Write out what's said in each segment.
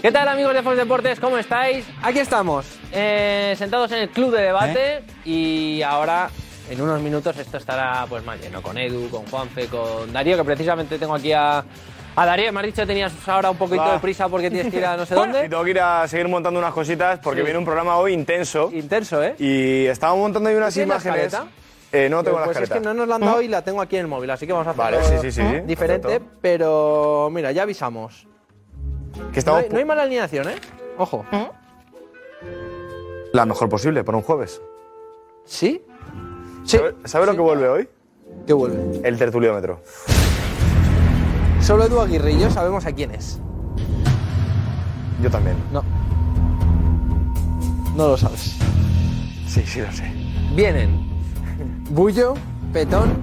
¿Qué tal amigos de Fox Deportes? ¿Cómo estáis? Aquí estamos. Eh, sentados en el club de debate y ahora en unos minutos esto estará pues más lleno con Edu, con Juanfe, con Darío, que precisamente tengo aquí a, a Darío. Me has dicho que tenías ahora un poquito Va. de prisa porque tienes que ir a no sé Y dónde. tengo que ir a seguir montando unas cositas porque Sí. viene un programa hoy intenso. Intenso, ¿eh? Y estaba montando ahí unas ¿Tienes la imágenes. escaleta? Eh, no tengo la pues es escaleta. que no nos la han dado y la tengo aquí en el móvil, así que vamos a hacer Vale, sí, sí, sí, sí. diferente, Perfecto. pero mira, ya avisamos. Que No estamos hay, no hay mala alineación, ¿eh? Ojo. la mejor posible para un jueves. ¿Sí? Sí. ¿Sabes lo que vuelve hoy? ¿Qué vuelve? El tertuliómetro. Solo Edu Aguirre y yo sabemos a quién es. Yo también. No. No lo sabes. Sí, sí, lo sé. Vienen Bullo, Petón,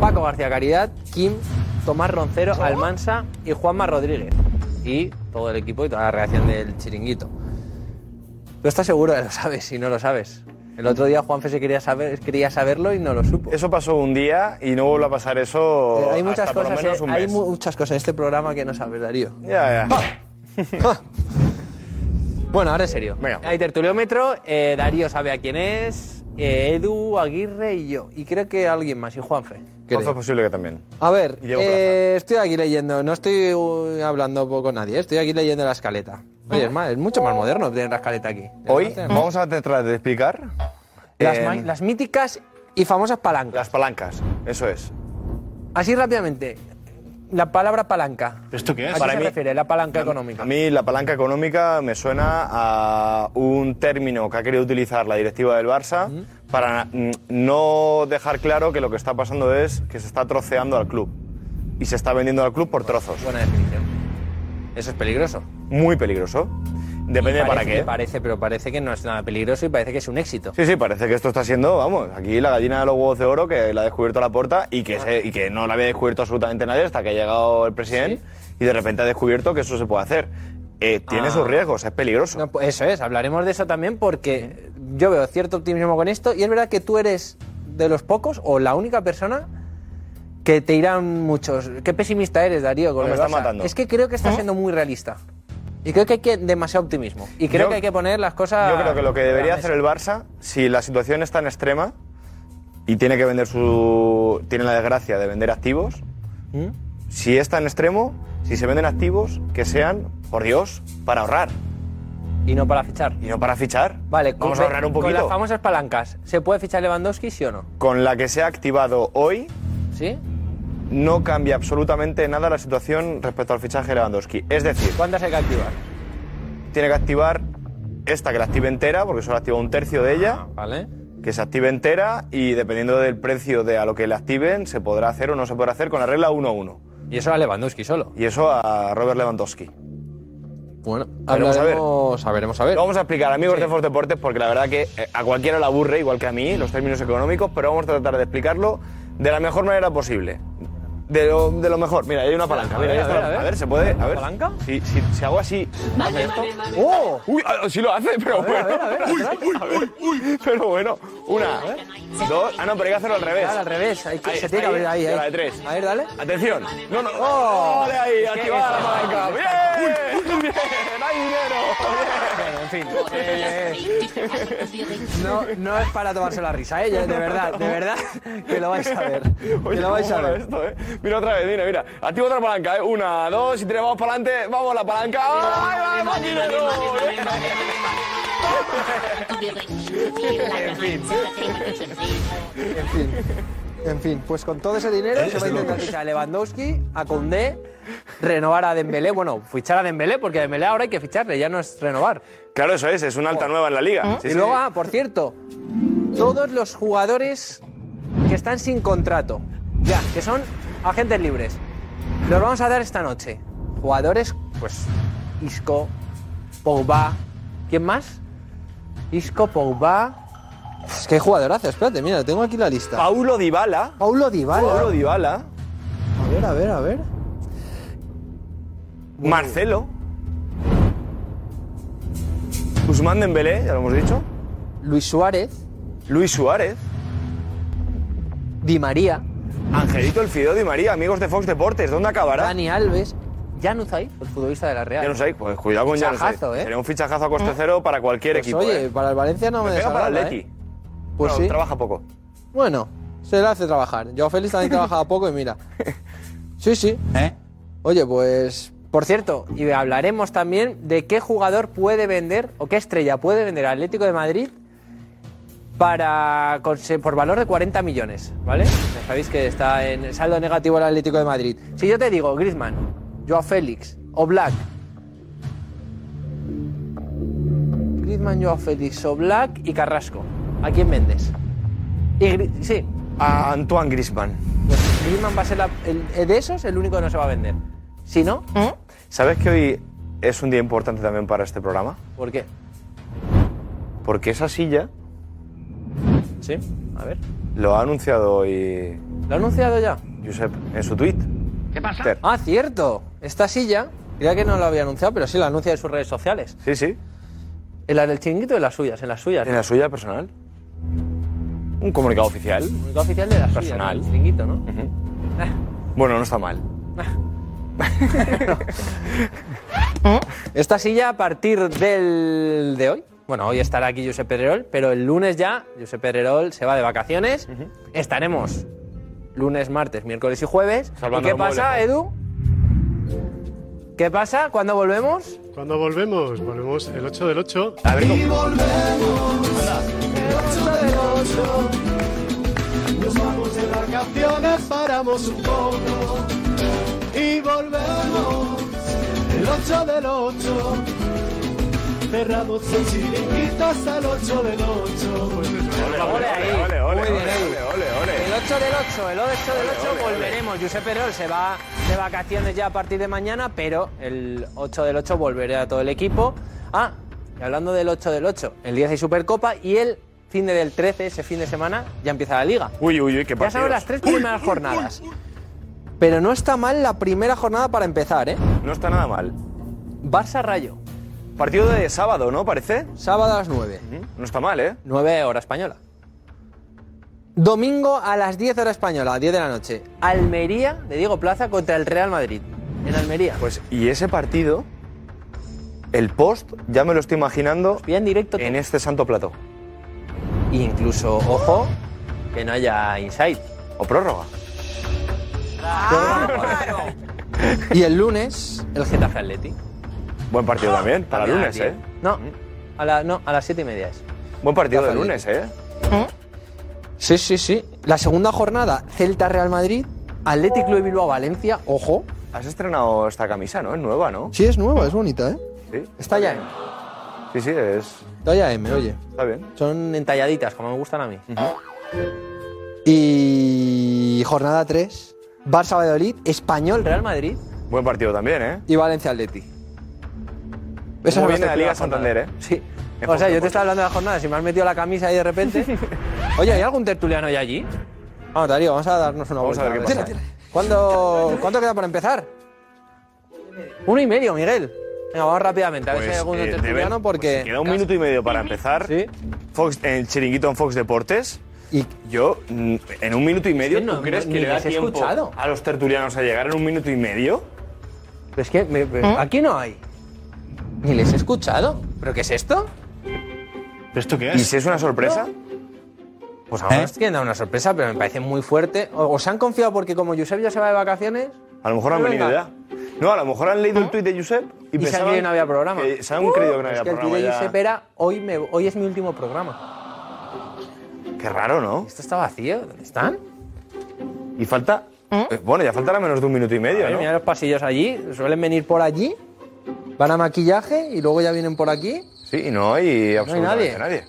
Paco García Caridad, Kim, Tomás Roncero, Almansa y Juanma Rodríguez. Y todo el equipo y toda la reacción del chiringuito. Tú estás seguro de lo sabes si no lo sabes. El otro día Juanfe se quería, saber, quería saberlo y no lo supo. Eso pasó un día y no vuelve a pasar eso. Eh, hay muchas Oh, hasta por lo cosas, menos eh, un hay mes. mu- ¡Ah! muchas cosas en este programa que no sabes, Darío. Ya, Pues ya. Bueno, ahora en serio. Venga. Hay tertuliómetro, eh, Darío sabe a quién es, eh, Edu, Aguirre y yo. Y creo que alguien más, y Juanfe. creo. Todo es posible que también. A ver, Y Diego eh, estoy aquí leyendo, no estoy uh, hablando poco con nadie, estoy aquí leyendo la escaleta. Oye, es, más, es mucho más moderno tener la escaleta aquí. Hoy vamos a tratar de explicar Las, eh, ma- las míticas y famosas palancas. las palancas. Eso es. Así rápidamente, la palabra palanca. ¿Esto qué ¿A es? qué Para se mí- refiere? La palanca económica. A mí la palanca económica me suena a un término que ha querido utilizar la directiva del Barça para mm, no dejar claro que lo que está pasando es que se está troceando al club y se está vendiendo al club por trozos. Buena definición. Eso es peligroso. Muy peligroso. Depende Y de para parece- qué. Parece, pero parece que no es nada peligroso y parece que es un éxito. Sí, sí, parece que esto está siendo, vamos, aquí la gallina de los huevos de oro que la ha descubierto la puerta y que, se- y que no la había descubierto absolutamente nadie hasta que ha llegado el presidente y de repente ha descubierto que eso se puede hacer. Eh, tiene Ah. sus riesgos, es peligroso. No, pues eso es, hablaremos de eso también porque yo veo cierto optimismo con esto y es verdad que tú eres de los pocos o la única persona que te irán muchos. Qué pesimista eres, Darío. Con No, el me está Barça. matando. Es que creo que estás siendo muy realista. Y creo que hay que demasiado optimismo. Y creo Yo- que hay que poner las cosas. Yo creo que lo que sobre la debería mesa. hacer el Barça, si la situación es tan extrema y tiene que vender su. tiene la desgracia de vender activos, ¿Mm? si es tan extremo, si se venden activos, que sean, por Dios, para ahorrar Y no para fichar. y no para fichar. Vale, vamos con- a ahorrar un Con las poquito. famosas palancas, ¿se puede fichar Lewandowski, sí o no? Con la que se ha activado hoy, ¿Sí? no cambia absolutamente nada la situación respecto al fichaje de Lewandowski. Es decir, ¿Cuántas hay que activar? tiene que activar esta que la active entera, porque solo activa un tercio de ella. Ah, Vale. que se active entera y dependiendo del precio de a lo que le activen, se podrá hacer o no se podrá hacer con la regla 1-1. Y eso era Lewandowski solo. Y eso a Robert Lewandowski. Bueno, Veremos a ver. hablaremos, a veremos a ver. Lo vamos a explicar, amigos de Force Deportes, porque la verdad que eh, a cualquiera le aburre, igual que a mí, los términos económicos, pero vamos a tratar de explicarlo de la mejor manera posible. De lo, de lo mejor. Mira, hay una palanca. A Mira, ver, ahí a está. ver, a ver. se puede. A ver. ¿Palanca? Si, si, si hago así. ¿hace esto? ¡Oh! Uy, ah, sí lo hace, pero ver, a bueno. ver, a ver, Uy, atrás. uy, uy, uy. Pero bueno. Una, dos. Ah, no, pero hay que hacerlo al revés. Claro, al revés. Hay que, Ahí, se tiene que ahí, abrir ahí. y ahí. la de tres. A ver, dale. Atención. No, no. ¡Oh! ¡Ole ahí! que ¡Activada la eso- palanca! ¡Bien! ¡Bien! ¡Hay dinero! Bueno, en fin. eh, no, no es para tomarse la risa, ¿eh? Yo, De verdad, de verdad, que lo vais a ver. ¡Bien! Que lo vais a cómo mola ver. Esto, eh. Mira otra vez, mira, mira. Activa otra palanca, ¿eh? Una, dos y tres, vamos para adelante. Vamos la palanca. ¡Ay, va, más dinero! En fin. En fin, pues con todo ese dinero se va a intentar fichar a Lewandowski, a Koundé, renovar a Dembélé. Bueno, fichar a Dembélé, porque a Dembélé ahora hay que ficharle, ya no es renovar. Claro, eso es, es una alta nueva en la liga. Sí, Oh. y sí. luego, ah, por cierto, todos los jugadores que están sin contrato, ya, que son agentes libres, los vamos a dar esta noche. Jugadores, pues Isco, Pogba. ¿Quién más? Isco, Pogba. Es que jugadorazo, espérate, mira, tengo aquí la lista. Paulo Dybala. Paulo Dybala. Paulo Dybala. A ver, a ver, a ver. Marcelo. Usman Dembélé, ya lo hemos dicho. Luis Suárez. Luis Suárez. Di María. Angelito el Fideo Di María, amigos de Fox Deportes, ¿dónde acabará? Dani Alves. Januzaj, el futbolista de la Real. Ya no sé, pues cuidado con Januzaj. Fichajazo, ¿eh? Sería un fichajazo a coste cero para cualquier Pues equipo. oye, ¿eh? para el Valencia no me, Me pega para desagrada, Atleti. ¿eh? Pues Bueno, sí. Trabaja poco. Bueno, se le hace trabajar. Yo Félix también trabajaba poco y mira. Sí, sí. Oye, pues. Por cierto, y hablaremos también de qué jugador puede vender o qué estrella puede vender Atlético de Madrid para conse- por valor de 40 millones, ¿vale? Ya sabéis que está en saldo negativo el Atlético de Madrid. Si yo te digo Griezmann, Joao Félix o Black. Griezmann, Joao Félix o Black y Carrasco. ¿A quién vendes? Y Gri- sí, A Antoine Griezmann. pues Griezmann va a ser la- el- de esos el único que no se va a vender. Si no, ¿Sabes que hoy es un día importante también para este programa? ¿por qué? Porque esa silla Sí, a ver. lo ha anunciado hoy ¿Lo ha anunciado ya? Josep en su tweet. ¿Qué pasa? Ah, cierto. Esta silla, creía que no lo había anunciado, pero sí la anuncia en sus redes sociales. Sí, sí. En la del chiringuito de las suyas, en las suyas. En la suya personal. Un comunicado oficial. Comunicado oficial de las suyas. Personal. ¿no? El chiringuito, ¿no? Ah, Bueno, no está mal. Esta silla a partir del de hoy. Bueno, hoy estará aquí Josep Pedrerol, pero el lunes ya Josep Pedrerol se va de vacaciones. Estaremos lunes, martes, miércoles y jueves. Salvando ¿Y qué los muebles, pasa, ¿no? Edu? ¿Qué pasa? ¿Cuándo volvemos? Cuando volvemos, volvemos el 8 del 8. A ver cómo- Nos vamos de vacaciones, paramos un poco y volvemos el 8 del 8. Cerramos el chiringuito hasta el 8 del 8. Ole ahí. Ole, ole, Muy ole, bien, Edu. ole, ole, ole. El 8 del 8, el 8 del 8 volveremos. Josep Pedrerol se va de vacaciones ya a partir de mañana, pero el 8 del 8 volverá todo el equipo. Ah, y hablando del 8 del 8, el 10 hay Supercopa y el fin de del 13, ese fin de semana, ya empieza la liga. Uy, uy, uy, qué Ya partidos. son las tres primeras jornadas. Pero no está mal la primera jornada para empezar, ¿eh? No está nada mal. Barça-Rayo, Partido de sábado, ¿no? Parece. sábado a las 9. No está mal, ¿eh? 9 hora española. Domingo a las 10 hora española, 10 de la noche. Almería de Diego Plaza contra el Real Madrid. En Almería. Pues, y ese partido, el post, ya me lo estoy imaginando Bien directo. todo. en este santo plato. E Incluso, ojo, que no haya inside. O prórroga. Y el lunes, el Getafe Atleti. Buen partido también, para También a lunes, las ¿eh? 10. No, a la- no, a las 7 y media es. Buen partido de Rafa lunes, ¿eh? Sí, sí, sí. La segunda jornada, Celta Real Madrid, Atlético Club de Bilbao Valencia, ojo. Has estrenado esta camisa, ¿no? Es nueva, ¿no? Sí, es nueva, es bonita, ¿eh? Sí, Está ya M. sí, sí, es... Está ya M, oye. está bien. Son entalladitas, como me gustan a mí. Y jornada 3, Barça Valladolid, Español Real Madrid Buen partido también, ¿eh? y Valencia Atleti. Esa viene la Liga Santander, ¿eh? Sí. En O sea, Fox yo Deportes. te estaba hablando de la jornada, si me has metido la camisa ahí de repente. Oye, ¿hay algún tertuliano ya allí? Vamos, Darío, vamos a darnos una Vamos a vuelta. ver qué pasa. Tira, tira. ¿Cuándo- ¿Cuánto queda para empezar? Uno y medio, Miguel. Venga, vamos rápidamente, a ver si hay algún eh, deben- tertuliano, porque... pues queda un minuto y medio para empezar. Sí. Fox, el chiringuito en Fox Deportes. Y Yo, mm, en un minuto y medio, que no- ¿tú crees no- que ni le da les he tiempo escuchado. a los tertulianos a llegar en un minuto y medio? Pero es que me- me- aquí no hay. Ni les he escuchado. ¿Pero qué es esto? esto qué ¿Y si es una sorpresa? Pues ahora. Es que da una sorpresa, pero me parece muy fuerte. O, o se han confiado porque como Josep ya se va de vacaciones, A lo mejor han Pero venido venga. ya. No, a lo mejor han leído el tuit de Y Josep y, se han pensaban creído que no había programa. Uh, que- se han creído que no es había que el tuit programa. de ya. Josep era hoy, me, hoy es mi último programa. Qué raro, ¿no? Esto está vacío. ¿Dónde están? Y falta. eh, Bueno, ya faltará menos de un minuto y medio, Mira ¿no? los pasillos allí. Suelen venir por allí, van a maquillaje y luego ya vienen por aquí. Sí, y no hay absolutamente nadie. nadie.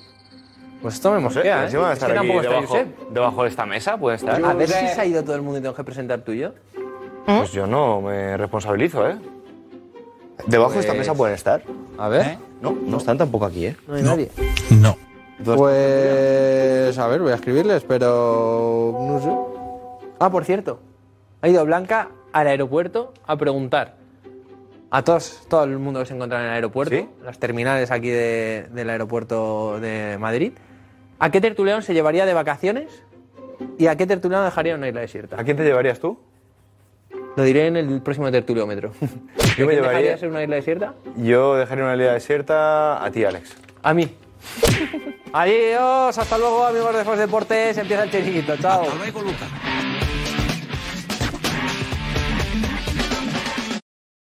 Pues esto me No sé, mosquea, ¿eh? encima de Es que estar aquí tampoco está debajo, Josep. debajo de esta Ah, mesa, pues, puede estar. A ver si se ha ido todo el mundo y tengo que presentar tuyo. Pues yo no me responsabilizo, ¿eh? ¿Debajo de esta mesa pueden estar? Pues A ver. No, no están tampoco aquí, ¿eh? No hay nadie. No. Pues. A ver, voy a escribirles, pero. No sé. Ah, por cierto. Ha ido Blanca al aeropuerto a preguntar a todos, todo el mundo que se encontraba en el aeropuerto, las terminales aquí de- del aeropuerto de Madrid, a qué tertuliano se llevaría de vacaciones y a qué tertuliano dejaría en una isla desierta. ¿A quién te llevarías tú? Lo diré en el próximo tertuliómetro. Yo me llevaría. ¿Dejarías en una isla desierta? Yo dejaría una isla desierta a ti, Alex. A mí. Adiós, hasta luego amigos de Fox Deportes, empieza el chiringuito, chao.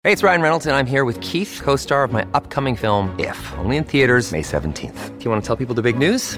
Hey, it's Ryan Reynolds, and I'm here with Keith, co star of my upcoming film, If, only in theaters, May 17th. Do you want to tell people the big news?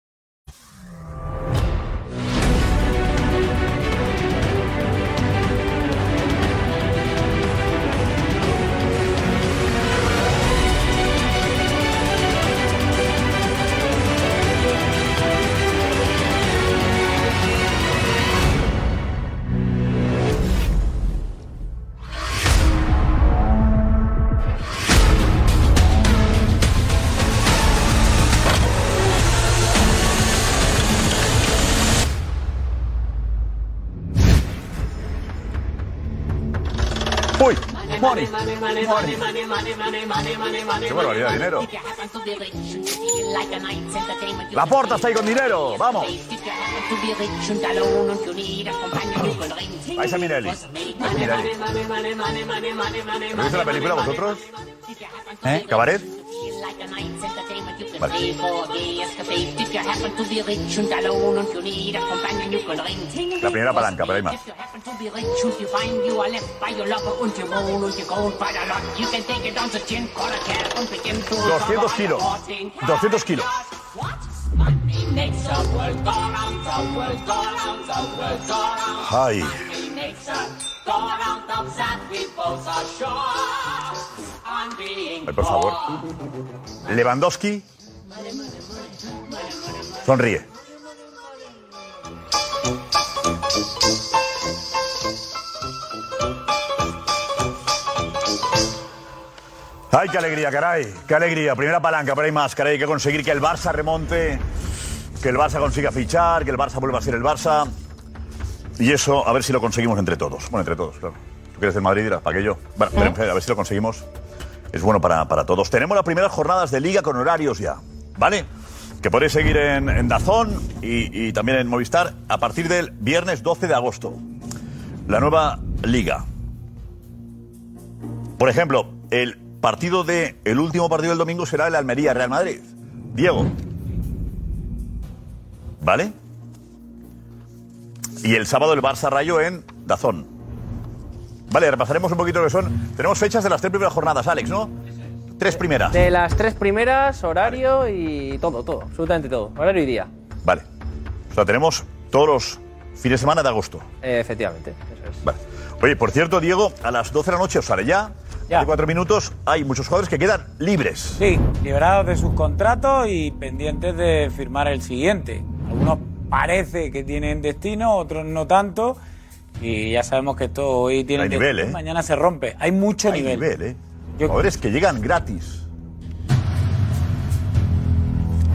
¡Uy! Mori. ¡Qué barbaridad, dinero! ¡La porta está ahí con dinero! ¡Vamos! Vais a Mirelli. Vais a Mirelli. ¿Veis la película vosotros? ¿Eh? ¿Cabaret? La primera palanca, pero hay más. ¡200 kilos! ¡200 kilos! Ay. Ay, por favor. Lewandowski. Sonríe. Ay, qué alegría, caray. Qué alegría. Primera palanca, pero hay más, caray. Hay que conseguir que el Barça remonte, que el Barça consiga fichar, que el Barça vuelva a ser el Barça. Y eso, a ver si lo conseguimos entre todos. Bueno, entre todos, claro. Tú quieres el Madrid, dirás, ¿para qué yo? Bueno, pero en fin, a ver si lo conseguimos. Es bueno para, para todos. Tenemos las primeras jornadas de liga con horarios ya, ¿vale? Que podéis seguir en, en Dazón y, y también en Movistar a partir del viernes 12 de agosto. La nueva liga. Por ejemplo, el partido de el último partido del domingo será el Almería Real Madrid. Diego. ¿Vale? Y el sábado el Barça Rayo en Dazón. Vale, repasaremos un poquito lo que son. Tenemos fechas de las tres primeras jornadas, Alex, ¿no? Tres primeras. De las tres primeras, horario y todo, todo, absolutamente todo, horario y día, Vale. O sea, tenemos todos los fines de semana de agosto. Eh, efectivamente. eso es. Vale. Oye, por cierto, Diego, a las 12 de la noche, os haré ya. Ya. Hace cuatro minutos hay muchos jugadores que quedan libres. Sí, liberados de sus contratos y pendientes de firmar el siguiente. Algunos parece que tienen destino, otros no tanto. Y ya sabemos que esto hoy tiene Hay destino, nivel, ¿eh? mañana se rompe. Hay mucho Hay nivel. nivel, ¿eh? Yo- Jugadores que llegan gratis.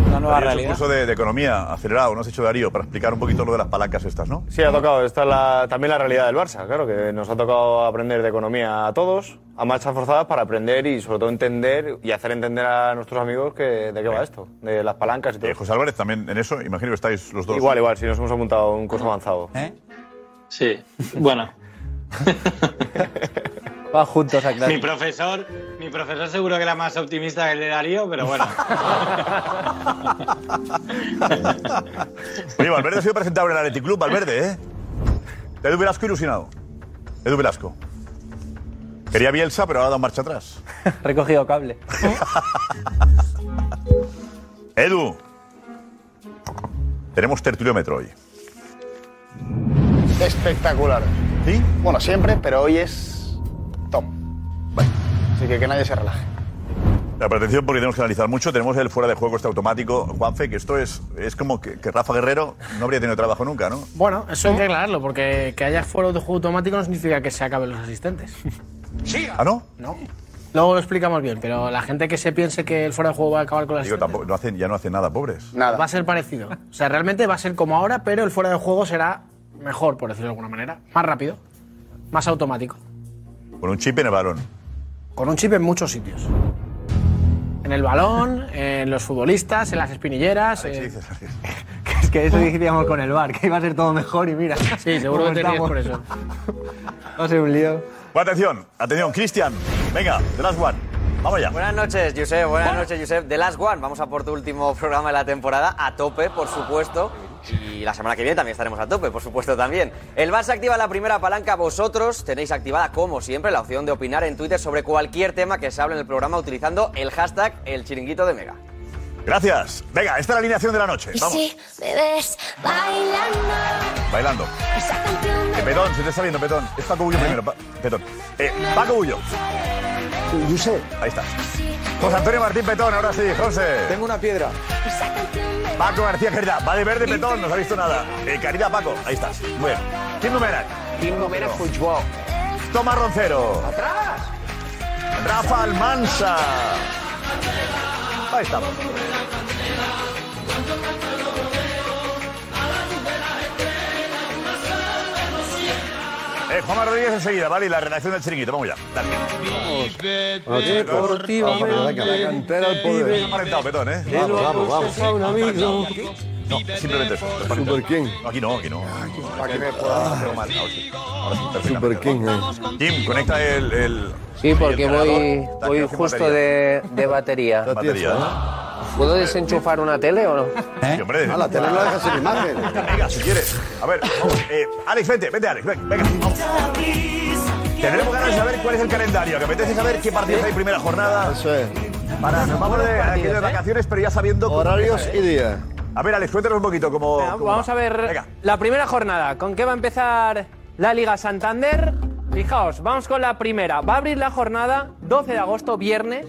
Una nueva Darío, es un realidad. curso de, de economía acelerado, ¿no has hecho Darío? Para explicar un poquito lo de las palancas estas, ¿no? Sí, ha tocado. Esta es la- también la realidad del Barça, claro, que nos ha tocado aprender de economía a todos, a marchas forzadas para aprender y sobre todo entender y hacer entender a nuestros amigos que, de qué va esto, de las palancas y todo. Eh, José Álvarez también en eso, imagino que estáis los dos. Igual, igual, si nos hemos apuntado a un curso avanzado. ¿Eh? Sí, bueno. Va juntos a clase. Mi profesor, mi profesor seguro que era más optimista que el de Darío, pero bueno. Oye, Valverde ha sido presentado en el Athletic Club, Valverde, ¿eh? Edu Velasco ilusionado. Edu Velasco. Quería Bielsa, pero ahora da marcha atrás. Recogido cable. Edu. Tenemos tertuliómetro hoy. Espectacular. ¿Sí? Bueno, siempre, pero hoy es Tom. Así que que nadie se relaje. La atención porque tenemos que analizar mucho. Tenemos el fuera de juego este automático, Juanfe, que esto es, es como que, que Rafa Guerrero no habría tenido trabajo nunca, ¿no? Bueno, eso hay que aclararlo, porque que haya fuera de juego automático no significa que se acaben los asistentes. ¿Ah, no? No. Luego lo explicamos bien, pero la gente que se piense que el fuera de juego va a acabar con las Digo, tampoco, no hacen, ya no hacen nada, pobres. Va a ser parecido. O sea, realmente va a ser como ahora, pero el fuera de juego será mejor, por decirlo de alguna manera. Más rápido, más automático. Con un chip en el balón. Con un chip en muchos sitios. En el balón, en los futbolistas, en las espinilleras. en- Es que eso decíamos con el bar, que iba a ser todo mejor y mira. Sí, seguro cómo que te ríes estamos. por eso. Va a ser un lío. Bueno, atención, atención, Cristian. Venga, The Last One. Vamos allá. Buenas noches, Josep. Buenas noches, Josep. The Last One. Vamos a por tu último programa de la temporada. A tope, por supuesto. Y la semana que viene también estaremos a tope, por supuesto también. El Barça activa la primera palanca. Vosotros tenéis activada, como siempre, la opción de opinar en Twitter sobre cualquier tema que se hable en el programa utilizando el hashtag El Chiringuito de Mega. Gracias. Venga, esta es la alineación de la noche. Y Vamos. si me ves bailando, Bailando. esa canción Eh, de Petón, se te está viendo, Petón. Es Paco Bullo primero. Pa- Petón. Eh, Paco Bullo. Josep. Ahí está. José Antonio Martín Petón, ahora sí, José. Tengo una piedra. Paco García Caridad, va de verde Petón, no se ha visto nada. Eh, Caridad Paco, ahí estás. Muy bien. Tim Numerac. Tim Numerac Fútbol. Tomás Roncero. Atrás. Rafa Almansa. Ahí estamos. Eh, Juanma Rodríguez enseguida, ¿vale? Y la redacción del chiringuito, vamos ya. Dale. Bien aparentado, Petón, ¿eh? Vamos, vamos, vamos. A un amigo. No, simplemente eso. ¿Super quién? Aquí no, aquí no. Aquí me puedo hacer mal. Ahora sí. Ahora sí, perfectamente. Tim, conecta el. el Sí, porque el voy, cargador. voy Dale, sin justo batería. de, de batería. Batería, ¿Puedo desenchufar una tele o no? Sí, hombre. Ah, la tele no deja sin imagen. Venga, si quieres. A ver, vamos. Eh, Alex, vente, vente, Alex. Venga, venga. vamos. Tendremos ganas de saber cuál es el calendario. Que apetece saber qué partidos hay primera jornada. Eso es. Para, nos vamos de, aquí de vacaciones, pero ya sabiendo. cómo Horarios empieza, y ¿eh? día. A ver, Alex, cuéntanos un poquito cómo. Venga, cómo Ah, Vamos va. a ver la primera jornada. ¿Con qué va a empezar la Liga Santander? Fijaos, vamos con la primera. Va a abrir la jornada 12 de agosto, viernes,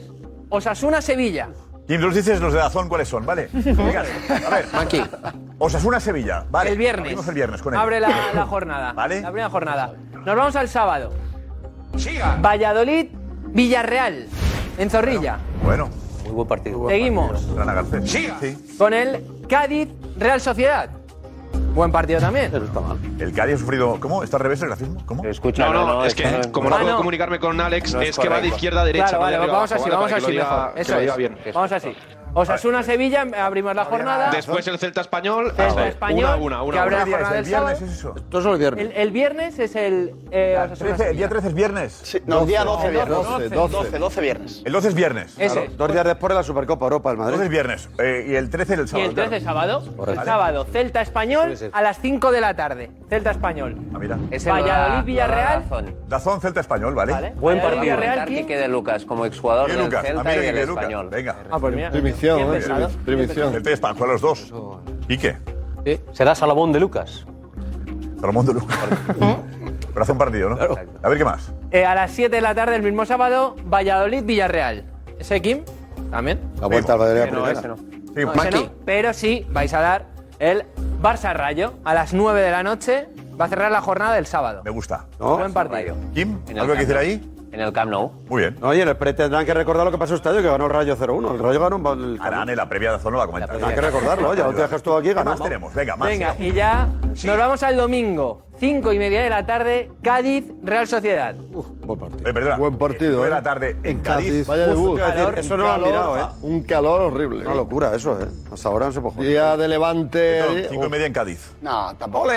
Osasuna-Sevilla. Tim, nos dices los de Dazón cuáles son, ¿vale? Venga, a ver. Aquí. Osasuna Sevilla, ¿vale? El viernes. Ah. Abrimos el viernes con él. Abre la, la jornada. ¿Vale? La primera jornada. Nos vamos al sábado. Valladolid, Villarreal, en Zorrilla. Bueno. Muy buen partido. Seguimos Rana Garcés. Sí. con el Cádiz, Real Sociedad. Buen partido también. El Cádiz ha sufrido. ¿cómo? ¿Está al revés el racismo? ¿cómo? Escucha, No, no, es que como no Ah, puedo no. comunicarme con Alex, No es, es que va de correcto. izquierda a derecha. Claro, no de vale, arriba vamos a así, abajo, vamos ¿vale? Para así que lo diga- mejor. que Eso lo es. diga bien. Vamos así. Osasuna Sevilla, abrimos la jornada. Después el Celta Español. Celta a ver, Español, Una, a una, una. que abre una. la jornada del sábado. Todo solo El, el viernes es el. eh, Osasuna El día 13 es viernes. No, día 12, 12 viernes. 12, 12, 12 viernes. El 12 es viernes. Ese. Dos días después de la Supercopa Europa, el Madrid. El 12 es viernes. Eh, y el 13 es el Y sábado. el 13 sábado, Correcto. sábado, Celta Español Sí, sí. a las 5 de la tarde. Celta Español. Ah, mira. Ese Valladolid, no da- Villarreal. no Dazón, Celta Español, ¿vale? Buen Real, partido. Real, Darky ¿quién? que de Lucas, como exjugador Y del Lucas, Celta amiga y que del de Lucas. Español. Venga. Ah, pues mira. Primición, Bien eh, pensado. Primición. Celta y Español, juegan los dos. ¿Y qué? Será Salomón de Lucas. Ramón de Lucas. Pero hace un partido, ¿no? A ver qué más. Eh, a las 7 de la tarde, el mismo sábado, Valladolid-Villarreal. ¿Ese Kim? También. La vuelta al Valladolid a Ese no, primera. ese no. No, ese no, pero sí vais a dar el Barça-Rayo a las 9 de la noche. Va a cerrar la jornada el sábado. Me gusta. Buen partido. Kim, En el ¿algo que Camp decir ahí? En el Camp Nou. Muy bien. Oye, en el pre tendrán que recordar lo que pasó este año, que ganó el Rayo 0-1. El Rayo ganó un... El... Harán en la previa de Dazón, no va a comentar. Hay que recordarlo, ya lo dejas todo aquí, ¿Qué ganamos. más tenemos? Venga, más. Venga, y ya nos vamos al domingo. 5 y media de la tarde, Cádiz-Real Sociedad. Buen partido. Buen partido, de ¿eh? la tarde en Cádiz. Cádiz. Vaya debut. Justo iba a decir, Calor, eso no lo han calor, mirado, ¿eh? Un calor horrible. Una locura eso, ¿eh? Hasta ahora no se puede jugar. Día de levante. Petón, ayer- cinco y media en Cádiz. No, tampoco.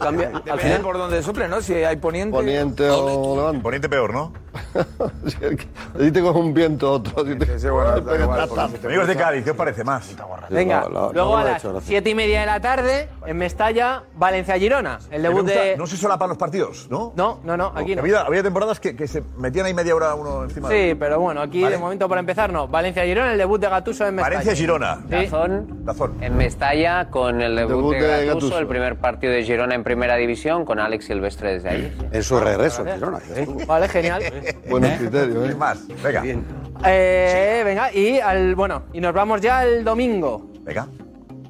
cambia. Al final por donde sople, ¿no? Si hay poniente. Poniente o levante. Poniente peor, ¿no? Si te coge un viento otro. Si te... da te pega tras- igual, porque tras- si te Amigos de Cádiz, ¿qué os parece más? Venga, Oh, No, Ah, no, no luego me a ha las hecho gracia. siete y media de la tarde, en Mestalla, Valencia-Girona. El Me debut gusta- de... No se solapan los partidos, ¿no? No, no, no, aquí no. Había, había temporadas que, que se metían ahí media hora uno encima del Sí, otro. pero bueno, aquí Vale. de momento para empezar no. Valencia-Girona, el debut de Gatuso en Mestalla. Valencia-Girona. Sí. En Mestalla, con el debut, Debut de de Gattuso, Gattuso. el primer partido de Girona en primera división, con Alex Silvestre desde ahí. En su regreso, en Girona. Vale, genial. Buenos criterios, ¿eh? más? Venga. Eh, venga, y al bueno, y nos vamos ya al domingo. Venga.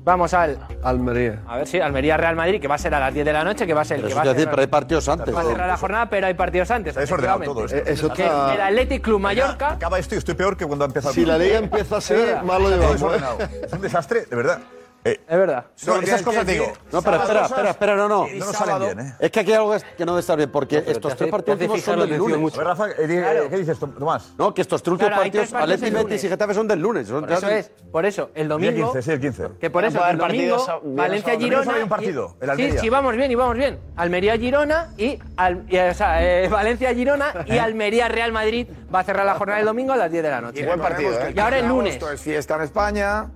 Vamos al Almería. a ver si Almería Real Madrid, que va a ser a las 10 de la noche, que va a ser el Pero eso que va te iba a a cerrar, decir, pero hay partidos antes. va a cerrar la jornada, pero hay partidos antes. Es ordenado efectivamente. todo esto. Es- es Que otra- El Athletic Club Mallorca. Acaba esto y estoy peor que cuando ha empezado. Si la liga empieza así, malo llevamos, Es ordenado. Es un desastre, de verdad. es verdad. No, esas cosas digo. No, pero espera, espera, espera, no, no. No nos salen bien, ¿eh? Es que aquí hay algo que- que no debe estar bien, porque estos hace- tres te partidos hace últimos fijar son la del atención lunes. mucho. A ver, Rafa, eh, di- eh, ¿qué dices, Tomás? No, que estos últimos Claro, hay tres partidos, partidos Atleti, el Betis y lunes. Getafe son del lunes. Son Eso ya- es, por eso, el domingo. Día 15, sí, el 15. Que por eso, Vamos a el domingo, ver partidos, viernes, sábado. Valencia-Girona. Domingo solo hay un partido, el sí, Almería. sí, vamos bien, y vamos bien. Almería-Girona y. al- y, o sea, eh, Valencia-Girona ¿Eh? y Almería-Real Madrid va a cerrar la jornada del domingo a las 10 de la noche. Y buen partido, ¿eh? Y ahora el 15 de lunes. agosto Es fiesta en España,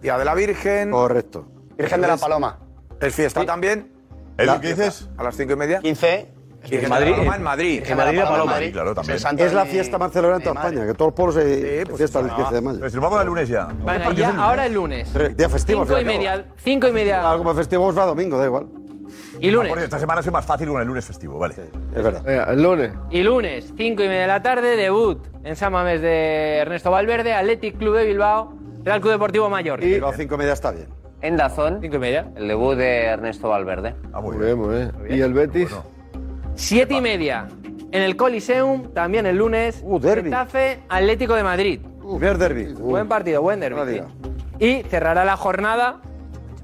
Día de la Virgen. Correcto. Virgen de la Paloma. Es fiesta también. ¿El qué dices? A las cinco y media. 15. Virgen de la Paloma en Madrid. Claro, también. Es la fiesta más celebrada en toda España, que todos los pueblos se pues fiestan el no. 15 de mayo. Pero si nos vamos al lunes ya. Venga, ya, ahora el lunes. Tres- Día festivo. Cinco al y fin al cabo. media. Cinco y media. Algo más festivo va domingo, da igual. Y lunes. Ah, por cierto, esta semana es más fácil con el lunes festivo, vale. Es verdad. el lunes. Y lunes, 5 y media de la tarde, debut en San Mamés de Ernesto Valverde, Athletic Club de Bilbao, Real Club Deportivo Mallorca. Y a 5 y media está bien. En Dazón, Cinco y media. el debut de Ernesto Valverde. Ah, Muy bien, muy bien. ¿eh? ¿Y el Betis? Siete y media en el Coliseum, también el lunes. Uh, Getafe, Atlético de Madrid. Uh, Ver derbi. Buen partido, buen derbi. sí. Y cerrará la jornada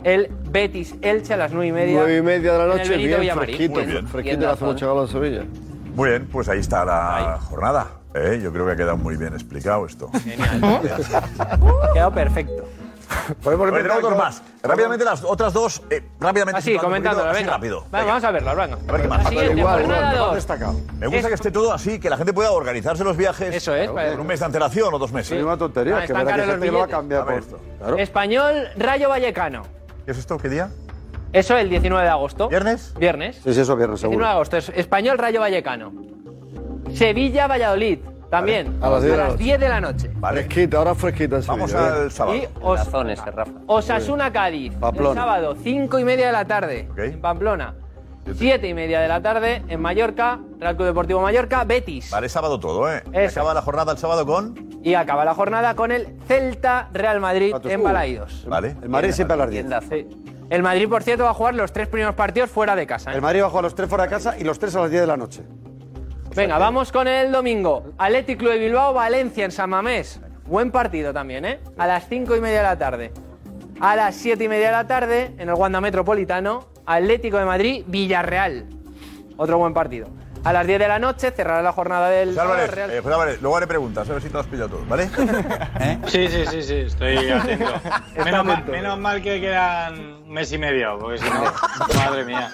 el Betis Elche a las nueve y media. Nueve y media de la en el noche, Benito bien Villamarín. fresquito. Muy bien. Fresquito le hace mucho calor en Sevilla. Muy bien, pues ahí está la jornada. ¿eh? Yo creo que ha quedado muy bien explicado esto. Ha quedado perfecto. Pues Podemos empezar empezar dos con- más. Rápidamente las otras dos, eh, rápidamente. Así, situando un poquito, comentándolo, así Ah, venga. rápido. Va, Vamos a verlas, venga. A ver qué más. La siguiente, jornada dos. Me gusta que esté todo así, que la gente pueda organizarse los viajes. Eso es, Con parece. un mes de antelación o dos meses. Es una tontería, Ah, que están verá que caros los gente que lo va a billetes. cambiar A por esto. ver. Español, Rayo Vallecano. ¿Qué es esto? ¿Qué día? Eso el 19 de agosto. ¿Viernes? Viernes. Sí, sí, eso viernes 19 de seguro. agosto, es Español Rayo Vallecano. Sevilla Valladolid, también. A las 10 de la noche. 10 de la noche. Fresquita, ahora fresquita en Vamos Sevilla, al ¿eh? sábado. Y Os- Rafa. Osasuna Cádiz, el Pamplona. sábado, 5 y media de la tarde, en Pamplona. 7 y media de la tarde, en Mallorca, Real Club Deportivo Mallorca, Betis. Vale, sábado todo, ¿eh? Y Eso. Acaba la jornada el sábado con. Y acaba la jornada con el Celta Real Madrid en Balaidos. Uh, Vale. El Madrid siempre a las 10. Sí. El Madrid, por cierto, va a jugar los tres primeros partidos fuera de casa. ¿eh? El Madrid va a jugar a los tres fuera de casa y los tres a las 10 de la noche. Venga, vamos con el domingo. Atlético Club de Bilbao, Valencia en San Mamés. Buen partido también, ¿eh? A las cinco y media de la tarde. A las siete y media de la tarde, en el Wanda Metropolitano, Atlético de Madrid, Villarreal. Otro buen partido. A las 10 de la noche cerrará la jornada del José Álvarez, Real. eh, José Álvarez, luego haré preguntas, a ver si te lo has pillado todo, ¿vale? ¿Eh? Sí, sí, sí, sí, estoy atento. Menos mal, menos mal que quedan un mes y medio, porque si no, madre mía.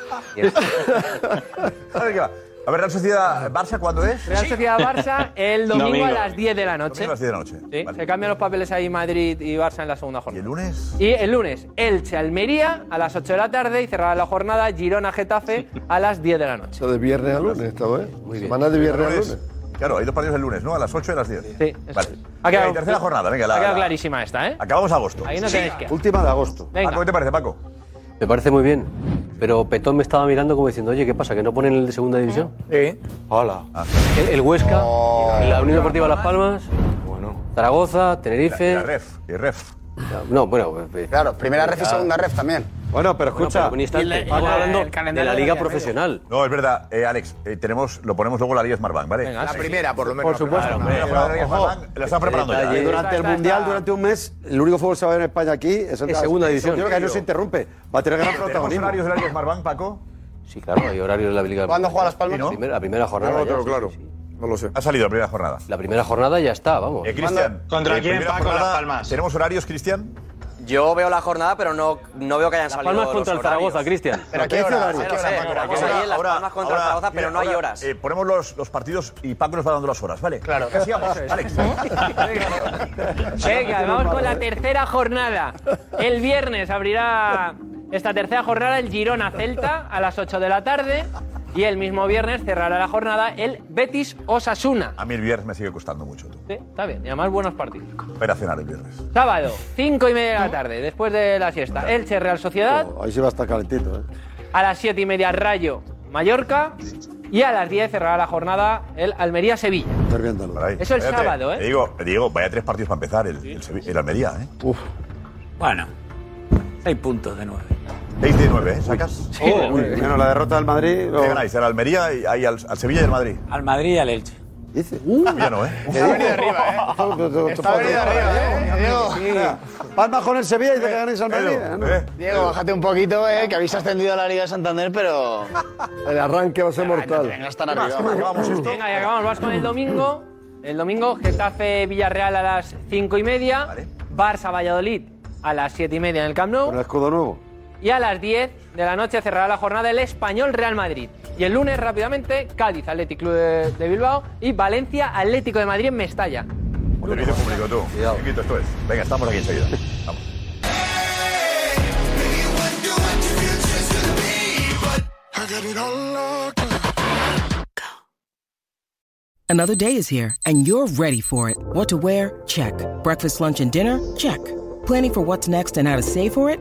A ver, ¿qué va? A ver, Real Sociedad Barça, ¿cuándo es? Real Sociedad Barça el domingo, a las 10 de la noche. Domingo a las 10 de la noche. Sí, Se cambian los papeles ahí Madrid y Barça en la segunda jornada. ¿Y el lunes? Y el lunes, Elche Almería a las 8 de la tarde y cerrará la jornada Girona Getafe a las 10 de la noche. Esto de viernes a lunes, esta vez. Semana de viernes a lunes. Claro, hay dos partidos el lunes, ¿no? A las 8 y a las 10. Sí. Vale. Ha quedado- Venga, y tercera jornada, venga. La, ha quedado la- clarísima esta, ¿eh? Acabamos agosto. Ahí no tenéis que. Última de agosto. Venga. Paco, ¿qué te parece, Paco? Me parece muy bien. Pero Petón me estaba mirando como diciendo, oye, ¿qué pasa? ¿Que no ponen el de segunda división? Sí. Hola. El, el Huesca, la Unión Deportiva Las Palmas, Zaragoza, Tenerife. La ref, y Eh, ref. No, bueno. eh, Claro, primera ref y segunda ref también. Bueno, pero escucha, este estamos hablando de la liga profesional. No, es verdad, eh, Alex, eh, tenemos, lo ponemos luego la Liga Smartbank, ¿vale? Venga, La sí. primera, por lo menos, Por la supuesto. primera. La jornada de la Liga Ojo, Smartbank, la están preparando detalle, ya. ¿eh? Durante el Mundial, durante un mes, el único fútbol que se va a ver en España aquí es el Es segunda división. edición. Yo creo que no se interrumpe. Va a tener gran ¿Tenemos protagonismo. horarios de la Liga Smartbank, Paco? Sí, claro, hay horarios de la liga. ¿Cuándo juega Las Palmas? La primera, la primera jornada. No lo ya, tengo sí, claro. sí, sí. No lo sé. Ha salido la primera jornada. La primera jornada ya está, vamos. Eh, Cristian. ¿Cuándo? ¿Contra quién, primera Paco, Las jornada, Palmas? ¿Tenemos horarios, Cristian? Yo veo la jornada, pero no, no veo que hayan salido. Palmas contra los el Zaragoza, horarios. Cristian. Pero ¿qué hora? Sí, lo sé, Paco? pero ¿A qué vamos hora? ahí en las palmas contra el Zaragoza, pero mira, no hay ahora, horas. eh, ponemos los, los partidos y Paco nos va dando las horas, ¿vale? Claro. ¿Qué hacíamos, Alex? ¿Eh? Venga, vamos con la tercera jornada. El viernes abrirá esta tercera jornada el Girona Celta a las 8 de la tarde. Y el mismo viernes cerrará la jornada el Betis Osasuna. A mí el viernes me sigue costando mucho. tú. Sí, está bien, y además buenos partidos. Para cenar el viernes. Sábado, 5 y media de la tarde, después de la siesta, Elche Real Sociedad. Ahí sí va a estar calentito, ¿eh? A las 7 y media, Rayo Mallorca. Y a las 10 cerrará la jornada el Almería Sevilla. Eso el sábado, ¿eh? Te digo, te digo, vaya tres partidos para empezar el, el Sevi- el Almería, ¿eh? Uf. Bueno, seis puntos de nueve. 6 de 9, ¿eh? ¿Sacas? Sí, de nueve. bueno, la derrota del Madrid. oh. ¿Qué ganáis? ¿Al Almería y ahí al, al Sevilla y al Madrid? Al Madrid y al Elche. Dice. Uh, ya no, ¿eh? Está venido arriba, ¿eh? Diego. Palmas con el Sevilla y te ganáis al Madrid. ¿eh? Diego, bájate un poquito, eh, que habéis ascendido a la Liga de Santander, pero. Ah, El arranque va a ser mortal. Venga, están arriba. Venga, y acabamos. Vamos con el domingo. El domingo, Getafe Villarreal a las 5 y media. Barça Valladolid a las 7 y media en el Camp Nou. Con el escudo nuevo. Y a las 10 de la noche cerrará la jornada el Español Real Madrid. Y el lunes, rápidamente, Cádiz Athletic Club de, de Bilbao y Valencia Atlético de Madrid en Mestalla. Servicio público, tú. Chiquito, esto es. Venga, estamos aquí enseguida. Vamos. Another day is here, and you're ready for it. What to wear? Check. Breakfast, lunch, and dinner? Check. Planning for what's next and how to save for it?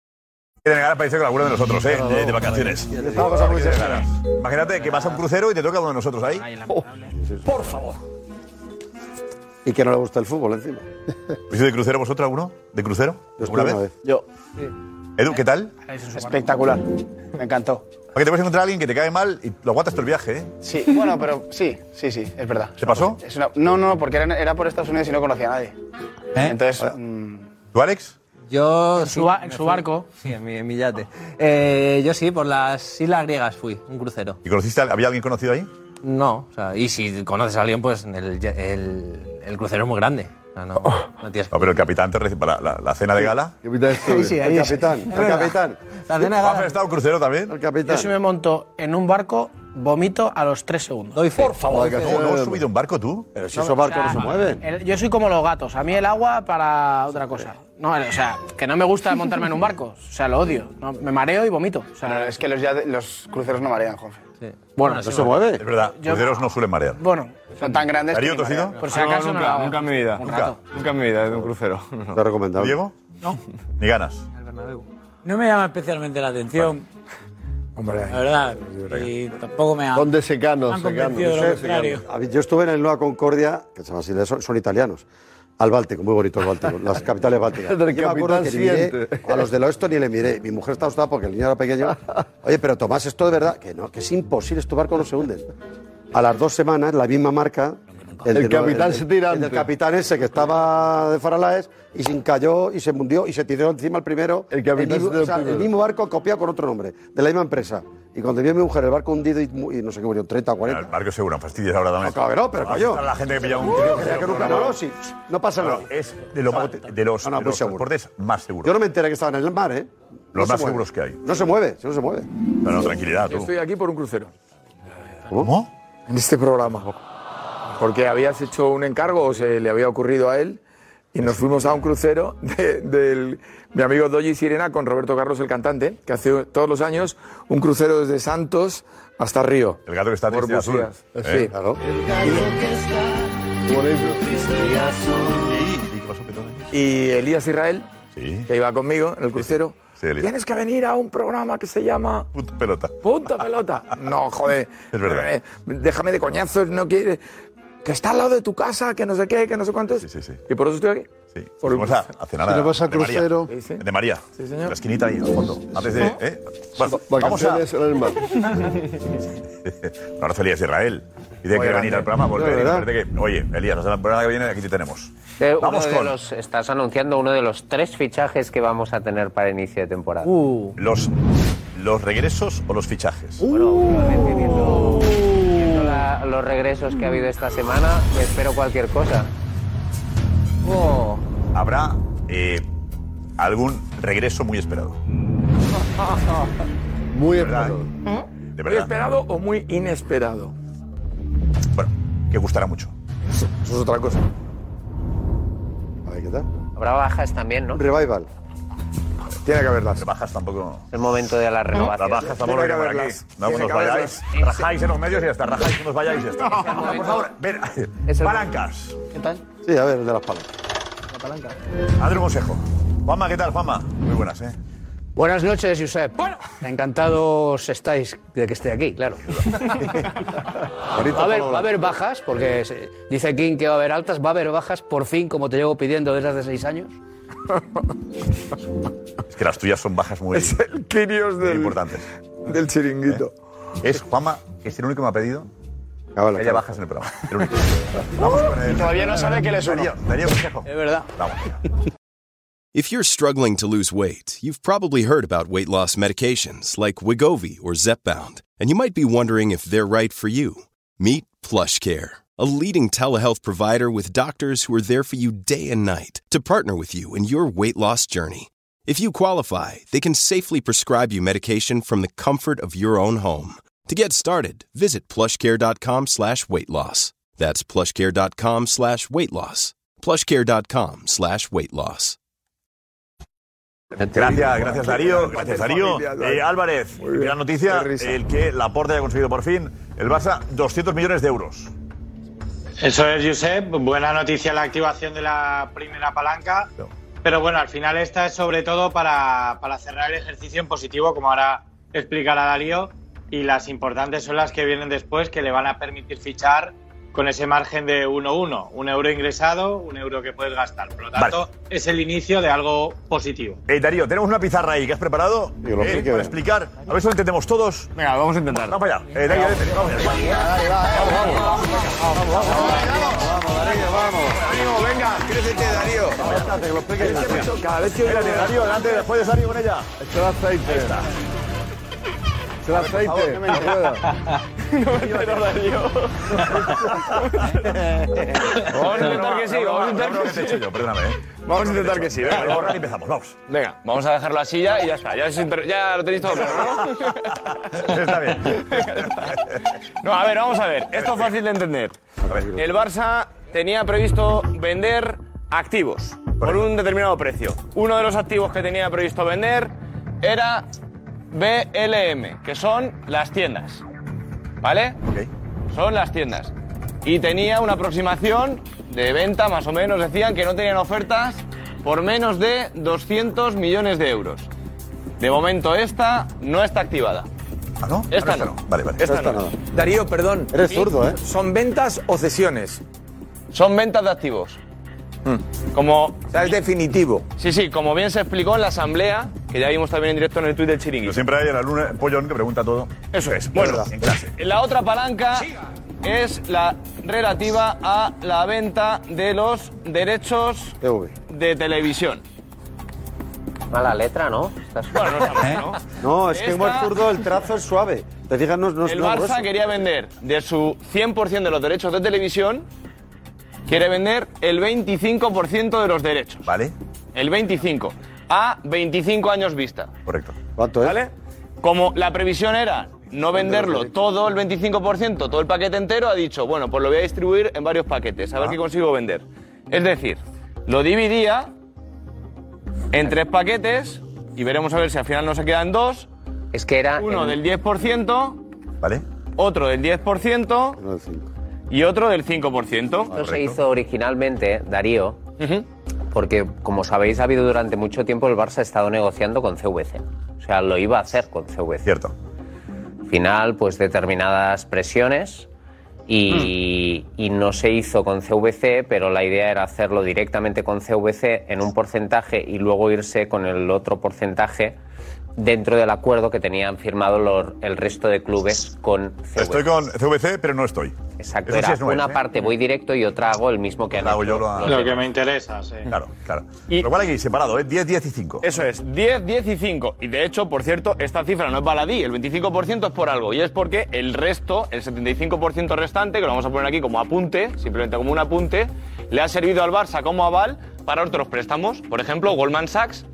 Quieren ganar parece que alguno de nosotros, ¿eh? De, de vacaciones. Vamos a cruceros. Imagínate que vas a un crucero y te toca uno de nosotros ahí. Por favor. Y que no le gusta el fútbol encima. ¿Habéis ido de crucero vosotros alguno? ¿De crucero? ¿Alguna una vez? vez. Yo. Edu, ¿qué tal? Espectacular. Me encantó. Porque te puedes encontrar a alguien que te cae mal y lo aguantas todo el viaje, ¿eh? Sí, bueno, pero sí, sí, sí, es verdad. ¿Se pasó? Es una- no, no, porque era, era por Estados Unidos y no conocía a nadie. Entonces. ¿Tú, Alex? Yo. su ba- en su barco. Sí, en mi, en mi yate. Eh, yo sí, por las islas griegas fui, un crucero. ¿Y conociste, había alguien conocido ahí? No, o sea, y si conoces a alguien, pues el, ya- el- el crucero es muy grande. O sea, no, no tienes Oh. No, pero el capitán te recibe para la, la cena de gala. Sí, sí, ahí El es. capitán, el Es verdad. capitán. La cena de ¿Has gala. estado en crucero también? El capitán. Yo si me monto en un barco, vomito a los tres segundos. Por favor. ¿No, no has subido un barco tú? Pero No, o sea, Ah. el- yo soy como los gatos. A mí el agua para otra cosa. No, o sea, que no me gusta montarme en un barco. O sea, lo odio. No, me mareo y vomito. O sea, Pero es que los, ya- los cruceros no marean, Juanfe. Bueno, no sí, se bueno. mueve. Es verdad, Yo- cruceros no suelen marear. Bueno. Son tan grandes. Darío, que ¿tú ni has ido? marean. Por si acaso no nunca, lo hago. nunca en mi vida. Un Nunca, rato. nunca en mi vida, de un crucero. Te he recomendado. ¿Diego? No. Ni ganas. No me llama especialmente la atención. Hombre. La verdad. Y tampoco me ha. ¿Dónde Secano, me han Secano. convencido de lo Sí, contrario. Secano. A ver, Yo estuve en el Nueva Concordia, que se llama así, son, son italianos. Al Báltico, muy bonito el Báltico, las capitales bálticas. Del Yo me acuerdo capitán que ni miré, siente. a los del oeste ni le miré. Mi mujer estaba asustada porque el niño era pequeño. Oye, pero Tomás, esto de verdad, que no, que es imposible, estos barcos no se hunden. A las dos semanas, la misma marca. El del- capitán se tira El del antes. capitán ese que estaba de Faralaes y se encalló y se mundió y se tiró encima el primero. El capitán se mismo, tiró o sea, el primero. el mismo barco copiado con otro nombre, de la misma empresa. Y cuando vio mi mujer el barco hundido y, mu- y no sé qué murió, 30 o 40. El barco seguro, fastidias ahora No, también. cabrón, pero Vas a cayó. estar Ah, La gente que pilla un Uh, crucero. creía que nunca Pero- voló, sí. No pasa nada. Es de, lo- de los, de los transportes más seguros. Yo no me enteré que estaban en el mar, ¿eh? Los se más mueve. seguros que hay. No se mueve, si no se mueve. No, no, tranquilidad, tú. Estoy aquí por un crucero. ¿Cómo? En este programa. Porque habías hecho un encargo o se le había ocurrido a él y nos fuimos a un crucero de, del- mi amigo Doji Sirena con Roberto Carlos, el cantante, que hace todos los años un crucero desde Santos hasta Río. El gato que está Por triste azul. Bucías. Eh, Sí. claro. Y- Y Elías Israel, que iba conmigo en el crucero. Sí, Elías. Tienes que venir a un programa que se llama Puta pelota. Punta pelota. No, joder. Es verdad. Eh, déjame de coñazos, no quieres. Que está al lado de tu casa, que no sé qué, que no sé cuánto es. Y por eso estoy aquí. Sí. Por Vamos a, a cenar Si a- no vas al de María. crucero- Sí, sí. De María. En La esquinita ahí, al fondo. Antes de. ¿eh? Bueno, vamos a. Vacaciones en el mar. Un abrazo a Elías Israel. y de Muy que venir grande. al programa, volver. De y me verdad. parece que, oye, Elías, la temporada que viene aquí te tenemos. Eh, uno Vamos de con- los- estás anunciando uno de los tres fichajes que vamos a tener para inicio de temporada. Los, los regresos o los fichajes. Uh. Viendo la- Ah, los regresos que ha habido esta semana, espero cualquier cosa. Habrá eh, algún regreso muy esperado. Muy esperado. ¿eh? De ¿Muy verdad. esperado o muy inesperado? Bueno, que gustará mucho. Eso es otra cosa. A ver qué tal. Habrá bajas también, ¿no? Revival. Tiene que haberlas. bajas tampoco. El momento de la renovación. Las bajas tampoco vienen por aquí. No os vayáis. Rajáis en los medios y ya está. Rajáis que nos vayáis y ya está. Por favor, ven. Palancas. ¿Qué tal? Sí, a ver, el de las palabras. La palanca. Hazle un consejo. Fama, ¿qué tal, Fama? Muy buenas, ¿eh? Buenas noches, Josep. Encantados estáis de que esté aquí, claro. va, a haber, va a haber bajas, porque se- dice King que va a haber altas, va a haber bajas, por fin, como te llevo pidiendo desde hace seis años. Es que las tuyas son bajas muy, Es el Quirios muy del, importantes. ¿Eh? del chiringuito. Ah, Es Juanma, es el único que me ha pedido que haya bajas en el programa. El único. Todavía no sabe que le suena. Darío, Darío, consejo. Es verdad. Vamos. If you're struggling to lose weight, you've probably heard about weight loss medications like Wigovi or Zepbound, and you might be wondering if they're right for you. Meet PlushCare, a leading telehealth provider with doctors who are there for you day and night to partner with you in your weight loss journey. If you qualify, they can safely prescribe you medication from the comfort of your own home. To get started, visit plushcare.com slash weight loss. That's plushcare.com slash weight loss. plushcare.com slash weight loss. Gracias, gracias Darío, gracias Darío. Eh, Álvarez, gran noticia, el que Laporte haya conseguido por fin el Barça 200 millones de euros. Eso es, Josep. Buena noticia la activación de la primera palanca. Pero bueno, al final esta es sobre todo para, para cerrar el ejercicio en positivo, como ahora explicará Darío. Y las importantes son las que vienen después, que le van a permitir fichar con ese margen de 1-1. Un euro ingresado, un euro que puedes gastar. Por lo tanto, es el inicio de algo positivo. Eh, Darío, tenemos una pizarra ahí que has preparado Yo lo eh, sé que- para explicar. A ver si lo entendemos todos. Venga, vamos a intentar. Vamos allá. Eh, Darío, vete, vamos allá. Darío, venga, crécete, Darío. Cada vez que Espérate, Darío, adelante, después de salir con ella. Echa el aceite. Echa el aceite. Vamos a intentar que sí, vamos a intentar que sí. perdóname. eh. Vamos a intentar que sí, Venga, borrar y empezamos, vamos. Venga, vamos a dejarlo así ya y ya está. Ya, es inter- ya lo tenéis todo claro, ¿no? Está bien. No, a ver, vamos a ver. Esto es fácil de entender. El Barça tenía previsto vender activos por un determinado precio. Uno de los activos que tenía previsto vender era BLM, que son las tiendas. ¿Vale? Son las tiendas. Y tenía una aproximación de venta, más o menos, decían que no tenían ofertas por menos de 200 millones de euros. De momento esta no está activada. ¿Ah, no? Esta no. Vale, vale. Esta no. Darío, perdón. Eres zurdo, ¿eh? ¿Son ventas o cesiones? Hmm. Son ventas de activos. Como. es definitivo. Sí, sí, como bien se explicó en la asamblea, que ya vimos también en directo en el tuit del Chiringuito. Siempre hay el alumno el pollón que pregunta todo. Eso es. Bueno, en clase. la otra palanca es la relativa a la venta de los derechos de televisión. Mala letra, ¿no? Estás- Bueno, no está mal, ¿no? No, es que como es Esta- zurdo el trazo es suave. Te fijas, no, no es el no es Barça grueso. quería vender de su 100% de los derechos de televisión, quiere vender el 25% de los derechos. ¿Vale? El 25. A 25 años vista. Correcto. ¿Cuánto es? ¿Vale? Como la previsión era no venderlo todo el 25%, todo el paquete entero, ha dicho, bueno, pues lo voy a distribuir en varios paquetes, a ver qué consigo vender. Es decir, lo dividía en tres paquetes y veremos a ver si al final no se quedan dos. Es que era... Uno en- del 10%, ¿Vale? otro del 10% No, el cinco. y otro del 5%. Esto se hizo originalmente, Darío, porque como sabéis, ha habido durante mucho tiempo el Barça ha estado negociando con CVC. O sea, lo iba a hacer con CVC. Cierto. Al final, pues determinadas presiones y, Mm. y no se hizo con CVC, pero la idea era hacerlo directamente con CVC en un porcentaje y luego irse con el otro porcentaje dentro del acuerdo que tenían firmado los- el resto de clubes con CVC. Estoy con CVC, pero no estoy. Exacto, Eso sí era es nuevo, una ¿eh? parte voy directo y otra hago el mismo que han Hago hecho yo lo, los lo demás. interesa, sí. Claro, claro. Lo cual aquí, separado, ¿eh? 10, 10 y 5. Eso es, 10, 10 y 5. Y de hecho, por cierto, esta cifra no es baladí, el 25% es por algo. Y es porque el resto, el 75% restante, que lo vamos a poner aquí como apunte, simplemente como un apunte, le ha servido al Barça como aval para otros préstamos. Por ejemplo, Goldman Sachs,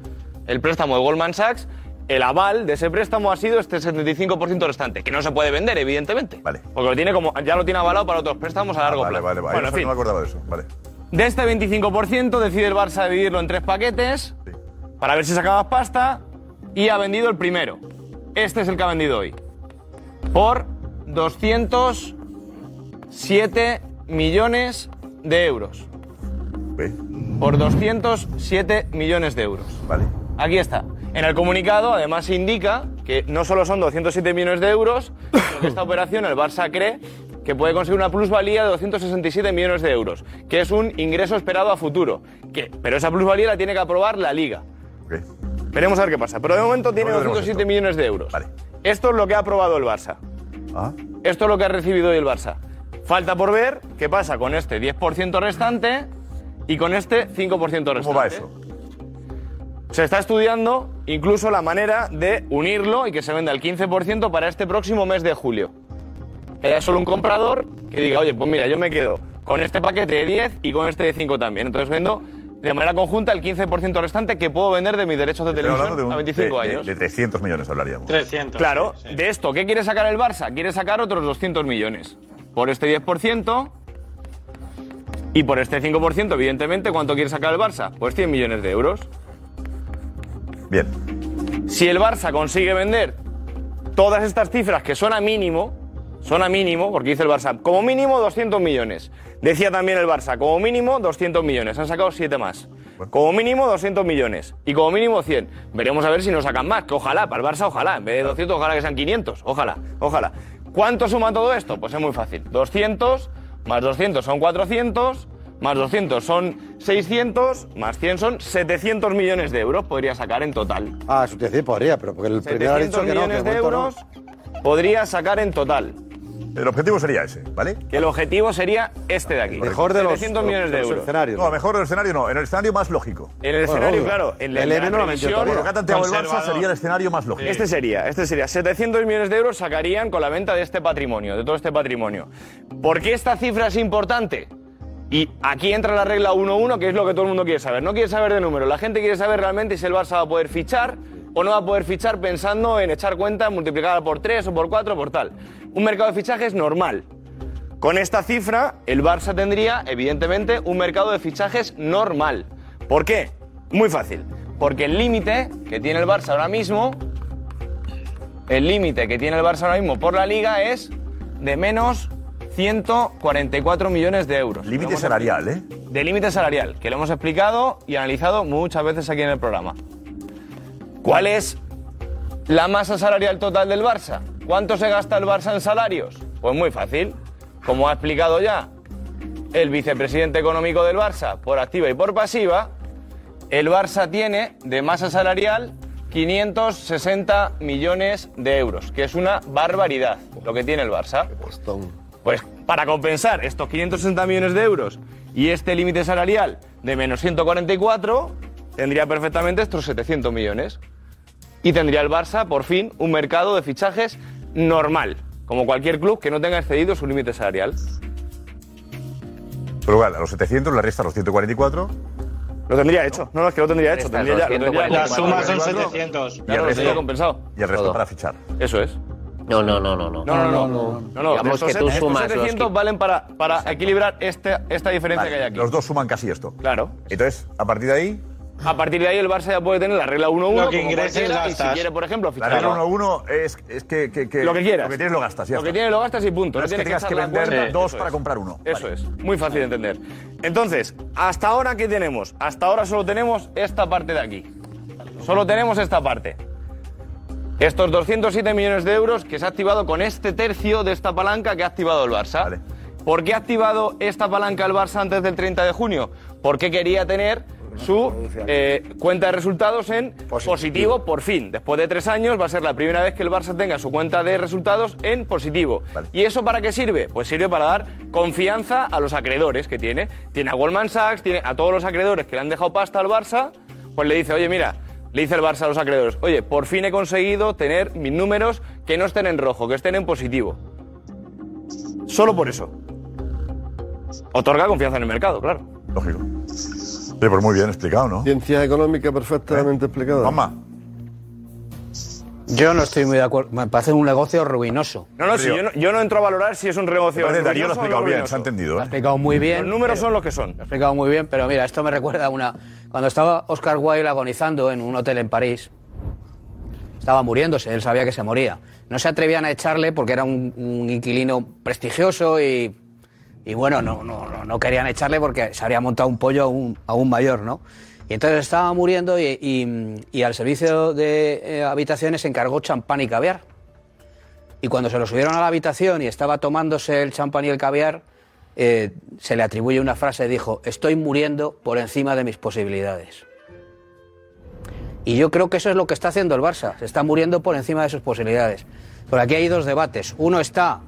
el préstamo de Goldman Sachs, el aval de ese préstamo ha sido este 75% restante, que no se puede vender, evidentemente. Vale. Porque lo tiene como, ya lo tiene avalado para otros préstamos a largo Ah, Vale, plazo. vale, vale. Bueno, en Eso fin. No me acordaba de eso. Vale. De este 25% decide el Barça dividirlo en tres paquetes para ver si sacaba pasta y ha vendido el primero. Este es el que ha vendido hoy. Por 207 millones de euros. Por 207 millones de euros. Vale. Aquí está. En el comunicado además se indica que no solo son 207 millones de euros, sino que esta operación el Barça cree que puede conseguir una plusvalía de 267 millones de euros, que es un ingreso esperado a futuro. Que, pero esa plusvalía la tiene que aprobar la liga. Veremos a ver qué pasa. Pero de momento tiene Bueno, tenemos 207 millones de euros. Esto es lo que ha aprobado el Barça. Ah. Esto es lo que ha recibido hoy el Barça. Falta por ver qué pasa con este 10% restante y con este 5% restante. ¿Cómo va eso? Se está estudiando incluso la manera de unirlo y que se venda el 15% para este próximo mes de julio. Que haya solo un comprador que diga, oye, pues mira, yo me quedo con este paquete de 10 y con este de 5 también. Entonces vendo de manera conjunta el 15% restante que puedo vender de mis derechos de Estoy hablando televisión de, un- a de, 25 de- años. de 300 millones hablaríamos. 300. Claro, de esto, ¿qué quiere sacar el Barça? Quiere sacar otros 200 millones. Por este 10%. Y por este 5%, evidentemente, ¿cuánto quiere sacar el Barça? Pues 100 millones de euros. Bien. Si el Barça consigue vender todas estas cifras que son a mínimo, son a mínimo, porque dice el Barça, como mínimo 200 millones. Decía también el Barça, como mínimo 200 millones. Han sacado 7 más. Como mínimo 200 millones. Y como mínimo 100. Veremos a ver si nos sacan más. Que ojalá, para el Barça, ojalá. En vez de 200, ojalá que sean 500. Ojalá, ojalá. ¿Cuánto suma todo esto? Pues es muy fácil. 200 más 200 son 400. Más 200 son 600, más 100 son 700 millones de euros podría sacar en total. Ah, eso te decía, podría, pero porque el primero ha 700 dicho que no, que millones de vuelto no. euros podría sacar en total. El objetivo sería ese, ¿vale? Que el objetivo sería este de aquí. Mejor de los- 700 millones de euros. No, mejor del escenario no. En el escenario más lógico. En el escenario, claro. En la- en la previsión, Bueno, acá tanteado el Barça conservador. sería el escenario más lógico. Este sería, este sería. 700 millones de euros sacarían con la venta de este patrimonio, de todo este patrimonio. ¿Por qué esta cifra es importante? Y aquí entra la regla 1-1, que es lo que todo el mundo quiere saber. No quiere saber de números. La gente quiere saber realmente si el Barça va a poder fichar o no va a poder fichar pensando en echar cuenta multiplicada por 3 o por 4 o por tal. Un mercado de fichajes normal. Con esta cifra, el Barça tendría, evidentemente, un mercado de fichajes normal. ¿Por qué? Muy fácil. Porque el límite que tiene el Barça ahora mismo el límite que tiene el Barça ahora mismo por la liga es de menos 144 millones de euros. Límite salarial, ¿eh? De límite salarial, que lo hemos explicado y analizado muchas veces aquí en el programa. ¿Cuál es la masa salarial total del Barça? ¿Cuánto se gasta el Barça en salarios? Pues muy fácil. Como ha explicado ya el vicepresidente económico del Barça, por activa y por pasiva, el Barça tiene de masa salarial 560 millones de euros, que es una barbaridad lo que tiene el Barça. Pues para compensar estos 560 millones de euros y este límite salarial de menos 144, tendría perfectamente estos 700 millones. Y tendría el Barça, por fin, un mercado de fichajes normal, como cualquier club que no tenga excedido su límite salarial. Pero vale, a los 700 le resta los 144. Lo tendría hecho. No, no, es que lo tendría hecho. Resta Tendría ya, lo tendría 244. hecho. La suma son 700. Claro, lo tendría compensado. Y el resto Todo. para fichar. Eso es. No, no, no, no, no. No, no, no. no, no, no. Digamos Estos que set- tú estos sumas los 700 valen para, para equilibrar este- esta diferencia Vale, que hay aquí. Los dos suman casi esto. Claro. Entonces, a partir de ahí. A partir de ahí el Barça ya puede tener la regla 1-1. Lo que como ingreses, cualquiera, y gastas. Si quiere, por ejemplo, La fichar. regla 1-1 es, es que, que- que- Lo que quieras. Lo que tienes lo gastas. Ya Lo que está. tienes lo gastas y punto. No es que tienes tengas que echar la vender cuenta. dos Eso para es. comprar uno. Eso es, muy fácil de entender. Entonces, ¿hasta ahora qué tenemos? Hasta ahora solo tenemos esta parte de aquí. Solo tenemos esta parte. Estos 207 millones de euros que se ha activado con este tercio de esta palanca que ha activado el Barça. ¿Por qué ha activado esta palanca el Barça antes del 30 de junio? Porque quería tener su eh, cuenta de resultados en positivo. por fin. Después de tres años va a ser la primera vez que el Barça tenga su cuenta de resultados en positivo. ¿Y eso para qué sirve? Pues sirve para dar confianza a los acreedores que tiene. Tiene a Goldman Sachs, tiene a todos los acreedores que le han dejado pasta al Barça, pues le dice, oye, mira, le dice el Barça a los acreedores, oye, por fin he conseguido tener mis números que no estén en rojo, que estén en positivo. Solo por eso. Otorga confianza en el mercado, claro. Lógico. Sí, pues muy bien explicado, ¿no? Ciencia económica perfectamente Eh, explicada. Mamá. Yo no estoy muy de acuerdo. Me parece un negocio ruinoso. No, no, si yo no, yo no entro a valorar si es un negocio. Parece que Darío lo ha ruinoso o explicado no bien, ruinoso. se ha entendido. ¿eh? Lo ha explicado muy bien. Los números pero- son los que son. Lo ha explicado muy bien, pero mira, esto me recuerda a una. Cuando estaba Oscar Wilde agonizando en un hotel en París, estaba muriéndose, él sabía que se moría. No se atrevían a echarle porque era un, un inquilino prestigioso y, y bueno, no, no, no, no querían echarle porque se habría montado un pollo aún, aún mayor, ¿no? Y entonces estaba muriendo y, y- y al servicio de eh, habitaciones se encargó champán y caviar. Y cuando se lo subieron a la habitación y estaba tomándose el champán y el caviar, eh, se le atribuye una frase, dijo, estoy muriendo por encima de mis posibilidades. Y yo creo que eso es lo que está haciendo el Barça, se está muriendo por encima de sus posibilidades. Por aquí hay dos debates. Uno está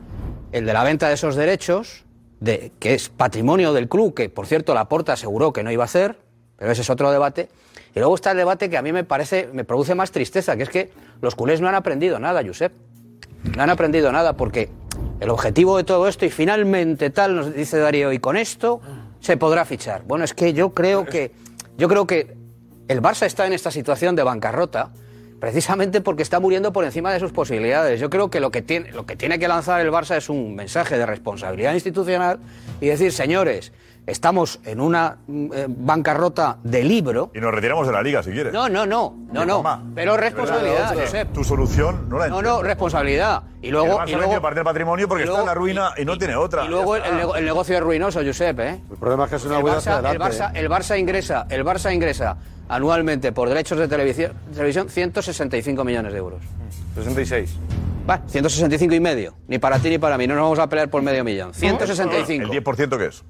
el de la venta de esos derechos, de, que es patrimonio del club, que por cierto Laporta aseguró que no iba a hacer, pero ese es otro debate. Y luego está el debate que a mí me parece, me produce más tristeza, que es que los culés no han aprendido nada, Josep. No han aprendido nada porque el objetivo de todo esto y finalmente tal nos dice Darío y con esto se podrá fichar. Bueno, es que yo creo que yo creo que el Barça está en esta situación de bancarrota precisamente porque está muriendo por encima de sus posibilidades. Yo creo que lo que tiene lo que tiene que lanzar el Barça es un mensaje de responsabilidad institucional y decir, señores, estamos en una mm, eh, bancarrota de libro. Y nos retiramos de la liga si quieres. No, no, no, no, no. Pero responsabilidad, Josep. Tu solución no la No, entiendo. no, responsabilidad. Y luego- El Barça y ha luego- vendido parte del patrimonio y porque está luego- en la ruina y, no tiene otra. Y luego el, el nego- el negocio es ruinoso, Josep, ¿eh? Ah. El problema es que es una El huida hacia Barça, el, adelante. Barça, el Barça ingresa, el Barça ingresa anualmente por derechos de televisión, televisión 165 millones de euros. 66. Va, 165 y medio. Ni para ti ni para mí. No nos vamos a pelear por medio millón. ¿El 165. 10% qué es?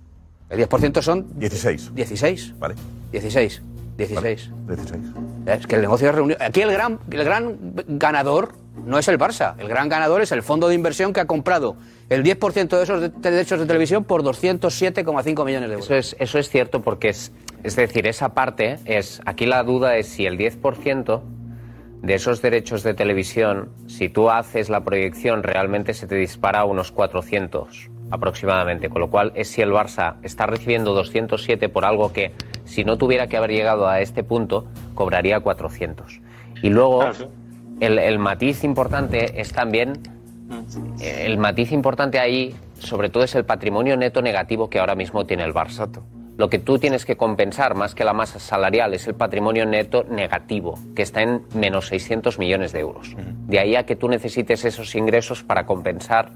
El 10% son 16. 16. Vale. 16. 16. 16. Eh, Es que el negocio es reunión. Aquí el gran, el gran ganador no es el Barça. El gran ganador es el fondo de inversión que ha comprado el 10% de esos de- derechos de televisión por 207,5 millones de euros. Eso es, eso es cierto porque es, es decir, esa parte es, aquí la duda es si el 10% de esos derechos de televisión, si tú haces la proyección, realmente se te dispara a unos 400 aproximadamente, con lo cual es si el Barça está recibiendo 207 por algo que si no tuviera que haber llegado a este punto, cobraría 400. Y luego, el, el matiz importante es también Eh, el matiz importante ahí, sobre todo, es el patrimonio neto negativo que ahora mismo tiene el Barça. Lo que tú tienes que compensar, más que la masa salarial, es el patrimonio neto negativo, que está en menos 600 millones de euros. De ahí a que tú necesites esos ingresos para compensar,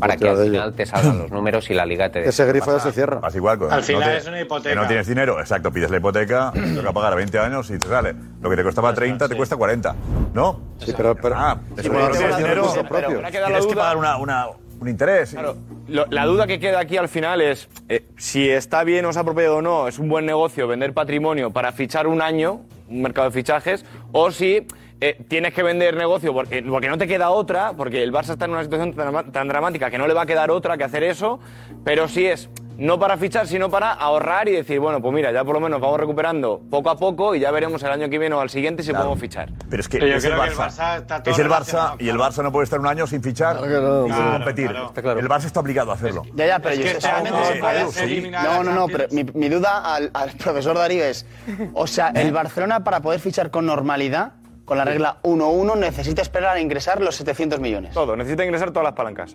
para que puedes tirar al de ello. final te salgan los números y la liga te dé. se cierra. Así igual. con- Al final tiene- es una hipoteca. que no tienes dinero, exacto. Pides la hipoteca, te toca pagar a 20 años y te sale. Lo que te costaba 30 te cuesta 40. ¿No? Sí, pero. ah, eso pero no tienes habrá dinero. recursos Pero propios. habrá que dar la Tienes que duda. pagar una, una, un interés. Claro. Lo- la duda que queda aquí al final es eh, si está bien o es apropiado o no, es un buen negocio vender patrimonio para fichar un año, un mercado de fichajes, o si eh, tienes que vender negocio porque, eh, porque no te queda otra, porque el Barça está en una situación tan, drama- tan dramática que no le va a quedar otra que hacer eso, pero si es no para fichar, sino para ahorrar y decir, bueno, pues mira, ya por lo menos vamos recuperando poco a poco y ya veremos el año que viene o al siguiente si podemos fichar. Pero es que Pero yo es el creo que el Barça. Barça está todo es el Barça relacionado, y el Barça no puede estar un año sin fichar y sin Claro, competir. El Barça está obligado a hacerlo. Ya, ya, pero Es yo que sé- realmente se no, puede no, eliminar No, la no, no, pero mi, mi duda al, al profesor Darío es, o sea, ¿Eh? el Barcelona para poder fichar con normalidad, con la regla 1-1, necesita esperar a ingresar los 700 millones. Todo, necesita ingresar todas las palancas.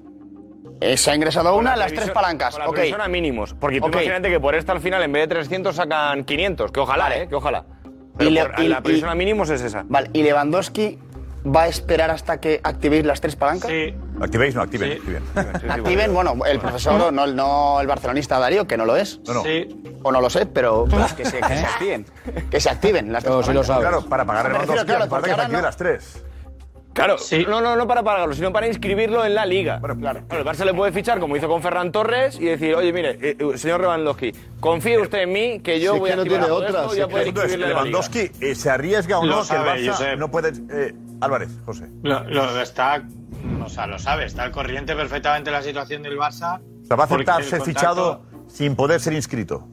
Eh, se ha ingresado Con una, la las previsión- tres palancas. con la ok. previsión a mínimos. Porque tú Ok. imagínate que por esta al final en vez de 300 sacan 500. Que ojalá, ¿eh? Que ojalá. Pero Y le- por- y- la previsión y- a mínimos es esa. Vale, ¿y Lewandowski va a esperar hasta que activéis las tres palancas? Sí. Activéis, no, activen. activen. Activen, bueno, el profesor, no, no el barcelonista Darío, que no lo es. No, no. O no lo sé, pero pues, que, se, que se activen. Que se activen las tres sí lo palancas. sabes. Claro, para pagar a Me refiero, Lewandowski claro, hace falta porque que se ahora active no- las tres. Claro, no, no, no para pagarlo, sino para inscribirlo en la liga. Bueno, claro. el Barça le puede fichar, como hizo con Ferran Torres, y decir, oye, mire, eh, eh, señor Lewandowski, confíe usted en mí, que yo Si es voy que a no activar tiene todo esto, otra, ya puede si es que- Entonces, inscribirlo en la liga. Lewandowski eh, se arriesga o Lo no, sabe, que el Barça Josep. no puede. eh, Álvarez, José. Lo, lo está, o sea, lo sabe, está al corriente perfectamente de la situación del Barça. O sea, va a porque aceptar el ser contrato, fichado sin poder ser inscrito.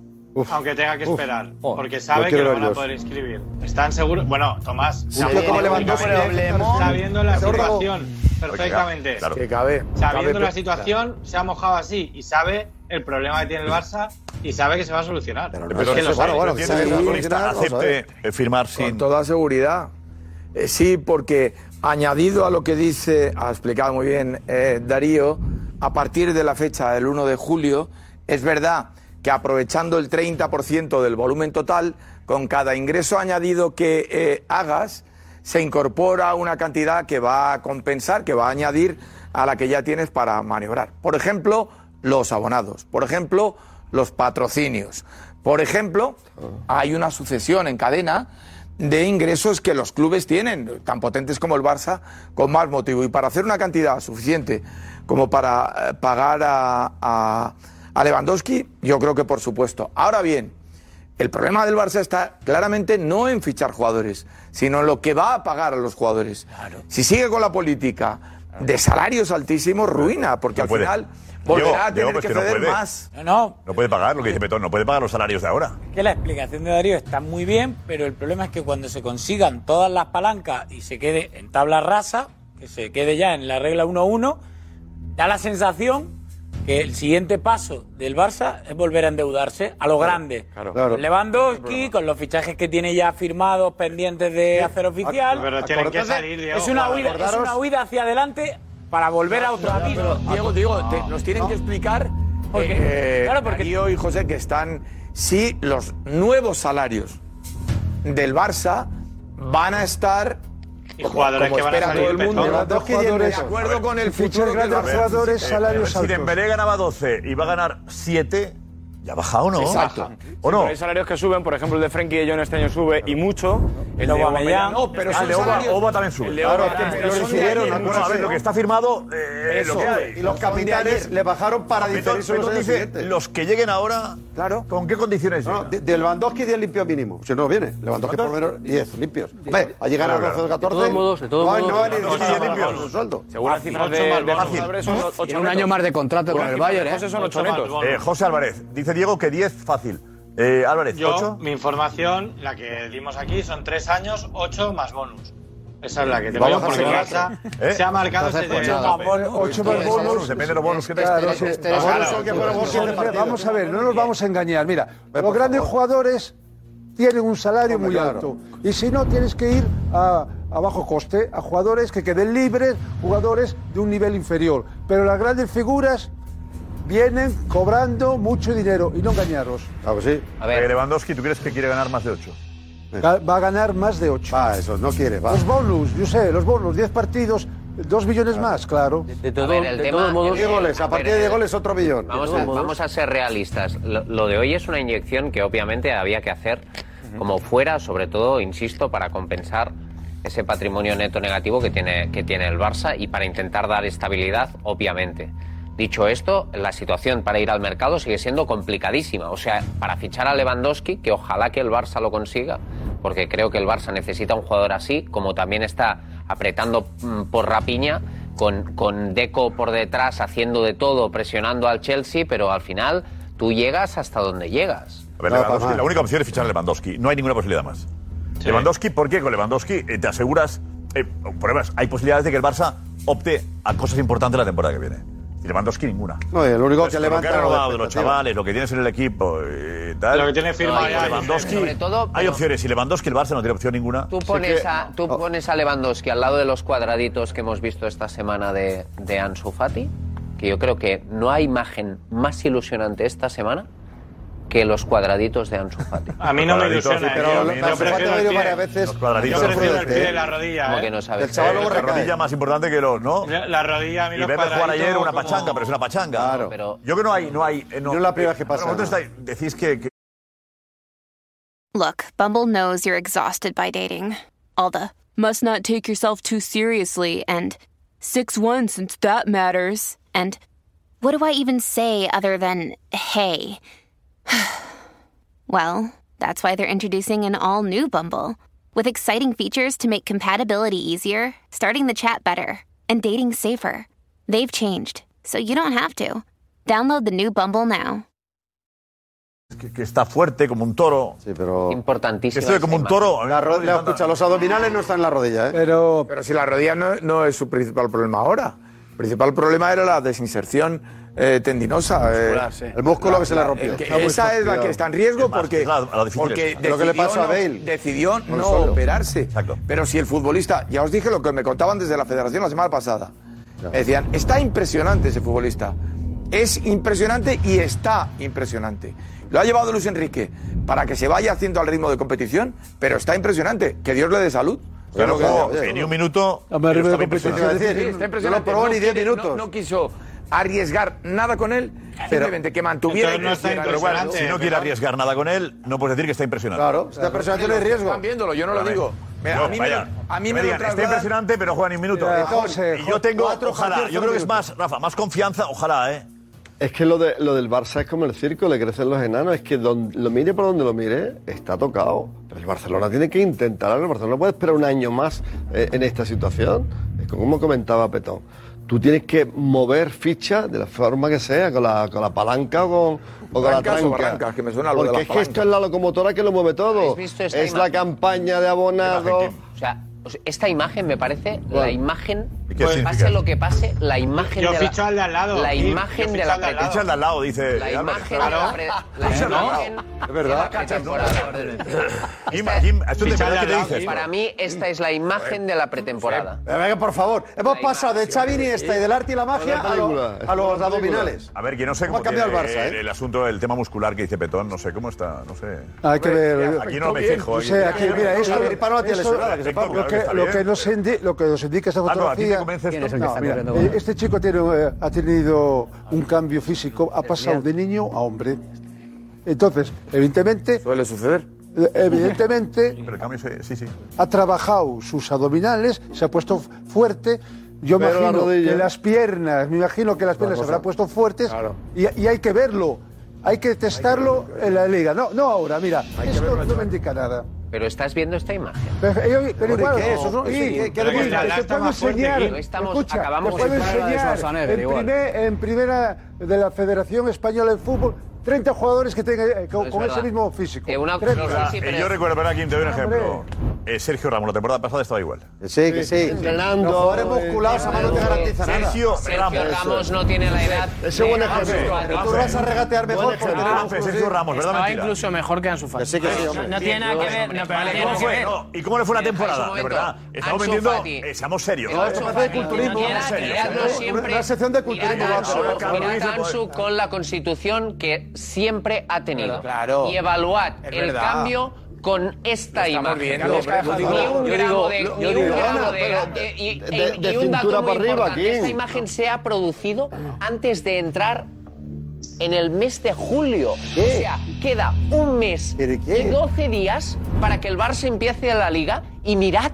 aunque tenga que esperar, porque Oh, lo sabe que quiero lo ver van a yo. poder inscribir. ¿Están seguros? Bueno, Tomás, Un sabe- tío como Lewandowski, está viendo la Sordo. situación perfectamente. Que cabe. Sabiendo cabe- la situación, se ha mojado así y sabe el problema que tiene el Barça y sabe que se va a solucionar. Es que lo sabe. ¿Entiendes que el futbolista acepte eh, firmar sin. Con toda seguridad. Eh, sí, porque añadido a lo que dice, ha explicado muy bien eh, Darío, a partir de la fecha del 1 de julio, es verdad que aprovechando el 30% del volumen total, con cada ingreso añadido que eh, hagas, se incorpora una cantidad que va a compensar, que va a añadir a la que ya tienes para maniobrar. Por ejemplo, los abonados. Por ejemplo, los patrocinios. Por ejemplo, hay una sucesión en cadena de ingresos que los clubes tienen, tan potentes como el Barça, con más motivo. Y para hacer una cantidad suficiente como para eh, pagar a, a- a Lewandowski, yo creo que por supuesto. Ahora bien, el problema del Barça está claramente no en fichar jugadores, sino en lo que va a pagar a los jugadores. Si sigue con la política de salarios altísimos, ruina, porque al puede. final volverá a Diego, tener Diego, pues que que no ceder puede. más. No, no, No puede pagar lo que dice Petón, no puede pagar los salarios de ahora. que la explicación de Darío está muy bien, pero el problema es que cuando se consigan todas las palancas y se quede en tabla rasa, que se quede ya en la regla 1-1, da la sensación que el siguiente paso del Barça es volver a endeudarse a lo grande. claro. Con Lewandowski, con los fichajes que tiene ya firmados pendientes de hacer oficial. Pero Ah, tienen que salir, Diego. Es una huida, es Acordaros- una huida hacia adelante para volver a otro abismo. Diego, Diego, te- nos tienen que explicar. Porque- eh, claro, porque- Darío y José, que están. Si los nuevos salarios del Barça van a estar. Y jugadores que van a espera salir, todo el mundo. Petón. Lewandowski Jugadores- de A ver, acuerdo con el fichar futuro del grandes Barça. jugadores, salarios altos. eh, Si Dembélé ganaba 12 y va a ganar 7, ya baja o no. Exacto. ¿O no? Pero hay salarios que suben, por ejemplo, el de Frenkie de Jong este año sube y mucho. El El de Aubameyang. este No, pero el de Oba- Oba también sube. El de Oba- Ah, pero son de ayer, Bueno, muchos a ver, sí, lo ¿no? que está firmado eh, Eso. lo que hay. Y los capitanes le bajaron para Petón- diferirse los Petón años dice, siguientes. los que lleguen ahora, ¿con qué condiciones No, llegan? de, de Lewandowski 10 limpios mínimo. Si no viene, Lewandowski por lo menos 10 limpios. Hombre, a llegar a Claro, claro. 12 14. De todos modos, de todos no, modos, No, de todos no, modos. no, no, no, sueldo. Según las cifras de, de José Álvarez, son ocho Tiene un netos. año más de contrato con Según el las cifras Bayern, de ¿eh? José son ocho netos. Eh, José Álvarez, dice Diego que 10 fácil. Eh, Álvarez, Yo, 8. mi información, la que dimos aquí, son tres años, ocho más bonus. Esa es la que tengo Va a yo, bajarse porque el el Barça ¿Eh? se ha marcado este ese Ocho más bonus. Depende de los bonus que te Claro, Los sí. bonus Los bonus son son que que fueron fueron bonus siete de partidos. partido. Vamos a ver, no nos vamos a engañar. Mira, los grandes jugadores tienen un salario muy claro. alto. Y si no, tienes que ir a, a bajo coste, a jugadores que queden libres, jugadores de un nivel inferior. Pero las grandes figuras vienen cobrando mucho dinero y no engañaros. Claro que sí. A ver. Eh, Lewandowski, ¿tú crees que quiere ganar más de 8? Ga- Va a ganar más de 8. Ah, eso, no quiere, va. Los bonus, yo sé, los bonus, 10 partidos, 2 millones más, claro. todo- A ver, el tema es que- a ver, el- otro millón. Vamos a, vamos a ser realistas. Lo, lo de hoy es una inyección que obviamente había que hacer como fuera, sobre todo, insisto, para compensar ese patrimonio neto negativo que tiene, que tiene el Barça y para intentar dar estabilidad, obviamente. Dicho esto, la situación para ir al mercado sigue siendo complicadísima. O sea, para fichar a Lewandowski, que ojalá que el Barça lo consiga, porque creo que el Barça necesita un jugador así, como también está apretando mm, por rapiña con, con Deco por detrás haciendo de todo, presionando al Chelsea, pero al final tú llegas hasta donde llegas. A ver, Pues Lewandowski, la única opción es fichar a Lewandowski. No hay ninguna posibilidad más. Lewandowski, ¿por qué? Con Lewandowski eh, te aseguras, eh, pruebas, hay posibilidades de que el Barça opte a cosas importantes la temporada que viene. Y Lewandowski ninguna. No, y lo único Entonces, que Pues con lo levanta has es lo de robado de los expectativa. chavales, lo que tienes en el equipo, eh, tal. Lo que tiene firmado Con ya, Lewandowski. sobre todo, hay pero- opciones. Y Lewandowski, el Barça no tiene opción ninguna. Tú pones, a, tú pones a Lewandowski al lado de los cuadraditos que hemos visto esta semana de, de Ansu Fati, que yo creo que no hay imagen más ilusionante esta semana que los cuadraditos de Ansu Fati. A mí no me ilusiona, eh, yo- yo prefiero el pie. Los cuadraditos. Yo prefiero el pie de la rodilla, Como eh. que no sabes. El chaval luego Eh, la rodilla más importante que los, ¿no? La, la rodilla, a mí Y los vemos jugar cuadraditos ayer una como- pachanga, pero es una pachanga. Yo creo que no hay. No, hay, eh, no, es la primera que pasa. Vosotros estáis- decís que, que- Look, Bumble knows you're exhausted by dating. All the must not take yourself too seriously, and 6 1 since that matters, and what do I even say other than hey? well, that's why they're introducing an all new Bumble with exciting features to make compatibility easier, starting the chat better, and dating safer. They've changed, so you don't have to. Download the new Bumble now. Que, que está fuerte como un toro. Sí, pero. Que estoy como un toro. La ro- la- escucha, los abdominales no están en la rodilla, ¿eh? Pero, si la rodilla no, no es su principal problema ahora. El principal problema era la desinserción eh, tendinosa. eh, Muscular, sí. El músculo que se le rompió. que Ah, pues, esa es la cuidado. que está en riesgo porque, porque Lo que le pasó a no- Bale. decidió Por el no suelo. operarse. Pero si el futbolista, ya os dije lo que me contaban desde la federación la semana pasada. Me decían, está impresionante ese futbolista. Es impresionante y está impresionante. Lo ha llevado Luis Enrique para que se vaya haciendo al ritmo de competición, pero está impresionante. Que Dios le dé salud. Claro, Es lo que ojo, decía. que ni un minuto, No, pero me estaba de competición. impresionante. Sí, está impresionante. No lo probó ni quiere- 10 No, minutos. no quiso arriesgar nada con él, simplemente que mantuviera. Entonces y no está creciera. impresionante. Pero Si bueno, no quiere arriesgar nada con él, no puedes decir que está impresionante. ¿eh? Claro, está impresionante no hay riesgo. Están viéndolo, yo no lo digo. Me- a Yo, mí me vaya, lo- a mí que me lo digan, Está trasladan- impresionante, pero juega ni un minuto. Mira, Eh, José, y José, yo tengo, cuatro ojalá, canciones yo por creo que es más, Rafa, más confianza, ojalá, ¿eh? Es que lo, de, lo del Barça es como el circo, le crecen los enanos. Es que don- lo mire por donde lo mire, está tocado. Pero el Barcelona tiene que intentar algo. El Barcelona no puede esperar un año más eh, en esta situación. Es como comentaba Petón. Tú tienes que mover fichas de la forma que sea, con la, con la palanca o con, o con la Palancas o tranca. barrancas, que me suena algo de Porque las es que esto es la locomotora que lo mueve todo. ¿Habéis visto esta Es la imagen? campaña de abonado. O sea, o sea, esta imagen me parece la imagen, qué significa? pase lo que pase, la imagen Yo de la... ficho al de al lado, La Gil, yo imagen ficho de la... al de al pre- lado. Ficho al de al lado, dice La Álvarez, imagen de claro. la... pre- la Ficho al de al lado. imagen Es verdad. de la pretemporada. esto te- Ficho al de al lado, Para Gil. Para mí esta es la imagen de la pretemporada. A ver, por favor, hemos pasado de Xavi Iniesta y del arte y la magia a, lo- a los abdominales. A ver, que no sé ¿Cómo cómo ha cambiado tiene el Barça, eh? el asunto del tema muscular que dice Petón, no sé cómo está, no sé. Hay que ver. Aquí no me fijo. O sea, aquí, mira, esto, eso- lo, que, lo que nos indi- lo que nos indica esta Ah, no, a ti te fotografía. convence esto. ¿Quién es el que No, está mira, corriendo con eh, él? este chico tiene, eh, ha tenido un cambio físico, ha pasado de niño a hombre. Entonces, evidentemente. Suele suceder. Evidentemente, Pero el cambio, se- sí, sí. ha trabajado sus abdominales, se ha puesto fuerte. Yo Pero la imagino rodilla. que las piernas, me imagino que las piernas se cosa. habrán puesto fuertes y, y hay que verlo, hay que testarlo en la liga. No, no ahora, mira, esto no me indica nada. Pero estás viendo esta imagen. Pero, eh, pero igual, ¿qué? Eso no, es un- sí, sí, que- que pero mira, que la te lata puedo más fuerte, enseñar, y no estamos- escucha, acabamos te puedo de hablar de enseñar Schwarzenegger, en, igual. primer- en primera de la Federación Española de Fútbol 30 jugadores que tengan eh, con, es con ese verdad. mismo físico. O 30. sea, eh, yo recuerdo, pero aquí te doy un ejemplo. Eh, Sergio Ramos, la temporada pasada estaba igual. Sí, que sí. Entrenando. Los jugadores musculados a mano te garantiza nada. Sergio Ramos. Ramos no tiene la edad. Ese es buen de- ejemplo. Rafe, Pero tú vas a regatear mejor buen por ejemplo. tener un Sergio Ramos, ¿verdad? Estaba Mentira. incluso mejor que Ansu Fati. No tiene nada que ver, no, pero no Vale, tiene ¿cómo nada que fue? ver. No, ¿Y cómo le fue la temporada? De momento. verdad. Estamos Ansu vendiendo. Fati. eh, seamos serios. Ansu Esto parece Fati. culturismo, Seamos Mirad, serios. mirad, no siempre- Una sección de culturismo. Mirad a Ansu, vamos, cabrón, mirad a dice, pues, Ansu con la constitución que siempre ha tenido. Claro. Y evaluad Es el verdad. cambio con esta imagen. viendo, hombre, ni yo digo- un yo gramo digo- de, yo ni un digo- gramo Ana, de- pero de- y- de- y- de y un dato cintura muy para arriba, importante, King. Esta imagen se ha producido antes de entrar en el mes de julio. O sea, queda un mes y 12 días para que el Barça empiece la liga y mirad,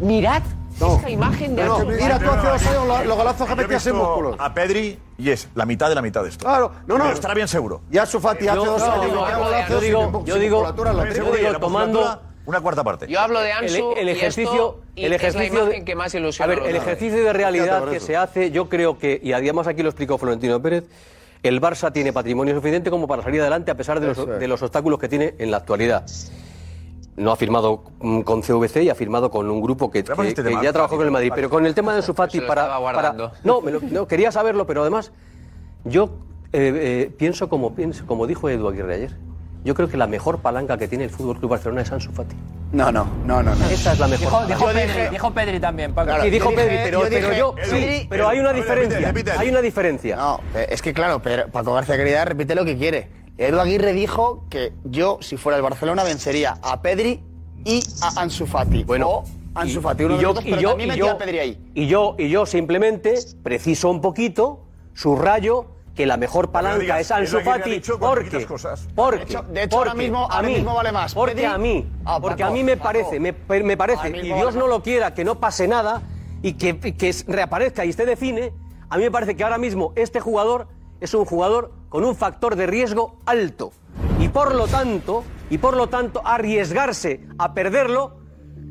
mirad esta imagen de No, no, Ansu Fati. mira tú hace dos años lo- los golazos que Yo he metías en visto músculos. A Pedri y es la mitad de la mitad de esto. Claro, no, no. Ah, Pero estará bien seguro. Ya su Fati hace Yo- dos no, años no, metía no, golazos yo sin digo- empu- yo sin digo- musculatura en la yo primera. digo- Y la tomando- musculatura, Una cuarta parte. Yo hablo de Ansu el, el y ejercicio, esto, y el es la ejercicio imagen que más ilusiona a ver, a los el jugadores. ejercicio de realidad que se hace, yo creo que y además aquí lo explicó Florentino Pérez, el Barça tiene patrimonio suficiente como para salir adelante a pesar de los, Eso es. de los obstáculos que tiene en la actualidad. No ha firmado mm, con CVC y ha firmado con un grupo que, que- este que tema, ya trabajó con el Madrid. Fati. Pero con el tema de Ansu Fati Se lo para, estaba para- guardando. No, me lo- no, quería saberlo, pero además yo eh, eh, pienso como pienso, como dijo Edu Aguirre ayer. Yo creo que la mejor palanca que tiene el Fútbol Club Barcelona es Ansu Fati. No, no, no, no. Esa es la Oh, Dijo, mejor. dijo Yo Pedri, dije- dijo Pedri también, Paco. sí, dijo Pedri, pero pero yo, sí, pero hay una diferencia. Hay una diferencia. No, eh, es que claro, pero Paco García Querida repite lo que quiere. Edu Aguirre dijo que yo, si fuera el Barcelona, vencería a Pedri y a Ansu Fati. Bueno, o Ansu Fati, uno de los dos, pero también metía a Pedri ahí. y yo, y yo simplemente preciso un poquito, subrayo que la mejor palanca digas, es Ansu es lo que Fati había dicho cuando porque quitas cosas. porque De hecho- porque de hecho, ahora mismo- a ahora mí, mismo vale más porque Pedri- a mí Ah, porque Paco, a mí me Paco. parece me, me parece Ahora y mismo Dios vale no lo quiera que no pase nada y que, y que reaparezca y esté de cine a mí me parece que ahora mismo este jugador es un jugador con un factor de riesgo alto y por lo tanto y por lo tanto arriesgarse a perderlo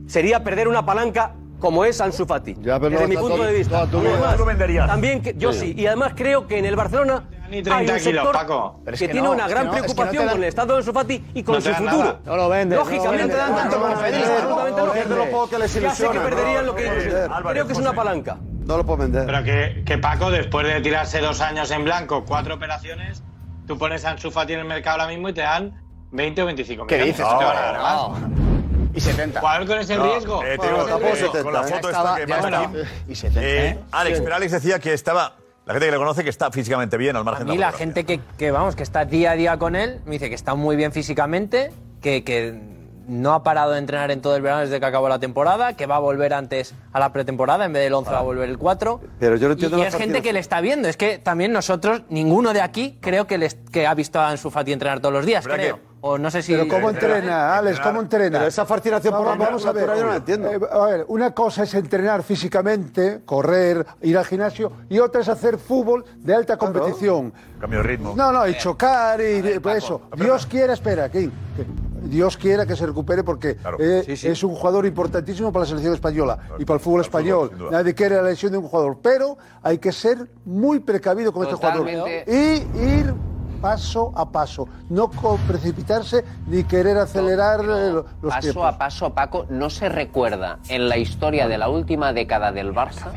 sería perder una palanca como es Ansu Fati. pero desde no, mi está punto todo- de vista. está todo bien. Además, Tú lo venderías. También que, yo Sí. sí. Y además creo que en el Barcelona ni 30 30 hay un kilos, sector Paco. Pero que, es que tiene no, una es que gran no, es que no preocupación te dan- con el estado de Ansu Fati y con No te su dan futuro. nada. No lo vendes, no lo Lógicamente vendes. no No lo vendes. absolutamente No no lo vendes. lo los juegos que Ya les sé que ilusionan. perderían No, lo que no ellos lo desean. vendes. Creo que es una palanca. No lo puedo vender. Pero que, que Paco, después de tirarse dos años en blanco, cuatro operaciones, tú pones a Ansu Fati en el mercado ahora mismo y te dan 20 o 25 ¿Qué millones. dices? No te van a dar más. No, no. Y 70. Jugar con ese riesgo. eh, te Jugar digo, con ese eh, riesgo. con la foto esta que más Kim. Y 70. Eh, Alex, pero Alex decía que estaba. La gente que le conoce que está físicamente bien al A margen de mí la fotografía. gente que, que, vamos, que está día a día con él, me dice que está muy bien físicamente, que, que no ha parado de entrenar en todo el verano desde que acabó la temporada, que va a volver antes a la pretemporada, en vez del 11 va a volver el 4. Pero yo no Y, entiendo y la es gente fascinación. que le está viendo, es que también nosotros, ninguno de aquí, creo que, les, que ha visto a Ansu Fati entrenar todos los días, ¿Verdad creo. que- O no sé si... Pero ¿cómo entrena, Alex? ¿Cómo entrena? Pero esa fascinación por la vamos a ver. natural yo no la entiendo. Eh, a ver, una cosa es entrenar físicamente, correr, ir al gimnasio, y otra es hacer fútbol de alta competición. Cambio de ritmo. No, no, y chocar y de- pues eso. Dios quiera, espera, aquí. que Dios quiera que se recupere porque eh, es un jugador importantísimo para la selección española y para el fútbol español. sin duda. Nadie quiere la lesión de un jugador, pero hay que ser muy precavido con Totalmente. este jugador. Y ir paso a paso, no co- precipitarse ni querer acelerar eh, lo- los paso tiempos. a paso, Paco, no se recuerda en la historia de la última década del Barça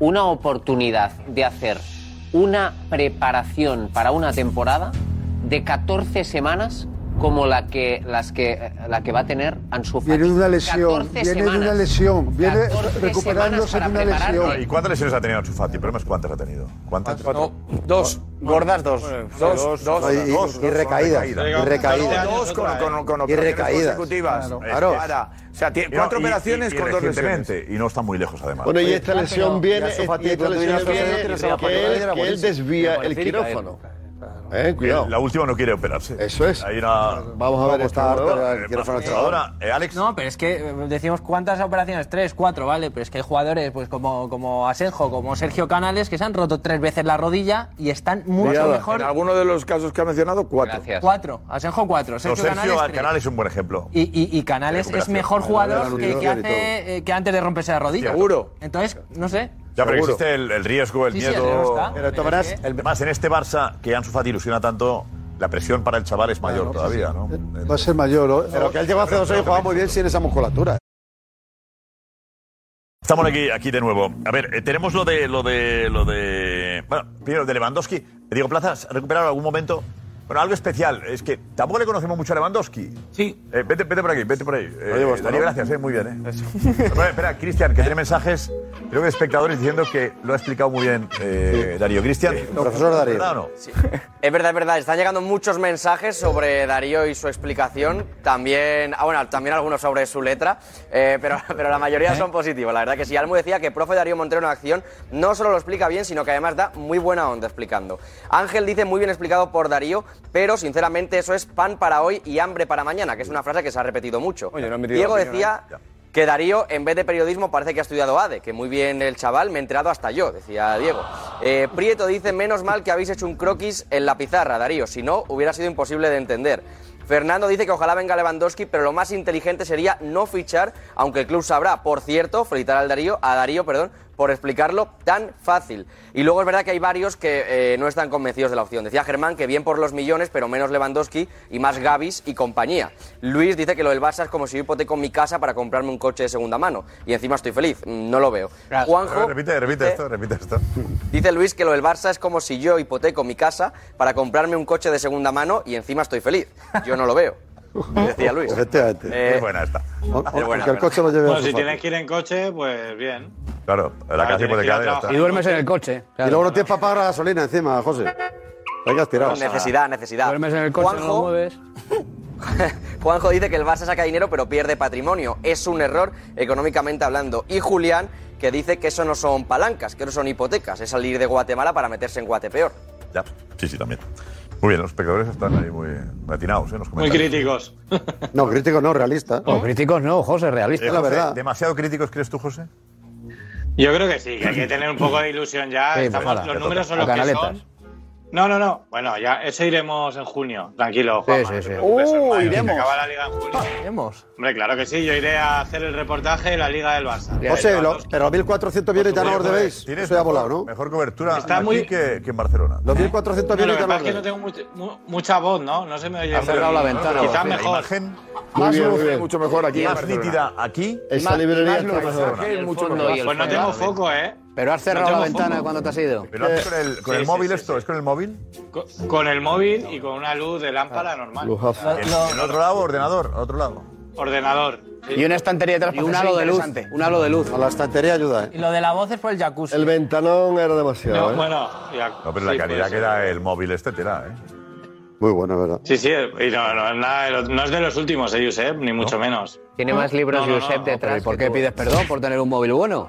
una oportunidad de hacer una preparación para una temporada de 14 semanas como la que, las que, la que va a tener Ansu Fati. Viene de una lesión, 14 viene de una semanas. lesión, viene 14 recuperándose de semanas una para lesión. ¿Y cuántas lesiones ha tenido Ansu Fati? El problema es cuántas ha tenido. ¿Cuántas? Dos. Gordas dos. Dos, dos, Y- y- dos, y dos, recaídas. recaídas. Y recaídas. Dos con, con, con Y operaciones recaídas. consecutivas. Claro. Claro. Ahora, o sea, tiene Y no, cuatro y- operaciones y- y con dos lesiones. recientemente, Y no está muy lejos, además. Bueno, y Oye, esta ya, lesión Ah, pero- viene, ya su y esta fatiga, cuando lesión viene la viene operación, tienes a la que patología, él, era que él buenísimo. desvía Era el buenísimo. quirófano. Eh, cuidado. La última no quiere operarse. Eso es. Ahí era- Vamos a ver esta ahora, harta eh, el quirófano más chaval. ahora, eh, Alex. No, pero es que eh, decimos cuántas operaciones, tres, cuatro, ¿vale? Pero es que hay jugadores pues como, como Asenjo, como Sergio Canales, que se han roto tres veces la rodilla y están mucho Liada. mejor. En alguno de los casos que ha mencionado, cuatro. Cuatro, Asenjo cuatro, No, Sergio, Sergio Canales, al tres. Canal es un buen ejemplo. Y, y- y Canales es Recuperación. mejor jugador Recuperación. que, que hace, eh, que antes de romperse la rodilla. Seguro. Entonces, no sé. Ya, pero Seguro. existe el, el riesgo, el Sí, sí, el riesgo miedo. está, Pero de pero todas es Además, en este Barça, que Ansu Fati ilusiona tanto, la presión para el chaval es mayor todavía, ¿no? Va a ser mayor. ¿eh? ¿o? Pero que él llegó hace dos años y jugaba muy bien sin esa musculatura. Estamos aquí, aquí de nuevo. A ver, eh, tenemos lo de, lo de, lo de. Bueno, primero de Lewandowski. Le digo, Plaza, ¿has recuperado en algún momento? Bueno, algo especial. Es que tampoco le conocemos mucho a Lewandowski. Sí. vete, vete por aquí, vete por ahí. Eh, llevo pues, esto, Dani, ¿no? gracias, eh, muy bien. Eh. Bueno, espera, Cristian, que tiene mensajes, creo que de espectadores diciendo que lo ha explicado muy bien eh, Darío. Cristian, profesor Darío. ¿verdad o no? Es verdad, es verdad. Están llegando muchos mensajes sobre Darío y su explicación. También, ah, bueno, también algunos sobre su letra, eh, pero, pero la mayoría son positivos. La verdad que sí. Almu decía que profe Darío Montero en acción no solo lo explica bien, sino que además da muy buena onda explicando. Ángel dice muy bien explicado por Darío, pero sinceramente eso es pan para hoy y hambre para mañana, que es una frase que se ha repetido mucho. no han metido Diego opinión, decía que Darío, en vez de periodismo, parece que ha estudiado ADE, que muy bien el chaval, me he enterado hasta yo, decía Diego. Eh, Prieto dice, menos mal que habéis hecho un croquis en la pizarra, Darío, si no, hubiera sido imposible de entender. Fernando dice que ojalá venga Lewandowski, pero lo más inteligente sería no fichar, aunque el club sabrá. Por cierto, felicitar al Darío, a Darío, perdón, por explicarlo tan fácil. Y luego es verdad que hay varios que eh, no están convencidos de la opción. Decía Germán que bien por los millones, pero menos Lewandowski y más Gavis y compañía. Luis dice que lo del Barça es como si yo hipoteco mi casa para comprarme un coche de segunda mano. Y encima estoy feliz. Mm, No lo veo. Juanjo Eh. Repite, repite esto, repite esto. dice Luis que lo del Barça es como si yo hipoteco mi casa para comprarme un coche de segunda mano y encima estoy feliz. Yo no lo veo. Decía Luis. Efectivamente. Eh, Es buena esta. es buena, que el es coche lo lleve Bueno, a si su tienes que ir en coche, pues bien. Claro, la Ahora casa tienes que ir a hipotecada ya trabajar. está. Y duermes en el coche. eh. Y luego no tienes para pagar la gasolina encima, José. Hay que aspirar. Necesidad, necesidad. Duermes en el coche, no lo mueves. Juanjo dice que el Barça saca dinero pero pierde patrimonio. Es un error económicamente hablando. Y Julián que dice que eso no son palancas, que eso son hipotecas. Es salir de Guatemala para meterse en Guatepeor. Ya. Sí, sí, también. Muy bien, los espectadores están ahí muy atinados, ¿eh? Los Muy comentarios. críticos. No, críticos no, realistas. No, críticos no, José, realista, Eh, la José, verdad. ¿Demasiado críticos crees tú, José? Yo creo que sí, que hay que tener un poco de ilusión ya. Sí, Estamos- pues nada, los ya números toca. son los A que canaletas. son. No, no, no. Bueno, ya eso iremos en junio. Tranquilo, Juanma. no te preocupes, hermano, ¡Uh! que Iremos. acaba la liga en junio. Ah, Iremos. Hombre, claro que sí. Yo iré a hacer el reportaje de la liga del Barça. José, lo- pero los 1.400 bienes ya no los Joder, debéis. tienes Eso ya ha volado, mejor- ¿no? Mejor cobertura Está aquí muy- que, que en Barcelona. Los 1.400 No, lo bienes que ya no pasa los es que no debéis. tengo mucha, mu- mucha voz, ¿no? No se me oye. Ha cerrado la ventana, Quizás José. mejor. La imagen Más Muy bien, luz muy bien. es mucho mejor aquí en Más Barcelona. nítida aquí. Esa Más- librería más está luz. mejor. Barcelona. Y el fondo y el Pues no fondo. tengo foco, ¿eh? Pero has cerrado No la tengo ventana fondo. cuando te has ido. ¿Pero haces con el, con Sí, el sí, móvil sí, esto? ¿Es con el móvil? Co- Con el móvil y con una luz Ah, de lámpara normal. ¿El, el otro lado, ordenador? ¿Otro lado? Ordenador. Y una estantería de Y un halo de luz, un halo de luz. A la estantería ayuda, ¿eh? Y lo de la voz es por el jacuzzi. El ventanón era demasiado, ¿eh? No, pero la calidad que da el móvil este te da, ¿eh? Muy bueno, ¿verdad? Sí, sí, y no, no, nada de los- no es de los últimos, eh, Josep, ni mucho menos. Tiene más libros No, no, Josep no, detrás. ¿Y por qué pides perdón por tener un móvil bueno?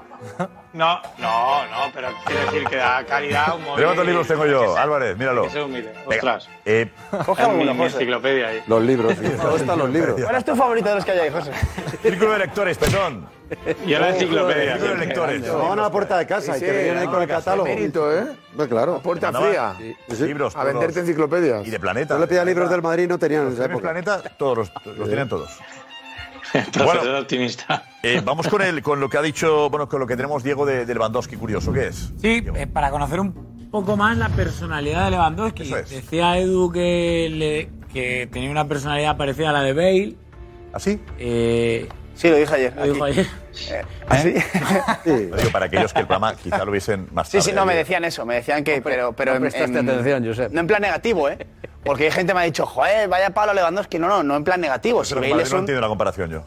No, no, no, pero quiero decir que da calidad un móvil. Mira cuántos libros tengo yo, Álvarez, míralo. Que se humilde. Venga, Ostras. eh, Coge alguno, José. enciclopedia ahí. Los libros. Me gustan los libros. ¿Cuál es tu favorito de los que hay ahí, José? Círculo de lectores, perdón. Yo Oh, la enciclopedia. Círculo de lectores. van a la puerta de casa y Sí, te sí, venían ahí no, con el que hace catálogo. mérito, ¿eh? No, claro. Te Puerta mandaban Libros. A venderte enciclopedias. Y de planeta. Yo le pedía libros del Madrid y no tenían en esa premios época. planeta, todos los, los tienen todos. Entonces, es optimista. Eh, vamos con el, con lo que ha dicho, bueno, con lo que tenemos Diego de, de Lewandowski, curioso, ¿qué es? Sí, eh, para conocer un poco más la personalidad de Lewandowski. Decía Edu que, le- que tenía una personalidad parecida a la de Bale. Eh, ¿Así? Sí, lo dije ayer. Eh. Lo dijo ayer. ¿Ah, ¿Así? ¿Eh? Lo digo para aquellos que el programa quizá lo hubiesen más Sí, sí, tarde no, me oído. decían eso, me decían que. pero, pero no en- prestaste en- atención, Josep. No en plan negativo, ¿eh? Porque hay gente que me ha dicho, joder, vaya Pablo Lewandowski. No, no, no en plan negativo. Si Pero en Bale Pues Madrid es no un- entiendo la comparación yo.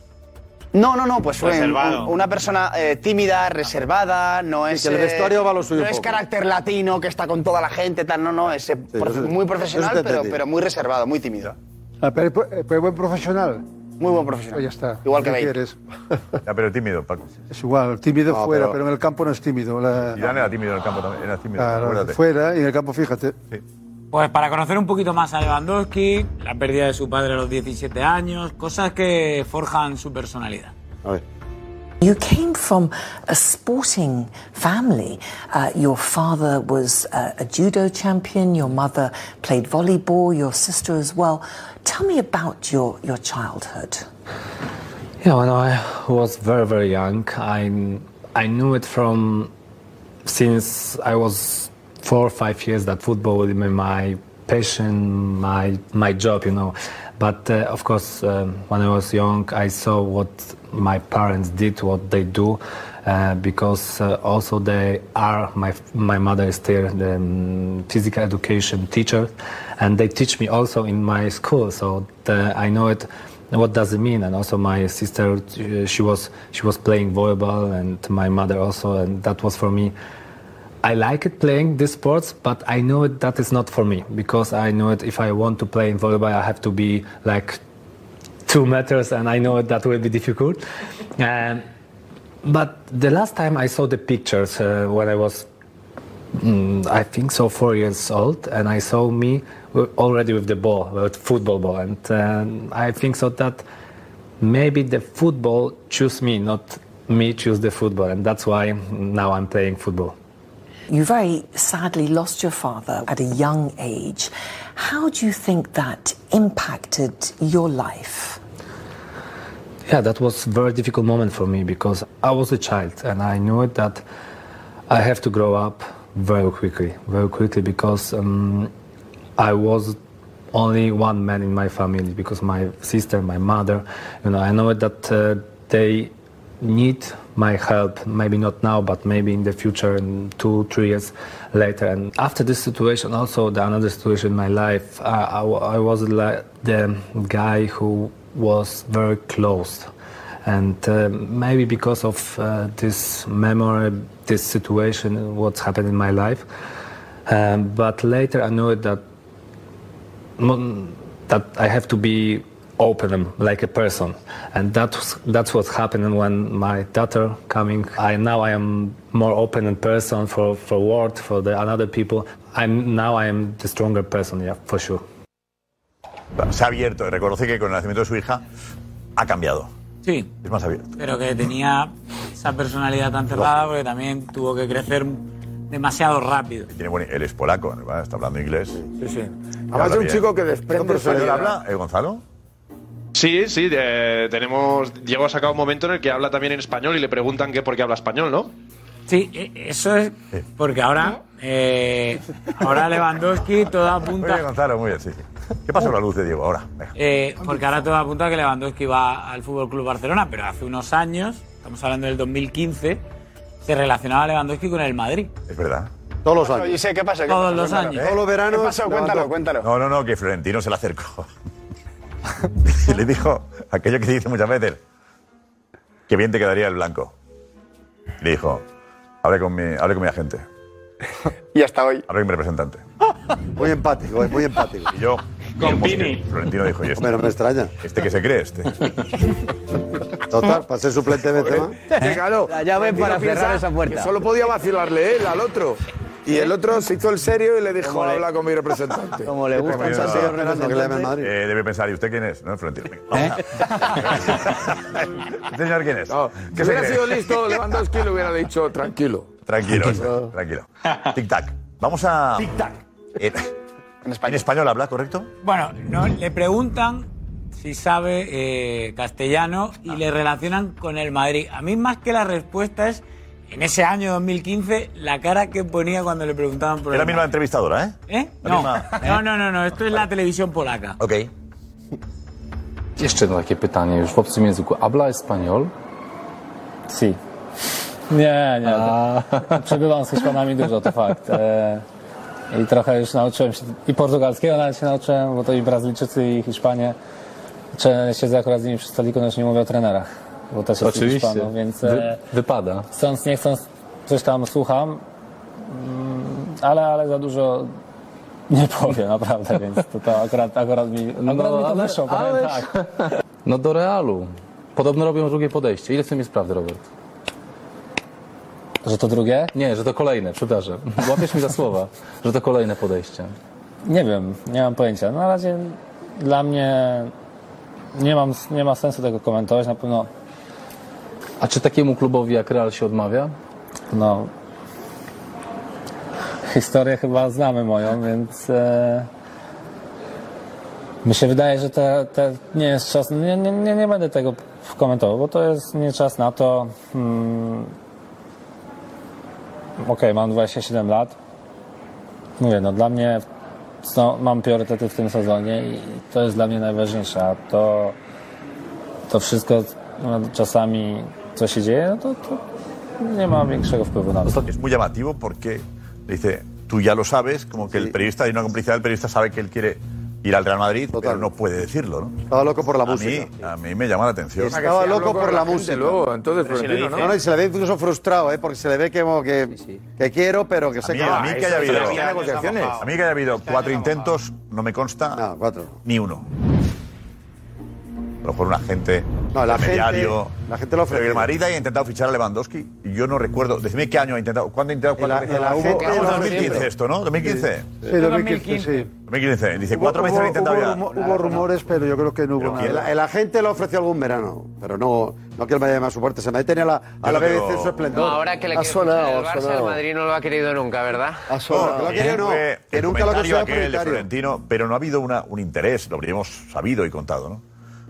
No, no, no, pues un- Reservado. un- una persona eh, tímida, reservada, no es. que el eh, vestuario va a lo suyo No es poco. carácter latino que está con toda la gente, tal, no, no, es eh, prof- eso- muy eso profesional, te pero, entendí. pero muy reservado, muy tímido. Ah, pero, pero buen profesional. Muy buen profesional. Pues ya está. Igual que ¿Qué Bale. quieres? Ya, pero tímido, Paco. Es igual, tímido No, fuera, pero- pero... en el campo no es tímido. La- Irán era tímido en el campo también, era tímido, Claro, acuérdate. fuera y en el campo, fíjate. Pues para conocer un poquito más a Lewandowski, la pérdida de su padre a los 17 años, cosas que forjan su personalidad. You came from a sporting family. Uh, your father was uh, a judo champion, your mother played volleyball, your sister as well. Tell me about your, your childhood. Yeah, when I was very, very young, I, I knew it from since I was four or five years that football would be my passion, my, my job, you know. But uh, of course, um, when I was young, I saw what my parents did, what they do, uh, because uh, also they are, my, my mother is still the um, physical education teacher, and they teach me also in my school, so the, I know it what does it mean and also my sister uh, she was she was playing volleyball and my mother also and that was for me i like it playing these sports but i know it that is not for me because i know it if i want to play in volleyball i have to be like two meters and i know that will be difficult um, but the last time i saw the pictures uh, when i was mm, I think so, four years old, and I saw me w- already with the ball, with football ball, and um, I think so that maybe the football choose me, not me choose the football, and that's why now I'm playing football. You very sadly lost your father at a young age. How do you think that impacted your life? Yeah, that was very difficult moment for me because I was a child and I knew it that I have to grow up very quickly, very quickly because um, I was only one man in my family because my sister, my mother, you know, I know it that uh, they need my help, maybe not now, but maybe in the future, in two, three years later. And after this situation, also the another situation in my life, I, I wa- I was like the guy who was very close. And uh, maybe because of uh, this memory, this situation, what's happened in my life. Um, but later I know that mon- that I have to be open like a person and that's that's what happened when my daughter coming i now i am more open in person for for word for the another people i'm now i am the stronger person yeah for sure Se ha abierto. Reconoce que con el nacimiento de su hija ha cambiado. Sí. Es más abierto. Pero que tenía esa personalidad tan cerrada porque también tuvo que crecer demasiado rápido. Tiene buen- él es polaco, ¿verdad? está hablando inglés. Sí, sí. Además es un bien. chico que ¿Qué desprende español seriedad. habla, eh, Gonzalo? Sí, sí, de- tenemos. Diego ha sacado un momento en el que habla también en español y le preguntan que por qué habla español, ¿no? Sí, e- eso es porque Ah, ahora, eh, ahora Lewandowski todo Muy apunta bien, Gonzalo, muy bien, sí. ¿Qué Oh. pasa con la luz de Diego ahora? Venga. Eh, porque ahora todo apunta a que Lewandowski va al Fútbol Club Barcelona, pero hace unos años, estamos hablando del 2015, se relacionaba Lewandowski con el Madrid. Es verdad. Todos los años. Dice, ¿qué pasa? ¿Qué Todos pasa? los Cuéntalo. años. Todos los veranos. ¿Qué pasó? Cuéntalo, cuéntalo. No, no, no, que Florentino se le acercó. y le dijo aquello que dice muchas veces, que bien te quedaría el blanco. Y le dijo, hable con mi, hable con mi agente. y hasta hoy. Hable con mi representante. Muy empático, eh, muy empático. Y yo... Con Pini. Florentino dijo, ¿y este? Hombre, no me extraña. ¿Este que se cree este? Total, para ser suplente de Benzema. Sí, claro. La llave Florentino para cerrar piensa esa puerta. que Solo podía vacilarle él al otro. Y el otro se hizo el serio y le dijo, le- habla con mi representante. Como Este coño, Eh, debe pensar, ¿y usted quién es? No, Florentino. Venga, vamos. ¿Este señor quién es? Que si ¿Qué se hubiera cree? sido listo, Lewandowski le hubiera dicho, tranquilo. Tranquilo, tranquilo. tranquilo. Tic-tac. Vamos a... Tic-tac. en español. habla, ¿correcto? Bueno, no, le preguntan si sabe eh, castellano Ah. y le relacionan con el Madrid. A mí más que la respuesta es, en ese año 2015, la cara que ponía cuando le preguntaban por Es la el misma Madrid. entrevistadora, ¿eh? ¿Eh? La No. misma. no, no, no, no, esto es la televisión polaca. Ok. Jeszcze takie pytanie już w obcym języku. Habla español? Si. Nie, nie. Przebywam z Hiszpanami dużo, to fakt. E, I trochę już nauczyłem się, i portugalskiego nawet się nauczyłem, bo to i Brazylijczycy, i Hiszpanie. Cze- Siedzę akurat z nimi przy stoliku, no już nie mówię o trenerach, bo też jest Oczywiście. Hiszpanów, więc... e, Wy- wypada. Chcąc, nie chcąc, coś tam słucham, mm, ale, ale za dużo nie powiem, naprawdę, więc to, to akurat, akurat mi, akurat mi to No, ale- wyszło, powiem ale- tak. No do Realu. Podobno robią drugie podejście. Ile w tym jest prawdy, Robert? Że to drugie? Nie, że to kolejne, przepraszam. Łapiesz mi za słowa, że to kolejne podejście. Nie wiem, nie mam pojęcia. Na razie dla mnie nie, mam, nie ma sensu tego komentować, na pewno. A czy takiemu klubowi jak Real się odmawia? No. Historię chyba znamy moją, więc. E, mi się wydaje, że te, te nie jest czas. Nie, nie, nie, nie będę tego komentował, bo to jest nie czas na to. Mm, Okej, mam 27 lat. Mówię, no dla mnie są, mam priorytety w tym sezonie i to jest dla mnie najważniejsze. A to, to wszystko no, czasami, co się dzieje, no to, to nie ma większego wpływu na to. Es muy llamativo porque le dice, tú ya lo sabes, como que el periodista, hay una complicidad, el periodista sabe que él quiere ir al Real Madrid, pero no puede decirlo, ¿no? Estaba loco por la música. A mí me llama la atención. Estaba loco por la música. No, no, y se le ve incluso frustrado, ¿eh? porque se le ve que, como que, que quiero, pero que A sé mí, que... a mí que haya habido, a mí que haya habido cuatro intentos, no me consta Ah, ni uno. A lo mejor un agente No, la intermediario. gente- la gente lo ha Pero ofrecido. El Madrid ha intentado fichar a Lewandowski y yo no recuerdo. Decime qué año ha intentado. ¿Cuándo ha intentado? ¿Cuándo ha el intentado? agente Ah, lo bueno, hace 2015 siempre. esto, ¿no? 2015. Sí, 2015, sí. 2015. Dice, cuatro veces ha Hubo- intentado hubo ya. rumo- hubo rumores, pero yo creo que no hubo El, nada. el agente lo ofreció algún verano, pero no, no que él vaya más a su puerta. Se me tenía la, a la BBC en su esplendor. No, ahora que le ha quiere sonado, fichar el ha Barça, el sonado. Madrid no lo ha querido nunca, ¿verdad? Ha sonado. Bien, que no, fue que el nunca lo comentario considera aquel de prioritario. Florentino, pero no ha habido una, un interés, lo habríamos sabido y contado, ¿no?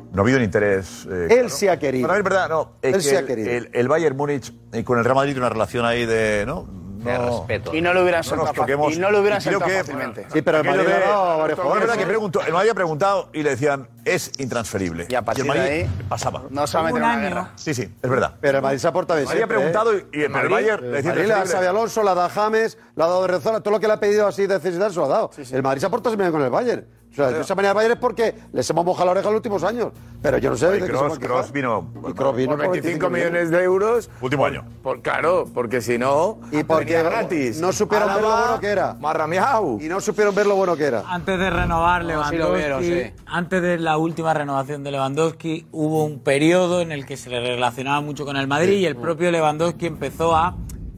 No ha habido un interés. eh, Él sí ha querido. Para mí es verdad, no. es Él que sí ha el- querido. El, el Bayern Múnich eh, con el Real Madrid una relación ahí de. ¿no? De respeto. Y no lo hubieran nos soltado fácil- toquemos. y no lo hubieran Y creo soltado que- fácilmente. Sí, pero el aquello Madrid de- ha dado a varios Es verdad jugadores, que ¿eh? preguntó, el Madrid había preguntado y le decían, es intransferible. Y, partir el Madrid de ahí, pasaba. no se va a meter en una guerra. Sí, sí, es verdad. Pero el Madrid se ha portado bien. Había siempre, preguntado ¿eh? y- y- pero el Bayern le decía Madrid le da a imprescindible. Xabi Alonso, la da a James, la ha dado Rezola, todo lo que le ha pedido así de necesidad se lo ha dado. El Madrid se ha portado siempre bien con el Bayern. sea, de esa manera Bayern es porque les hemos mojado la oreja en los últimos años. Pero yo no sé. Oye, de qué se Kroos- van a quejar. Kroos vino. Y Kroos vino por 25 millones de euros. Último año. Por, claro, porque si no. Y porque gratis. no supieron ver lo bueno que era. Marramiau. Y no supieron ver lo bueno que era. Antes de renovar No, sí Lewandowski, lo vieron, sí. antes de la última renovación de Lewandowski, hubo un periodo en el que se le relacionaba mucho con el Madrid Sí. y el propio Lewandowski empezó a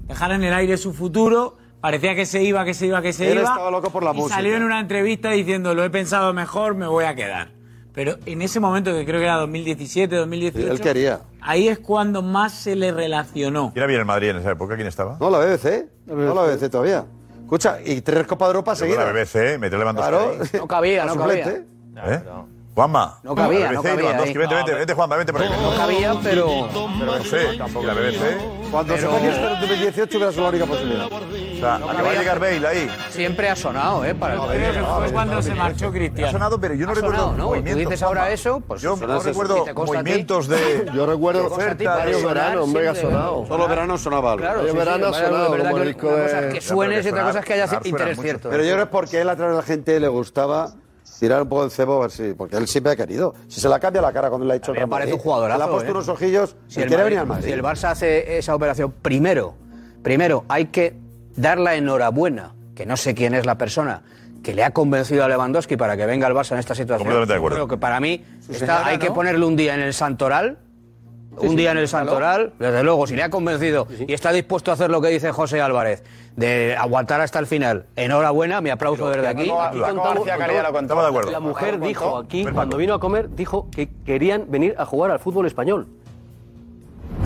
dejar en el aire su futuro. Parecía que se iba, que se iba, que se Él iba. estaba loco por la y música. salió en una entrevista diciendo, lo he pensado mejor, me voy a quedar. Pero en ese momento, que creo que era 2017, 2018... Él quería. Ahí es cuando más se le relacionó. ¿Quién había en Madrid en esa época? ¿Quién estaba? No, la BBC. No la BBC todavía. Escucha, y tres Copas de Europa Yo con seguidas. La BBC, metió ¿eh? Lewandowski. Claro. ahí. No cabía, Como no cabía. suplente. ¿Eh? Juanma. No cabía, La BBC no y cabía Lewandowski. ahí. Vente, vente, vente, Juanma, vente para aquí. No cabía, pero- La BBC, la BBC. Cuando Pero- se fue Iniesta en el 2018 hubiera sido la única posibilidad. O sea, acaba de llegar Bale ahí. Siempre ha sonado, ¿eh? Para el Bale, no, Bale, no, Bale. Ha sonado, pero yo no Ha recuerdo sonado, ¿no? Tú movimientos, dices Juanma. ahora eso, pues Yo sonó no eso. recuerdo Y te consta a ti. movimientos de... Yo recuerdo Te consta a ti, ¿eh? ofertas, puede varios sonar, veranos, me ha siempre. sonado. Solo verano sonaba algo. Claro, Varios sí, sí, veranos vale, sonaba es verdad como que el disco una de... cosa es que suene y otra cosa es que haya interés cierto. eh. ¿eh? Pero yo creo que es porque él a través de la gente le gustaba tirar un poco el cebo, a ver si, porque él siempre ha querido. Si se la cambia la cara cuando le ha hecho Me parece un jugadorazo. Le ha puesto ¿eh? unos ojillos Si y el Madrid- quiere venir al Madrid. Si el Barça hace esa operación, primero, primero hay que dar la enhorabuena, que no sé quién es la persona que le ha convencido a Lewandowski para que venga al Barça en esta situación. Completamente de acuerdo. Creo que para mí está- señora, hay ¿no? que ponerle un día en el Santoral. Sí, un sí, día en el claro. Santoral, desde luego, si le ha convencido y está dispuesto a hacer lo que dice José Álvarez, de aguantar hasta el final. Enhorabuena, mi aplauso desde aquí. aquí contamos- García Caridad lo contó. Estamos de acuerdo. La mujer dijo aquí, cuando vino a comer, dijo que querían venir a jugar al fútbol español.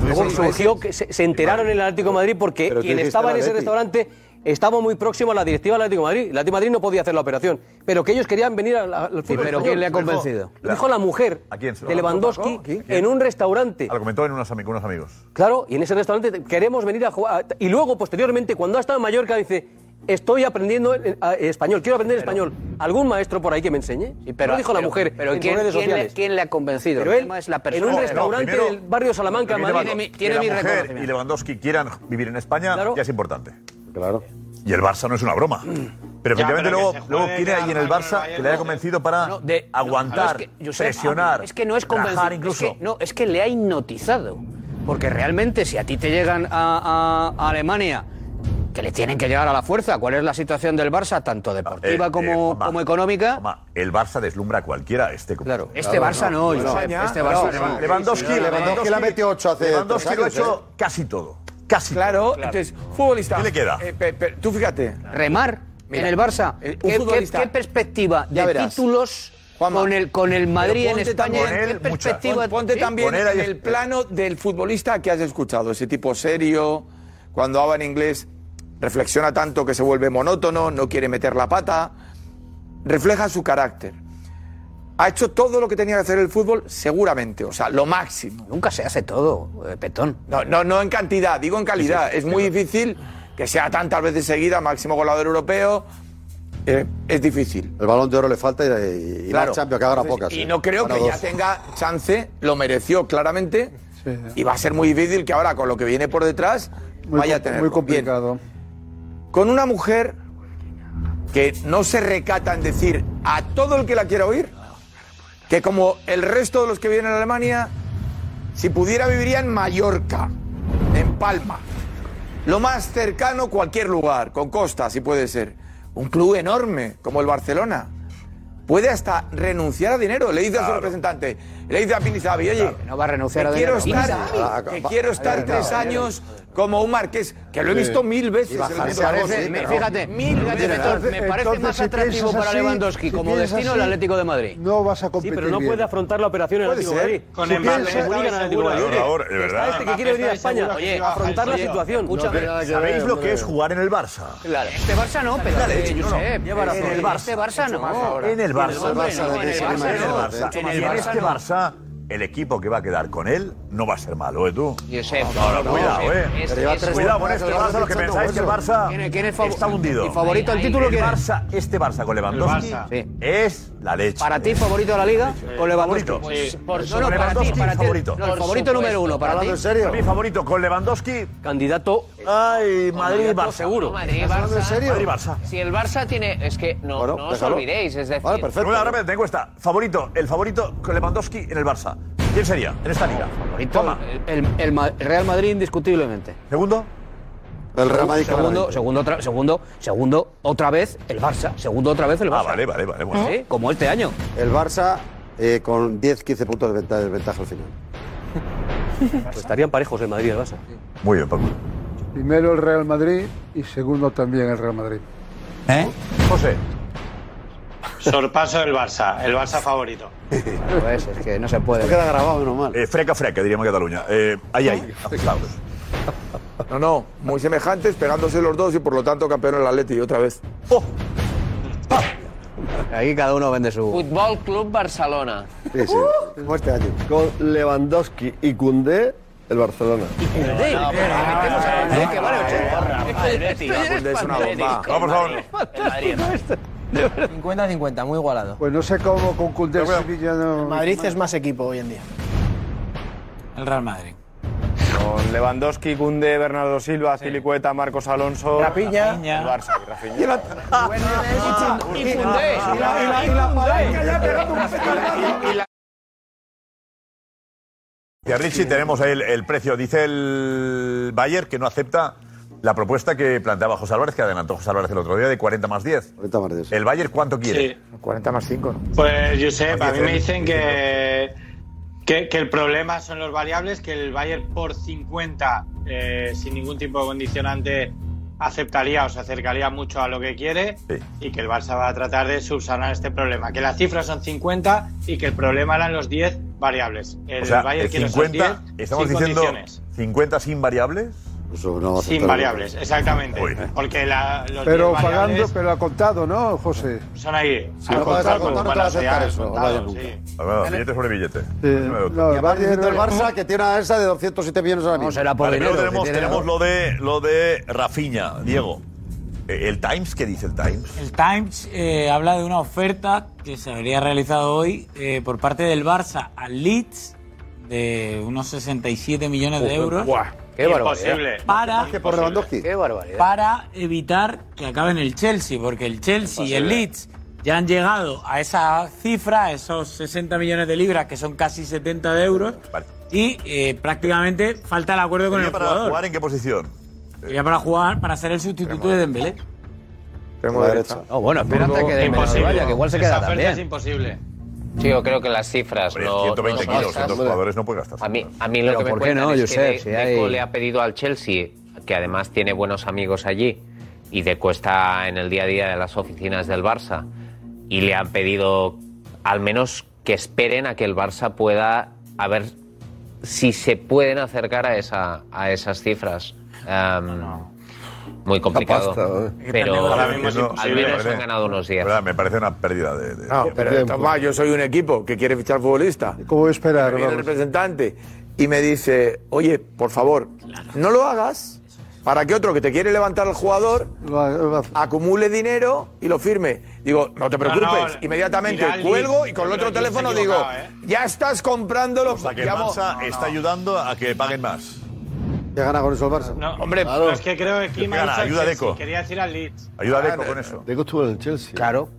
Luego surgió que se, se enteraron en el Atlético de Madrid porque Pero tú quien dijiste estaba en el ese Atleti. restaurante estaba muy próximo a la directiva del Atlético de Madrid. El Atlético de Madrid no podía hacer la operación, pero que ellos querían venir al, al fútbol Sí, pero español. ¿quién le ha convencido? Lo dijo la mujer ¿A quién se lo de Lewandowski en un restaurante. Lo comentó en unos, ami- con unos amigos. Claro, y en ese restaurante te- queremos venir a jugar. Y luego, posteriormente, cuando ha estado en Mallorca, dice, estoy aprendiendo eh, a- español, quiero aprender español. ¿Algún maestro por ahí que me enseñe? pero- Lo dijo la pero- mujer pero en ¿quién- sus redes quién le- sociales. quién le ha convencido? Pero El él, tema es la en un persona. restaurante Primero, del barrio Salamanca, en Lewandowski, Madrid. que la mujer y Lewandowski quieran vivir en España ya es importante. Claro. Y el Barça no es una broma. Pero Ya, efectivamente pero luego, que se luego juegue, quiere que alguien en el arranque el Barça Bayern, que le haya no, convencido para aguantar, No, es que, Josep, presionar, Es que no es rajar convencer, incluso. Es que, no, es que le ha hipnotizado. Porque realmente, si a ti te llegan a, a- a Alemania, que le tienen que llegar a la fuerza, ¿cuál es la situación del Barça, tanto deportiva Eh, eh, como, Juanma, como económica? Juanma, el Barça deslumbra a cualquiera. Este, claro, Este Barça no, Josep, este Barça no. Lewandowski, Sí, sí, Lewandowski le ha metido ocho hace Lewandowski tres lo ha años, ¿eh? hecho casi todo. Casi Claro, entonces, futbolista. ¿Qué le queda? Eh, pe- pe- tú fíjate. Remar en el Barça. eh, ¿Qué, un qué, futbolista. qué perspectiva Ya de verás. títulos Juanma, con el, con el Madrid pero en ponte España? también- ¿Qué perspectiva? Pon- Ponte ¿Sí? también en el plano del futbolista que has escuchado, ese tipo serio, cuando habla en inglés, reflexiona tanto que se vuelve monótono, no quiere meter la pata, refleja su carácter. Ha hecho todo lo que tenía que hacer el fútbol, seguramente, o sea, lo máximo. Nunca se hace todo, eh, Petón. No, no, no en cantidad, digo en calidad. es muy difícil que sea tantas veces seguida máximo goleador europeo. eh, es difícil. El balón de oro le falta y, y Claro. la Champions, que haga Entonces, pocas. Y eh. no creo Gana que ya dos. tenga chance, lo mereció claramente. Y va a ser muy difícil que ahora, con lo que viene por detrás, vaya a tener. Muy complicado. Con una mujer que no se recata en decir a todo el que la quiera oír que, como el resto de los que vienen a Alemania, si pudiera viviría en Mallorca, en Palma. Lo más cercano, cualquier lugar, con costa, si puede ser. Un club enorme, como el Barcelona. Puede hasta renunciar a dinero. Le dice a su representante, le dice a Pinizabi, oye, no va a renunciar que a quiero dinero. estar, Ah, Pinizabi. que quiero estar No, tres no, años como un marqués, que lo he Sí. visto mil veces. Y bajarse el a Barcelona. veces, me- fíjate, mil fíjate, veces. entonces- Me parece más si atractivo piensas para Lewandowski como piensas destino el Atlético de Madrid. No vas a Sí, competir pero no bien. puede afrontar la operación en el Puede Atlético de ser. Madrid. Con Si Mbappé, piensa- comunican al Atlético de Madrid. Ahora, de Está verdad. este que quiere venir a España. Oye, afrontar la oye, situación. escúchame, ¿Sabéis lo que es jugar en el Barça? Claro. Este Barça no, pero Dale, eh, chico, no, no. Josep, Lleva razón. este En el Barça. Este Barça Mucho más no. ahora. En el Barça. Hombre, no, En el En el Barça. Barça. no. En este Barça el equipo que va a quedar con él no va a ser malo, ¿eh tú? Josep, No, no, cuidado, Este, Josep, ¿eh? es- Pero lleva es- tres cuidado con esto, el Barça, lo que pensáis que el Barça ¿Quién es- quién es favor- está hundido. ¿Y favorito al el título quién es? Barça, este Barça con Lewandowski Barça. es la leche. ¿Para ti favorito de la liga o Lewandowski? Favorito. Pues, por- Pues no, no, para con ti, Lewandowski, para ti. favorito. No, el Por favorito supuesto. número uno, para Hablando ti. en serio? Mi favorito con Lewandowski. Candidato. Ay, Madrid Candidato Barça. seguro. Madrid, ¿Estás hablando Barça. en serio? Madrid Barça. Si el Barça tiene. Es que no, Bueno, no os déjalo. olvidéis, es decir. Vale, perfecto. Bueno, ahora me tengo esta. Favorito, el favorito con Lewandowski en el Barça. ¿Quién sería en esta liga? Toma. El, el Ma- el Real Madrid indiscutiblemente. ¿Segundo? El Real Madrid, Segundo, claramente. segundo, otra, segundo, segundo, otra vez el Barça. Segundo, otra vez el Barça. Ah, vale, vale, vale. Sí, como este año. El Barça eh, con 10-15 puntos de ventaja, de ventaja al final. Pues estarían parejos el Madrid y el Barça. Muy bien, Paco. Primero el Real Madrid y segundo también el Real Madrid. ¿Eh? José. Sorpaso del Barça, el Barça favorito. Pues es que no se puede. queda grabado, menos mal. Eh, freca, freca, diríamos en Cataluña. Eh, ahí, ahí. ajustados. No, no, muy semejantes, pegándose los dos y por lo tanto campeón el Atleti otra vez. Ah. Aquí Oh. cada uno vende su. Fútbol Club Barcelona. Sí, sí. Con Lewandowski y Koundé, el Barcelona. Ah, eh, Vamos, vamos. 50-50, muy igualado. Pues no sé cómo con Koundé el Sevilla no... Madrid es más equipo hoy en día. El Real Madrid. Con Lewandowski, Kunde, Bernardo Silva, Silicueta, Marcos Alonso. Rafinha. El Barça y Rafinha. Y a Richie tenemos ahí el, el precio. Dice el Bayer que no acepta la propuesta que planteaba José Álvarez, que adelantó José Álvarez el otro día, de 40 más 10. 40 más 10. ¿El Bayer cuánto quiere? 40 más 5. Pues Josep, a mí me Dice- dicen que, que, que el problema son los variables, que el Bayern por 50, eh, sin ningún tipo de condicionante, aceptaría o se acercaría mucho a lo que quiere y que el Barça va a tratar de subsanar este problema. Que las cifras son 50 y que el problema eran los 10 variables. El o sea, Bayern el quiere esos 50, 10 estamos sin diciendo condiciones. 50 sin variables. Sin variables, exactamente. Porque la, los Pero 10 pagando, variables pero ha contado, ¿no, José? son ahí. Si al no pagas al contado, no te contar, pues, bueno, va a aceptar ya eso, al no contado, vaya nunca. sí. A ver, billete sobre billete. y aparte diciendo el Barça que tiene a esta de 207 millones ahora mismo. No será Vale, pero tenemos, tenemos lo de lo de Rafinha, Diego. Eh, ¿El Times qué dice el Times? El Times eh, habla de una oferta que se habría realizado hoy eh, por parte del Barça al Leeds de unos 67 millones de euros. ¡Qué barbaridad! Para, ¡Qué barbaridad! para evitar que acabe en el Chelsea, porque el Chelsea y el Imposible. Leeds ya han llegado a esa cifra, a esos 60 millones de libras, que son casi 70 de euros, y eh, prácticamente falta el acuerdo con el para jugador. jugar en qué posición? Sería para jugar, para ser el sustituto de Dembélé. Tengo la derecha. Oh, bueno, espérate que Dembélé no vaya, que igual se queda también. imposible. Sí, yo creo que las cifras Hombre, no. 120 no kilos, pasan. entonces jugadores no puede gastar. A mí, a mí lo Pero que me ¿por qué cuentan no, es que Josep? De- Si Deco hay- le ha pedido al Chelsea, que además tiene buenos amigos allí y Deco está en el día a día de las oficinas del Barça, y le han pedido al menos que esperen a que el Barça pueda a ver si se pueden acercar a esa a esas cifras. Em, Muy complicado. Pero Ahora mismo es al imposible, menos parece. han ganado unos días. me parece una pérdida de. de- No, pero pues. tiempo. Tomás, yo soy un equipo que quiere fichar futbolista. ¿Cómo esperar? Me viene el representante y me dice, oye, por favor, no lo hagas para que otro que te quiere levantar al jugador acumule dinero y lo firme. Digo, no te preocupes, No, no, inmediatamente mira, cuelgo Liz, y con el pero otro Liz se ha teléfono digo, equivocado, ¿eh? ya estás comprando los... O sea, que el Barça está ayudando a que paguen más. Ya gana con eso el Barça. No, hombre, Claro. pero es que creo que aquí me ha Gana, dicho el ayuda a Chelsea. Deco. Quería decir al Leeds. Ayuda a Deco con eso. Deco estuvo en el Chelsea. Claro.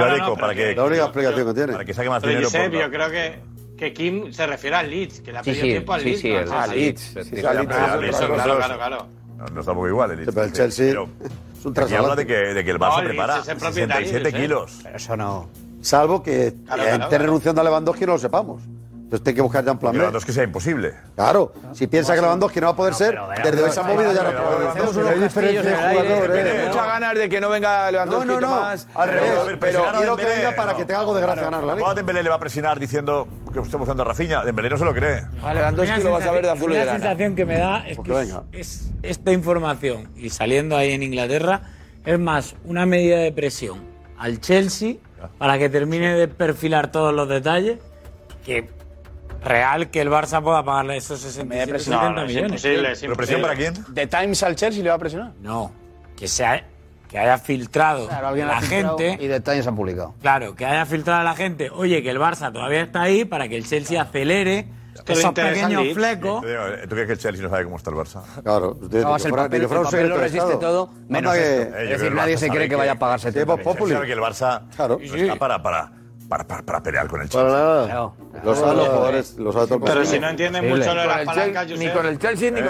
No, a no, Deco no, para pero que. que- La única explicación que tiene. Para que saque más Pero dinero. Josep, por- yo creo que, que Kim se refiere al Leeds, que le ha Sí, pedido sí, tiempo al sí, Leeds. sí, ¿no? el- al Leeds. Ah, Sí, sí, claro, al claro, Leeds, claro, claro. claro, claro. No, no está muy igual el Leeds. Pero el Chelsea Pero es un aquí habla traslado. de que, de que el No, Barça el prepara Leeds es el propietario, 67 sí. kilos. Pero eso no. Salvo que esté renunciando a Lewandowski y no lo sepamos. Entonces tiene que buscar ya un plan B. Lewandowski sea imposible. Claro, si piensa que Lewandowski no va a poder ser, desde hoy se ha movido ya no puede ser. Hay diferencia de jugadores, ¿eh? muchas ganas de que no venga Lewandowski No, no, no. Tomás. Al revés, pero quiero que venga para que tenga algo de gracia ganar la liga. Ahora Dembélé le va a presionar diciendo que está buscando a Rafinha. Dembélé no se lo cree. A Lewandowski lo vas a ver de azul y de La grana. sensación que me da Pues es que es- es esta información, y saliendo ahí en Inglaterra, es más una medida de presión al Chelsea para que termine de perfilar todos los detalles que Real que el Barça pueda pagarle esos 60 No, no, es imposible, es ¿Pero presión imposible. ¿De Times al Chelsea le va a presionar? No, que, sea, que haya filtrado Claro, alguien lo la ha filtrado gente. Y detalles han publicado. Claro, que haya filtrado a la gente, oye, que el Barça todavía está ahí para que el Chelsea acelere esos pequeños flecos. Te digo, eh, ¿Tú crees que el Chelsea no sabe cómo está el Barça? Claro. No, No, es es el papel, el papel lo resiste todo, menos esto. Es decir, nadie se cree Eh, que vaya a pagar 70 millones. Sabe que el Barça no está para, para, para, para, para pelear con el Chelsea. Claro. Lo saben los jugadores, lo sabe todo el Pero mundo. si no entienden mucho lo de Con las el palancas, Chelsea- Josep. Eh,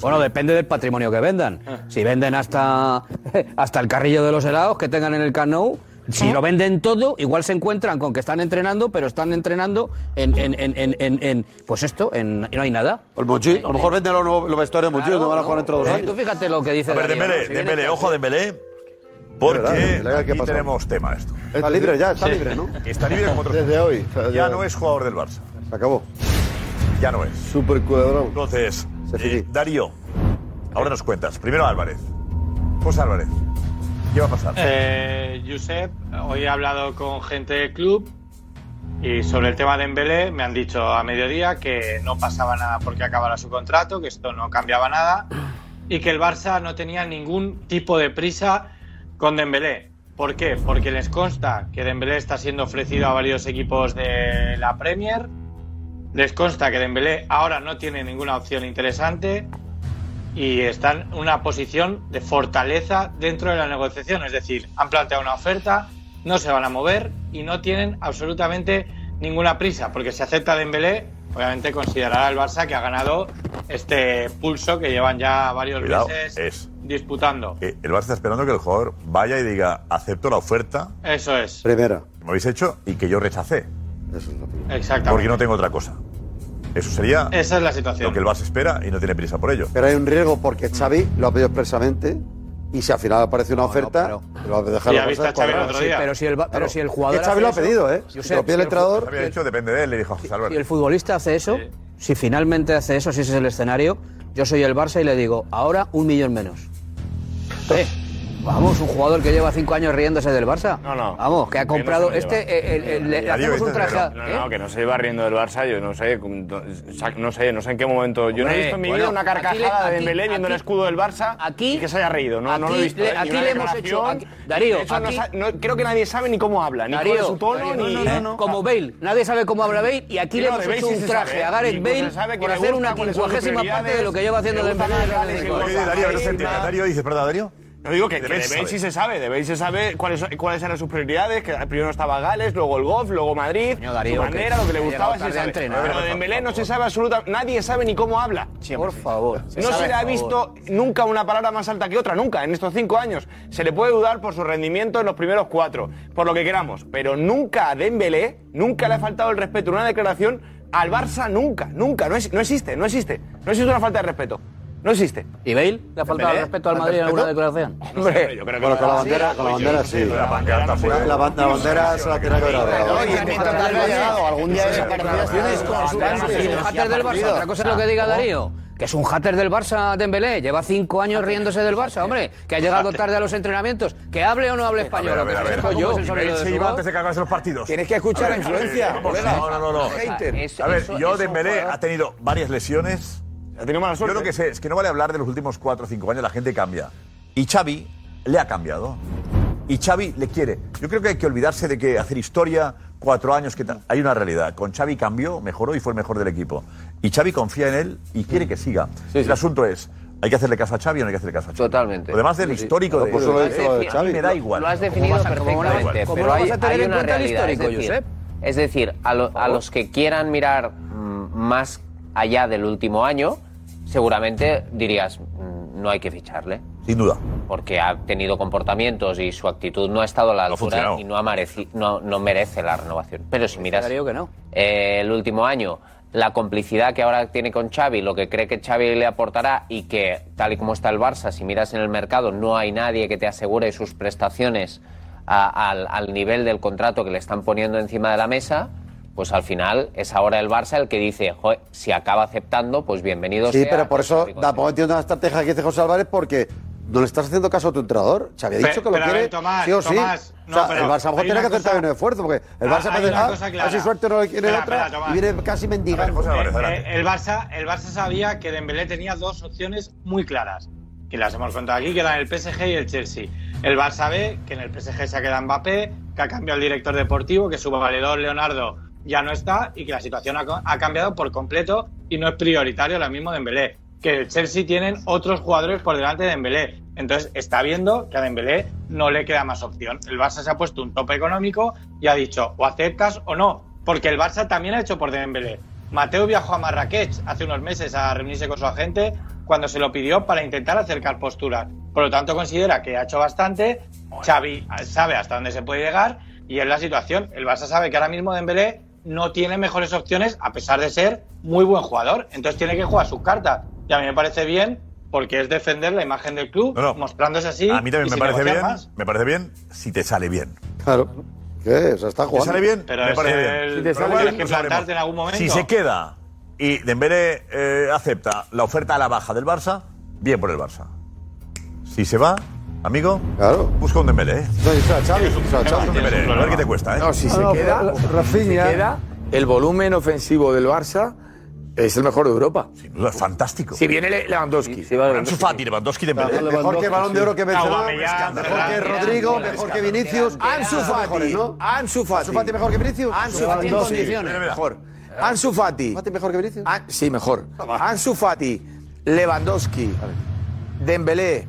Bueno, depende del patrimonio que vendan. Si venden hasta, hasta el carrillo de los helados que tengan en el cano, si lo venden todo, igual se encuentran con que están entrenando, pero están entrenando en, en, en, en, en- en- pues esto, en, no hay nada. El Pues Mochi, a lo mejor vende los, nuevos- los vestuarios de Mochi, no van a jugar dentro de dos Eh, años. Tú fíjate lo que dice A ver, Darío, Dembélé, ¿no? Si viene Dembélé, todo- ojo Dembélé, porque Dembélé, ¿qué aquí pasó? tenemos tema esto. Está libre ya, está libre, ¿no? Está libre como otros. Este Desde hoy. Ya no es jugador del Barça. Se acabó. Ya no es. Super cuadrón. Entonces, eh, Darío, ahora nos cuentas. Primero Álvarez. José Álvarez. ¿Qué va a pasar? Eh, Josep, hoy he hablado con gente del club y sobre el tema de Embelé me han dicho a mediodía que no pasaba nada porque acabara su contrato, que esto no cambiaba nada y que el Barça no tenía ningún tipo de prisa con Dembélé. ¿Por qué? Porque les consta que Dembélé está siendo ofrecido a varios equipos de la Premier. Les consta que Dembélé ahora no tiene ninguna opción interesante y están en una posición de fortaleza dentro de la negociación. Es decir, han planteado una oferta, no se van a mover y no tienen absolutamente ninguna prisa, porque si acepta Dembélé, obviamente considerará el Barça que ha ganado este pulso que llevan ya varios Cuidado, meses es. disputando. Eh, el Barça está esperando que el jugador vaya y diga, acepto la oferta Eso es, Primera. que me habéis hecho y que yo rechacé. Porque exactamente. no tengo otra cosa. Eso sería Esa es la situación. lo que el Barça espera y no tiene prisa por ello. Pero hay un riesgo porque Xavi lo ha pedido expresamente y si al final aparece una oferta, lo va a dejar la cosa cuadrada. Sí, pero si el, ba- pero si el jugador. Que Xavi lo ha hace eso- pedido, ¿eh? Josep, Si lo pide el si entrenador- Había dicho, depende de él, le dijo a José Álvarez. Si el futbolista hace eso, si finalmente hace eso, si ese es el escenario, yo soy el Barça y le digo, ahora un millón menos. Eh, vamos, un jugador que lleva cinco años riéndose del Barça. No, no. Vamos, que ha no se comprado. lo lleva. este, eh, el- el- le hacemos este un traje. a- No, no, que no se iba riendo del Barça, yo no sé, no sé, no sé en qué momento. Yo no he Hombre, visto en mi bueno, vida una carcajada aquí le- de aquí- Dembélé viendo el aquí- escudo del Barça aquí, y que se haya reído. No, no lo he aquí visto. le- eh, ni aquí una le hemos hecho- declaración. aquí- Darío, De hecho, no aquí- sa- no- creo que nadie sabe ni cómo habla, ni cuál es su tono, Darío, ni. no, no, no, no. como Bale. Nadie sabe cómo habla Bale y aquí Sí, le no, hemos de Bale hecho sí un se traje sabe. a Gareth Incluso se Bale sabe por que le hacer gusta, una cuáles son sus quincuagésima parte de lo que lleva haciendo prioridades, le gusta Dembélé. en el Dembélé, Atlético. le gusta Darío, que no se entiende. Darío dice, perdón, Darío. No digo que, que Debéis de Bale saber. sí se sabe, de Bale se sabe cuáles, cuáles eran sus prioridades, que primero estaba Gales, luego el golf, luego Madrid, Darío, su bandera, que lo que le ha gustaba llegado se tarde a sabe. entrenar. Pero de Dembélé no se sabe absolutamente, nadie sabe ni cómo habla. Por favor. No se le ha visto nunca una palabra más alta que otra, nunca, en estos cinco años. Se le puede dudar por su rendimiento en los primeros cuatro, por lo que queramos, pero nunca a Dembélé, nunca le ha faltado el respeto en una declaración al Barça, nunca, nunca, no, es- no existe, no existe, no existe una falta de respeto, no existe. ¿Y Bale? ¿Le ha faltado el Dembélé, respeto al ¿falta Madrid en alguna respeto? declaración? Hombre, yo creo que Bueno, con la sí, bandera, con la bandera sí. La bandera la, la bandera se la tiene que ver ahora. Algún día Hater del Barça. Otra cosa es lo que diga Darío. Que es un hater del Barça, Dembélé. Lleva cinco años riéndose del Barça, hombre. Que ha llegado tarde a los entrenamientos. Que hable o no hable A español. Pues ver, a ver, a ver. Coño, ¿cómo es el sonido Bale de se su iba voz? antes de que acabase los partidos. Tienes que escuchar A la influencia, eh, vamos, colega. No, no, no. no. Hater. Eso- A ver, eso- yo eso- Dembélé ha tenido varias lesiones. Ha tenido mala Yo lo que sé es que no vale hablar de los últimos 4 o 5 años, la gente cambia. Y Xavi le ha cambiado. Y Xavi le quiere. Yo creo que hay que olvidarse de que hacer historia, cuatro años, que tal. Hay una realidad. Con Xavi cambió, mejoró y fue el mejor del equipo. Y Xavi confía en él y quiere que siga. El asunto es, ¿hay que hacerle caso a Xavi o no hay que hacerle caso a Xavi? Totalmente. Además del Sí, sí. histórico No, de, pues solo de- he dicho lo de a mí Xavi. me da igual. Lo has definido perfectamente, ¿Cómo pero lo vas hay, a tener hay en una cuenta el realidad. histórico, es, decir, Josep? es decir, a, lo- a los que quieran mirar mm, más allá del último año, seguramente dirías, mm, no hay que ficharle. Sin duda. Porque ha tenido comportamientos y su actitud no ha estado a la altura funcionado. y no, ha mereci- no, no merece la renovación. Pero si miras Darío que no. eh, el último año, la complicidad que ahora tiene con Xavi, lo que cree que Xavi le aportará y que tal y como está el Barça, si miras en el mercado, no hay nadie que te asegure sus prestaciones a- al, al nivel del contrato que le están poniendo encima de la mesa. Pues al final es ahora el Barça el que dice, "Joder, si acaba aceptando, pues bienvenido Sí, sea". pero por eso tampoco entiendo la estrategia que dice José Álvarez porque ¿No le estás haciendo caso a tu entrenador? Se había Pe- dicho que lo pero a ver, quiere Tomás, sí o sí. Tomás, O sea, no, pero el Barça a lo mejor hay tiene que una hacer cosa- también un esfuerzo, porque el Ah, Barça hay parece, una ah, cosa a clara. ver si suerte no le quiere Espera, otra espera, Tomás. y viene casi mendigando. Eh, eh, el, Barça, el Barça sabía que Dembélé tenía dos opciones muy claras, que las hemos contado aquí, que eran el PSG y el Chelsea. El Barça ve que en el PSG se queda Mbappé, que ha cambiado el director deportivo, que su valedor Leonardo ya no está y que la situación ha, co- ha cambiado por completo y no es prioritario ahora mismo Dembélé. Que el Chelsea tienen otros jugadores por delante de Dembélé. Entonces está viendo que a Dembélé no le queda más opción. El Barça se ha puesto un tope económico y ha dicho o aceptas o no, porque el Barça también ha hecho por Dembélé. Mateo viajó a Marrakech hace unos meses a reunirse con su agente cuando se lo pidió para intentar acercar posturas. Por lo tanto, considera que ha hecho bastante. Xavi sabe hasta dónde se puede llegar y es la situación. El Barça sabe que ahora mismo Dembélé no tiene mejores opciones a pesar de ser muy buen jugador. Entonces tiene que jugar sus cartas. Y a mí me parece bien porque es defender la imagen del club mostrándose así. A mí y también me sin parece negociar bien. más. Me parece bien si te sale bien. Claro. ¿Qué? Se está ¿Te jugando. sale bien? Pero me es parece bien. el- Si te pero sale tienes bien, que lo sabremos. plantarte en algún momento. Si se queda y Dembélé eh, acepta la oferta a la baja del Barça, bien por el Barça. Si se va, amigo, busca un Dembélé. ¿eh? Busca un Dembélé, a ver qué te cuesta. ¿eh? No, si se No, queda, pero- si se queda, el volumen ofensivo del Barça es el mejor de Europa. Sin duda, fantástico. Si viene Le- Lewandowski. Ansu Fati, Lewandowski, Dembélé. Mejor que Balón de Oro que Benzema, mejor que Rodrigo, Ferran, mejor que Vinicius. Ansu Son Fati, mejores, ¿no? Ansu Fati. Ansu Fati mejor que Vinicius. Ansu Fati en Lewandowski. condiciones. Mira, mira. Mejor. Ansu Fati. mejor que Vinicius? An- sí, mejor. Ansu Fati, Lewandowski, Dembélé,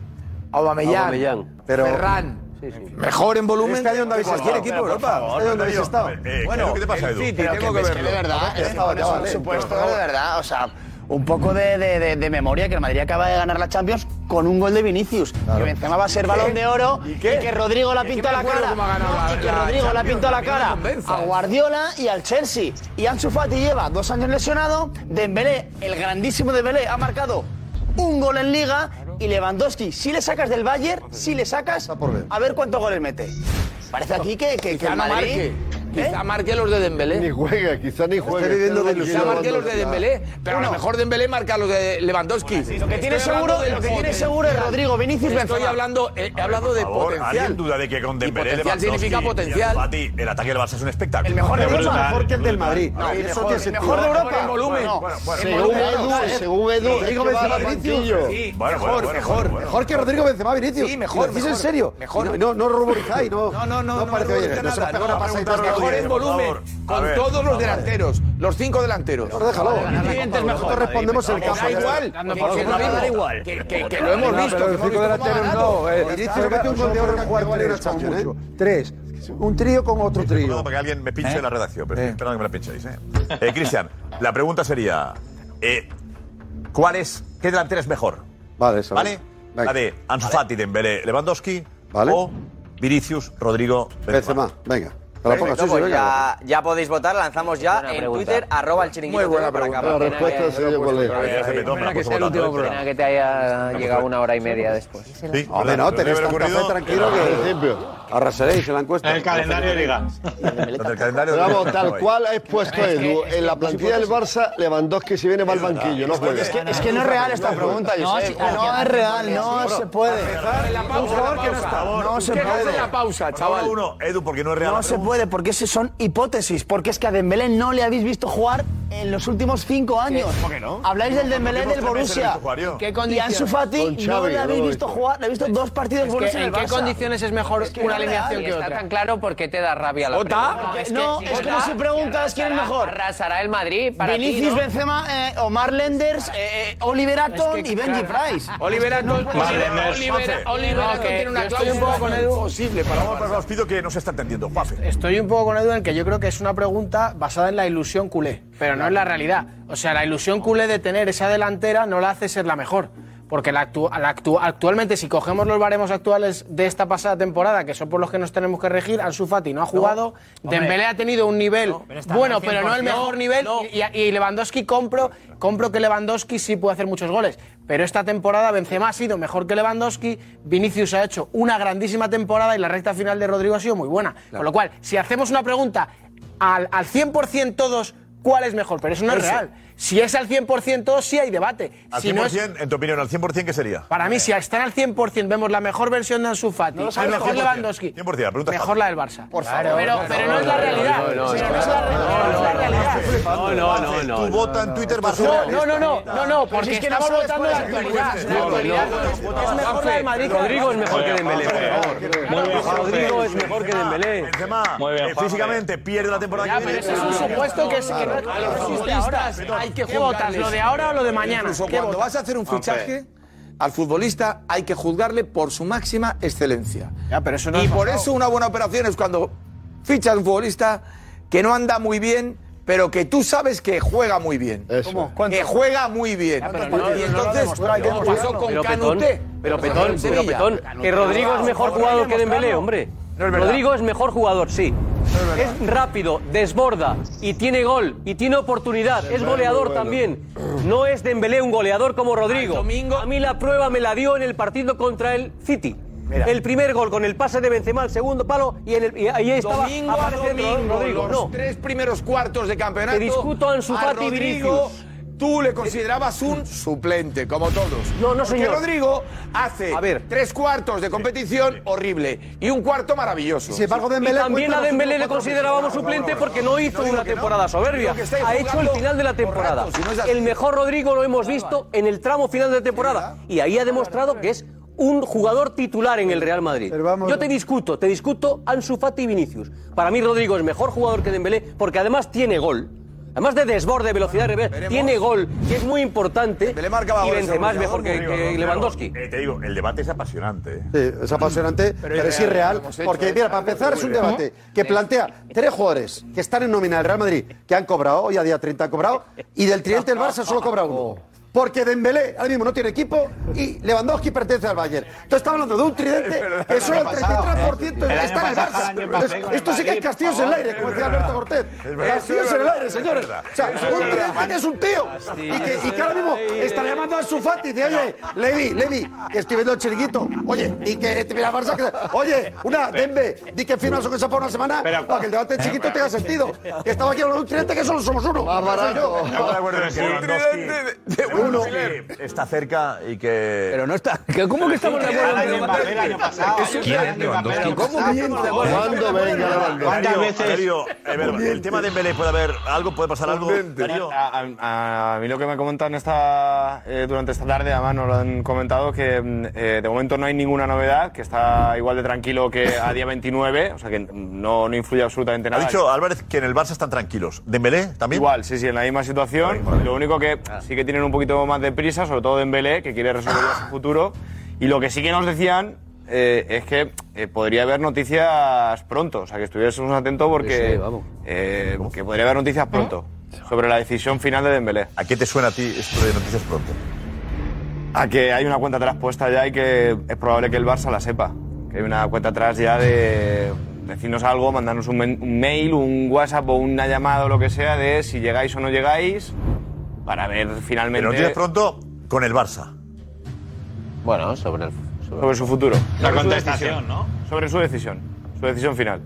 Aubameyang, Aubameyang. Pero- Ferran. Este Mejor en volumen. Es que ahí donde habéis estado. Cualquier equipo de Pero, por Europa. favor, Es donde habéis Edu, estado. eh, eh, Edu, ¿qué te pasa, el Edu? City, Pero tengo que que ves verlo. que de verdad, Hombre, es estaba, por eso, chaval, por eh, supuesto, por favor. de verdad, o sea, un poco de, de- de- de memoria, que el Madrid acaba de ganar la Champions con un gol de Vinicius, que Benzema va a ser ¿Y balón qué? de oro ¿Y y, qué? que Rodrigo la Es que pintó me la acuerdo cara, cómo ha ganado No, la- y que la Rodrigo la Champions, pintó a la mí no me cara Ah, convence, a eh. Guardiola y al Chelsea, y Ansu Fati lleva dos años lesionado, Dembélé, el grandísimo Dembélé, ha marcado un gol en Liga y Lewandowski, si le sacas del Bayern, si le sacas, a ver cuántos goles mete. Parece aquí que, que, que Quizá el no Madrid... ¿Eh? marque. Quizá marque los de Dembélé. Ni juega, quizá ni juega. Estoy viviendo de ilusión. Quizá marque los de Dembélé, pero a lo mejor Dembélé marca los de Lewandowski. Lo que tiene seguro- lo que tiene seguro es Rodrigo Vinicius Estoy Benzema. hablando, eh, he hablado Por de favor, ¿Alguien potencial. duda de que con Dembélé, potencial Lewandowski significa y Ansu potencial. Fati, el ataque del Barça es un espectáculo. El mejor de Pero Europa, brutal, mejor que el del brutal. Madrid. No, Ahí eso mejor, tiene sentido. mejor Mejor en Bueno, volumen. bueno, bueno. Según Edu, según Edu, Rodrigo es que va Benzema al este Vinicius. banquillo. Sí, Bueno, bueno, mejor, bueno, mejor. bueno. Mejor que Rodrigo Benzema Vinicius. Sí, mejor, Y lo decís mejor. en serio. Mejor. Y No, no, no ruborizáis, no. No, no, no, no parece ruboriza bien. Nos nada. ha pegado No, una pasada preguntar interna. mejor en volumen, A con ver, todos los vamos a ver. delanteros, los cinco delanteros. Pero déjalo. Nosotros respondemos el campo. Da igual, Dando por porque es lo mismo, sentado. Da igual. que- que que lo hemos No, visto. pero el que hemos cinco visto cómo ha delanteros ganado. no. eh, Vinicius mete un gol de oro en cuatro tres, con mucho. Tres. Un trío con otro trío. Para que alguien me pinche la redacción, pero estoy esperando que me la pinchéis. ¿eh? Eh, Cristian, la pregunta sería: eh, ¿cuál es, ¿qué delantera es mejor? Vale, eso. ¿Vale? La de Ansu Fati, Dembélé, Lewandowski o Vinicius, Rodrigo, Benzema. Venga, te la pongo, sí, sí, Pues venga. ya, ya podéis votar, lanzamos ya en pregunta. Twitter, arroba el chiringuito. Muy buena TV para pregunta. acabar. La respuesta es yo, ¿cuál es? Ya se me toma, Pena la que puso sea el votando, último ¿eh? programa. Pena que te haya llegado una hora y media después. Sí, Hombre, no, tenéis tanta fe tranquilo que arrasaréis en la encuesta. El calendario de liga. El calendario Bravo, tal cual ha expuesto Es que- Edu. En la plantilla del Barça, Lewandowski si viene va al banquillo, no juega. Es que, es que no es real esta pregunta, No, Josep. sí, No, ah, es real, sí, no bro. se puede. pausa, Por favor, que no pausa. está. No se ¿Qué hace puede. la pausa, chaval? Uno, Edu, porque no es real. No se puede, porque eso son hipótesis. Porque es que a Dembélé no le habéis visto jugar en los últimos cinco años. ¿Por qué no? Habláis del Los Dembélé últimos del tres meses le he Borussia. visto jugar yo. ¿Qué ¿Qué y Ansu condiciones? Fati Con no Xavi, le no lo habéis he visto visto. jugar, le he visto dos partidos Es que, Borussia en el ¿en qué Barça. condiciones es mejor que una no es alineación real. que Está otra? Tan claro porque te da rabia la ¿Ota? pregunta. Porque- no, es como si preguntas quién es mejor. Arrasará el Madrid para ti, Vinicius ¿no? Benzema, eh, Omar Lenders, eh, eh, Oliver Atom y Benji Price. Oliver Atom- Oliver- Oliver Atom tiene una cláusula imposible para Vamos, pero os pido que no se está entendiendo. Juanfe. Estoy un poco con Edu en que yo creo que es una pregunta basada en la ilusión culé, pero no en la realidad. O sea, la ilusión culé de tener esa delantera no la hace ser la mejor. Porque la actu- la actu- actualmente, si cogemos los baremos actuales de esta pasada temporada, que son por los que nos tenemos que regir, Ansu Fati no ha jugado, hombre. Dembélé ha tenido un nivel está bueno, al pero no el 100%. mejor nivel, y, y Lewandowski compro, compro que Lewandowski sí puede hacer muchos goles, pero esta temporada Benzema ha sido mejor que Lewandowski, Vinicius ha hecho una grandísima temporada y la recta final de Rodrigo ha sido muy buena. Con lo cual, si hacemos una pregunta al, al 100% todos, cuál es mejor, pero eso no es Eso. real. Si es al 100%, sí hay debate. Al Si 100%, no es- en tu opinión, ¿al 100% qué sería? para mí, si están al 100%, vemos la mejor versión de Ansu Fati, No lo al sabes, mejor 100%. Lewandowski, 100%, la pregunta es mejor la del Barça. Por Claro, favor. pero, pero no es la realidad. Pero no es la No, no, no, no. Tu vota en Twitter va No, no, no, no, no, no, porque es que no estamos sabes votando cuál la es el actualidad. juez. La No, actualidad no, es- no, es no, mejor Juanfe, la del Madrid. que la del Rodrigo es Barça. mejor que Dembélé, por favor. Muy bien, Juanfe. Rodrigo es mejor que Dembélé. Benzema, Muy bien, eh, Juanfe. físicamente pierde la temporada Ya, que pero ese viene. es un supuesto que, es, que no, que no existe ahora. Hay que ¿Qué votas, lo de ahora o lo de mañana? Incluso ¿Qué cuando votas? vas a hacer un fichaje, al futbolista hay que juzgarle por su máxima excelencia. no y ha por pasado. eso una buena operación es cuando fichas un futbolista que no anda muy bien, pero que tú sabes que juega muy bien. ¿Cómo? Que juega muy bien. Ah, y entonces como pasó con Canute. Pero Pasó Petón, con pero Sevilla. Petón, que Rodrigo es mejor jugador que Dembélé, demostrarlo. hombre. No es verdad. Rodrigo es mejor jugador, sí. es, rápido, desborda y tiene gol y tiene oportunidad. Es goleador bueno. también. No es Dembélé un goleador como Rodrigo. A mí la prueba me la dio en el partido contra el City. El primer gol con el pase de Benzema, el segundo palo y, en el- y ahí estaba domingo a apareciendo domingo, Rodrigo. los No. tres primeros cuartos de campeonato. Te discuto a Ansu Fati y Rodrigo, tú le considerabas un suplente, como todos. No, no, señor. Porque Rodrigo hace tres cuartos de competición horrible y un cuarto maravilloso. Y también a Dembélé le considerábamos suplente porque no hizo una temporada soberbia. Ha hecho el final de la temporada. El mejor Rodrigo lo hemos visto en el tramo final de la temporada. Y ahí ha demostrado que es un jugador titular en el Real Madrid. Yo te discuto, te discuto Ansu Fati y Vinicius. Para mí Rodrigo es mejor jugador que Dembélé porque además tiene gol. Además de desborde, velocidad, de revés, tiene gol, que es muy importante. Y Benzema es mejor que, que Lewandowski. Eh, te digo, el debate es apasionante. ¿eh? Sí, es apasionante, pero, es irreal, irreal. lo hemos hecho, Porque, ¿eh? mira, para empezar, es un debate que plantea tres jugadores que están en nómina del Real Madrid, que han cobrado, hoy a día 30 han cobrado, y del tridente del Barça solo cobra uno. Porque Dembélé ahora mismo no tiene equipo y Lewandowski pertenece al Bayern. Entonces estamos hablando de un tridente que solo el 33% El año está en el pasado, el año Barça. pasado, Es- con el Esto sí que es Madrid, castillos por en el favor, aire, como es decía verdad. Alberto Cortés. Es verdad. Castillos en el aire, señores. O sea, Es un verdad. tridente que es un tío. Y que, y que ahora mismo está llamando a su Fati y dice, oye, Levi, Levi, que estoy viendo el chiringuito. Oye, y que te mira Barça. que- Oye, una, Dembe, di que firmas o que se por una semana para que el debate chiquito tenga sentido. Que estaba aquí hablando de un tridente que solo somos uno. Más Yo estaba de acuerdo en que Lewandowski- Lewandowski Está cerca y que. Pero no está. ¿Cómo que estamos de acuerdo? Cuando venga Lewandowski. ¿Cuántas veces? eh, el tema de Dembélé puede haber algo, puede pasar algo. Darío, A, a- a mí lo que me comentan esta, eh, durante esta tarde, además nos lo han comentado, que mm, eh, de momento no hay ninguna novedad, que está igual de tranquilo que a día 29, o sea que no, no influye absolutamente Ha nada. dicho Álvarez que en el Barça están tranquilos. ¿Dembélé también? Igual, sí, sí, en la misma situación. Lo único que sí que tienen un poquito más de prisa, sobre todo Dembélé, que quiere resolver ya su futuro. Y lo que sí que nos decían eh, es que eh, podría haber noticias pronto, o sea, que estuviésemos atentos porque eh, que podría haber noticias pronto sobre la decisión final de Dembélé. ¿A qué te suena a ti esto de noticias pronto? A que hay una cuenta atrás puesta ya y que es probable que el Barça la sepa. Que hay una cuenta atrás ya de decirnos algo, mandarnos un, men- un mail, un WhatsApp o una llamada o lo que sea de si llegáis o no llegáis para ver finalmente. Pero noticias pronto con el Barça. Bueno, sobre, sobre su futuro. La Sobre su contestación, decisión, Sobre su decisión. Su decisión final.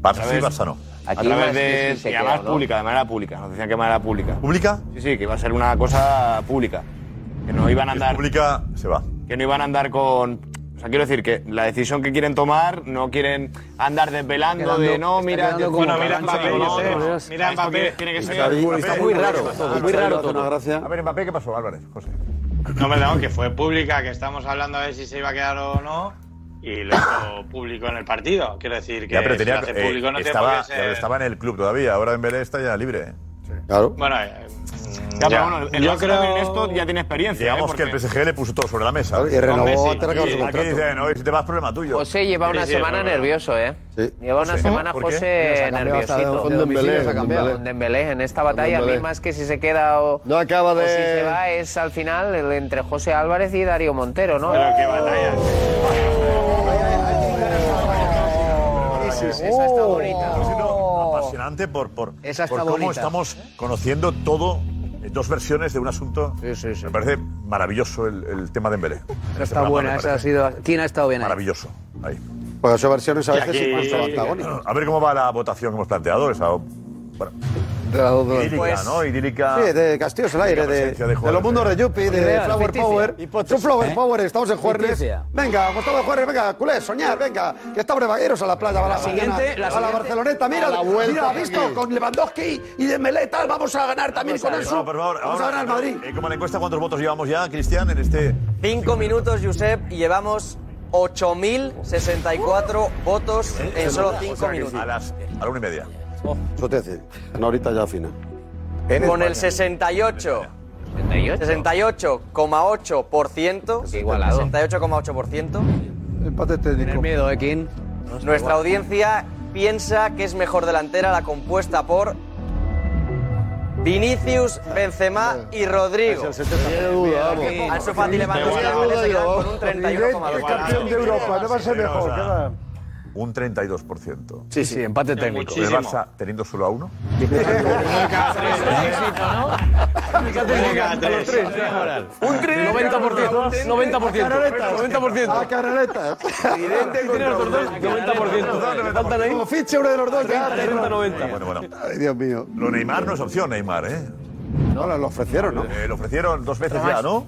Barça A sí, través- Barça no. A Aquí través más de. que si se y además queda o no. pública, de manera pública. Nos decían que de manera pública. ¿Pública? Sí, sí, que iba a ser una cosa pública. Que no iban a Si es andar. pública, se va. Que no iban a andar con. O sea, quiero decir que la decisión que quieren tomar no quieren andar desvelando Quedando- de no, está mira. quedando bueno, como mira Mbappé, Mbappé, yo no, sé. no. Mira Esto Mbappé. tiene- tiene que ser. Está muy raro Ah, todo, muy raro todo. A ver, Mbappé, ¿qué pasó, Álvarez? José. No, hombre, no, que fue pública, que estamos hablando a ver si se iba a quedar o no. Y lo hizo público en el partido. Quiero decir que Ya, pero si tenía- lo hace eh, público no tiene estaba, por qué ser- estaba en el club todavía. Ahora Dembélé está ya libre. ¿eh? Claro. Bueno, eh, Ya, ya. pero bueno, el yo Barça creo también que en esto ya tiene experiencia. Digamos ¿eh? que el Porque- PSG le puso todo sobre la mesa. Y renovó Con Messi. Aquí hasta que acabó su contrato. dicen, oye, si te vas problematito. José lleva una semana nervioso, ¿eh? Lleva una Sí. semana ¿Por qué? José Nos ha cambiado hasta nerviosito. de- de domicilio, Dembélé, se ha cambiado. Con Dembélé. En esta batalla, a mí Dembélé. más que si se queda o, No acaba o de- si se va, es al final el- entre José Álvarez y Darío Montero, ¿no? Pero qué batalla. Esa está bonita. Ha sido apasionante por, por, Esa está por cómo bonita. estamos conociendo todo, eh, dos versiones de un asunto. Me parece maravilloso el, el tema de Dembélé. Esa está buena, esa ha sido. ¿Quién ha estado bien ahí? Maravilloso. Ahí. Pues son versiones a Y veces aquí- incluso antagónicas. A ver cómo va la votación que hemos planteado. esa- bueno, entre las dos Idílica, Pues- delanteras. ¿no? Idílica. Pues Sí, de Castillos al aire, de, presencia ¿eh? de jugadores. los mundos de Yuppie, Pues de Irreal, Flower ficticia. Power. Hipótesis, Son Flower ¿eh? Power, estamos en Juernes. Ficticia. Venga, apostamos en Juernes, venga, culé, soñar, venga, que estamos de vagueros a la playa, va La la siguiente, mañana, la va siguiente. Barceloneta, mira, A la vuelta mira, de visto, aquí. con Lewandowski y Dembélé, tal, vamos a ganar también con eso. No, por favor, vamos ahora, a ganar al Madrid. eh, como la encuesta, ¿cuántos votos llevamos ya, Cristian, en este...? Cinco minutos, Josep, y llevamos 8.064 votos en solo Eh, O cinco sea que minutos. A las a la una y media. Eso te hace. Una horita ya fina. Con el 68. 68,8%. igualado. 68,8%. Empate técnico. miedo, ¿eh, King? Nuestra audiencia piensa que es mejor delantera la compuesta por Vinicius, Benzema Eh, y Rodrigo. Ansu Fati levantó la maleta con un 31,2%. campeón de Europa, no va a ser mejor. ¿qué va? Un 32%. Sí, sí, empate técnico. El Muchísimo. Barça teniendo solo a uno. Un 90%. 90%. 90%. A Caroleta. Tiene los dos, 90%. Faltan ahí. Como fiche uno de los dos, ya. 30, 90. Bueno, bueno. Ay, Dios mío. Lo Neymar no es opción, Neymar, ¿eh? No, lo ofrecieron, ¿no? lo ofrecieron dos veces Además- ya, ¿no?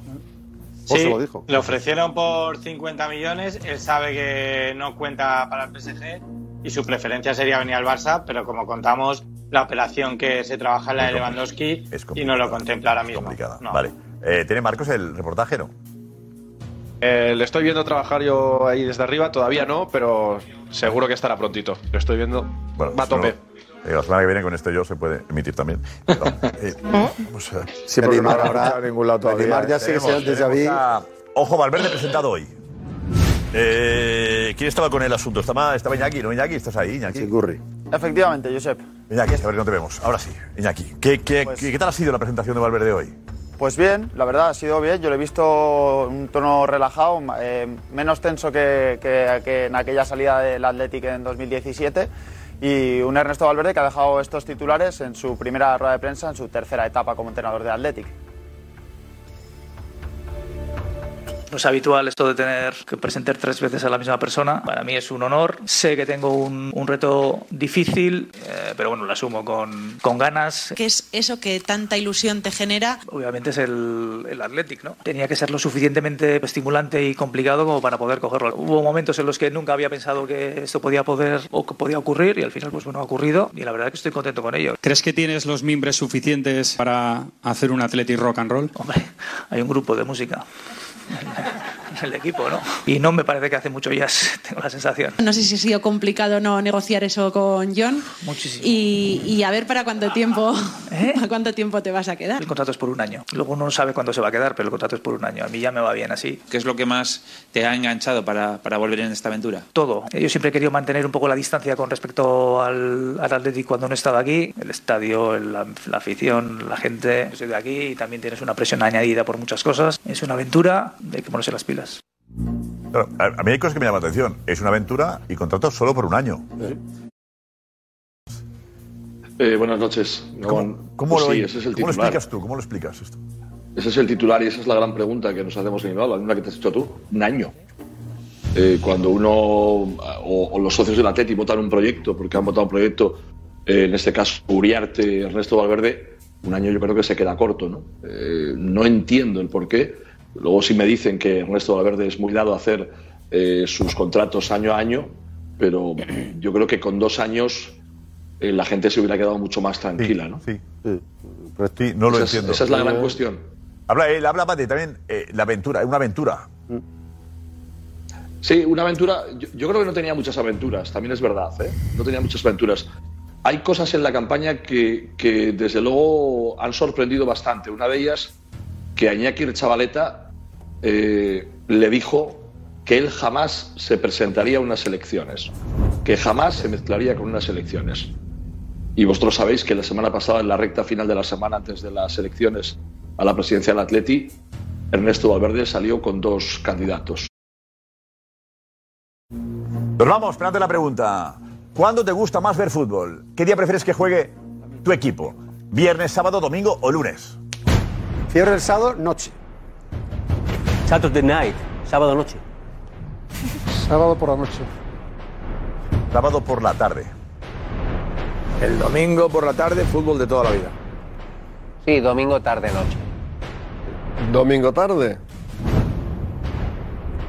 Sí, Le ofrecieron por 50 millones, él sabe que no cuenta para el PSG y su preferencia sería venir al Barça, pero como contamos, la operación que se trabaja es la de Lewandowski y no lo contempla ahora mismo. No. Vale. Eh, ¿Tiene Marcos el reportaje, no? Eh, le estoy viendo trabajar yo ahí desde arriba, todavía no, pero seguro que estará prontito. Lo estoy viendo. Va a solo- tope. Eh, la semana que viene con esto yo se puede emitir también. Pero, eh, vamos a- Sí, porque no habrá escuchado en ningún lado todavía. Neymar ¿eh? Tenemos- tenemos a- Ojo, Valverde presentado hoy. Eh, ¿Quién estaba con el asunto? Estaba, estaba Iñaki, ¿no, Iñaki? ¿Estás ahí, Iñaki? Iñaki, Efectivamente, Josep. a ver, no te vemos. Ahora sí, Iñaki. ¿Qué, qué, qué, qué tal ha sido la presentación de Valverde hoy? Pues bien, la verdad ha sido bien. Yo lo he visto en un tono relajado, eh, menos tenso que, que- que en aquella salida del Athletic en 2017. Y un Ernesto Valverde que ha dejado estos titulares en su primera rueda de prensa, en su tercera etapa como entrenador de Athletic. No es habitual esto de tener que presentar tres veces a la misma persona. Para mí es un honor. Sé que tengo un, un reto difícil, eh, pero bueno, lo asumo con, con ganas. ¿Qué es eso que tanta ilusión te genera? Obviamente es el, el Athletic, ¿no? Tenía que ser lo suficientemente estimulante y complicado como para poder cogerlo. Hubo momentos en los que nunca había pensado que esto podía poder o que podía ocurrir y al final, pues bueno, ha ocurrido y la verdad es que estoy contento con ello. ¿Crees que tienes los mimbres suficientes para hacer un Athletic rock and roll? Hombre, hay un grupo de música en el equipo, ¿no? Y no me parece que hace mucho jazz, tengo la sensación. No sé si ha sido complicado no negociar eso con John. Muchísimo. Y, y a ver para cuánto tiempo, ¿a cuánto tiempo te vas a quedar? El contrato es por un año. Luego uno no sabe cuándo se va a quedar, pero el contrato es por un año. A mí ya me va bien así. ¿Qué es lo que más te ha enganchado para, para volver en esta aventura? Todo. Eh, Yo siempre he querido mantener un poco la distancia con respecto al, al Atlético cuando no estaba aquí. El estadio, el- la, la afición, la gente. Yo soy de aquí y también tienes una presión añadida por muchas cosas. Es una aventura, hay que ponerse las pilas. Claro, a, a mí hay cosas que me llaman la atención. Es una aventura y contrato solo por un año. Eh, buenas noches. No, ¿Cómo, pues lo, sí, ese es el ¿Cómo lo titular. explicas tú? ¿Cómo lo explicas esto? Ese es el titular y esa es la gran pregunta que nos hacemos en Bilbao, la misma que te has hecho tú. Un año. Eh, cuando uno eh, o, o los socios del Atleti votan un proyecto, porque han votado un proyecto, eh, en este caso Uriarte, Ernesto Valverde, un año yo creo que se queda corto. ¿no? Eh, no entiendo el por qué. Luego si me dicen que Ernesto Valverde es muy dado a hacer eh, sus contratos año a año, pero yo creo que con dos años eh, la gente se hubiera quedado mucho más tranquila. ¿no? Pero estoy- no lo Esa es- entiendo. esa es la gran cuestión. Habla él, habla Pati, también eh, la aventura, es una aventura. Mm. Sí, una aventura. Yo, yo creo que no tenía muchas aventuras, también es verdad, ¿eh? No tenía muchas aventuras. Hay cosas en la campaña que, que, desde luego han sorprendido bastante. Una de ellas, que a Iñaki Chavaleta le dijo que él jamás se presentaría a unas elecciones, que jamás se mezclaría con unas elecciones. Y vosotros sabéis que la semana pasada, en la recta final de la semana antes de las elecciones a la presidencia del Atleti, Ernesto Valverde salió con dos candidatos. Nos Pues vamos, esperando la pregunta. ¿Cuándo te gusta más ver fútbol? ¿Qué día prefieres que juegue tu equipo? ¿Viernes, sábado, domingo o lunes? Fiebre el sábado, noche. Saturday night, sábado noche. Sábado por la noche. Sábado por la tarde. El domingo por la tarde, fútbol de toda la vida. Sí, domingo tarde noche. Domingo tarde.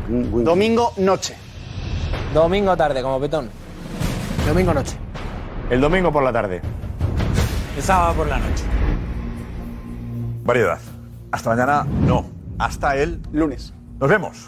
Domingo noche. Domingo tarde, como petón. Domingo noche. El domingo por la tarde. El sábado Ah, por la noche. Variedad. Hasta mañana, no. Hasta el lunes. Nos vemos.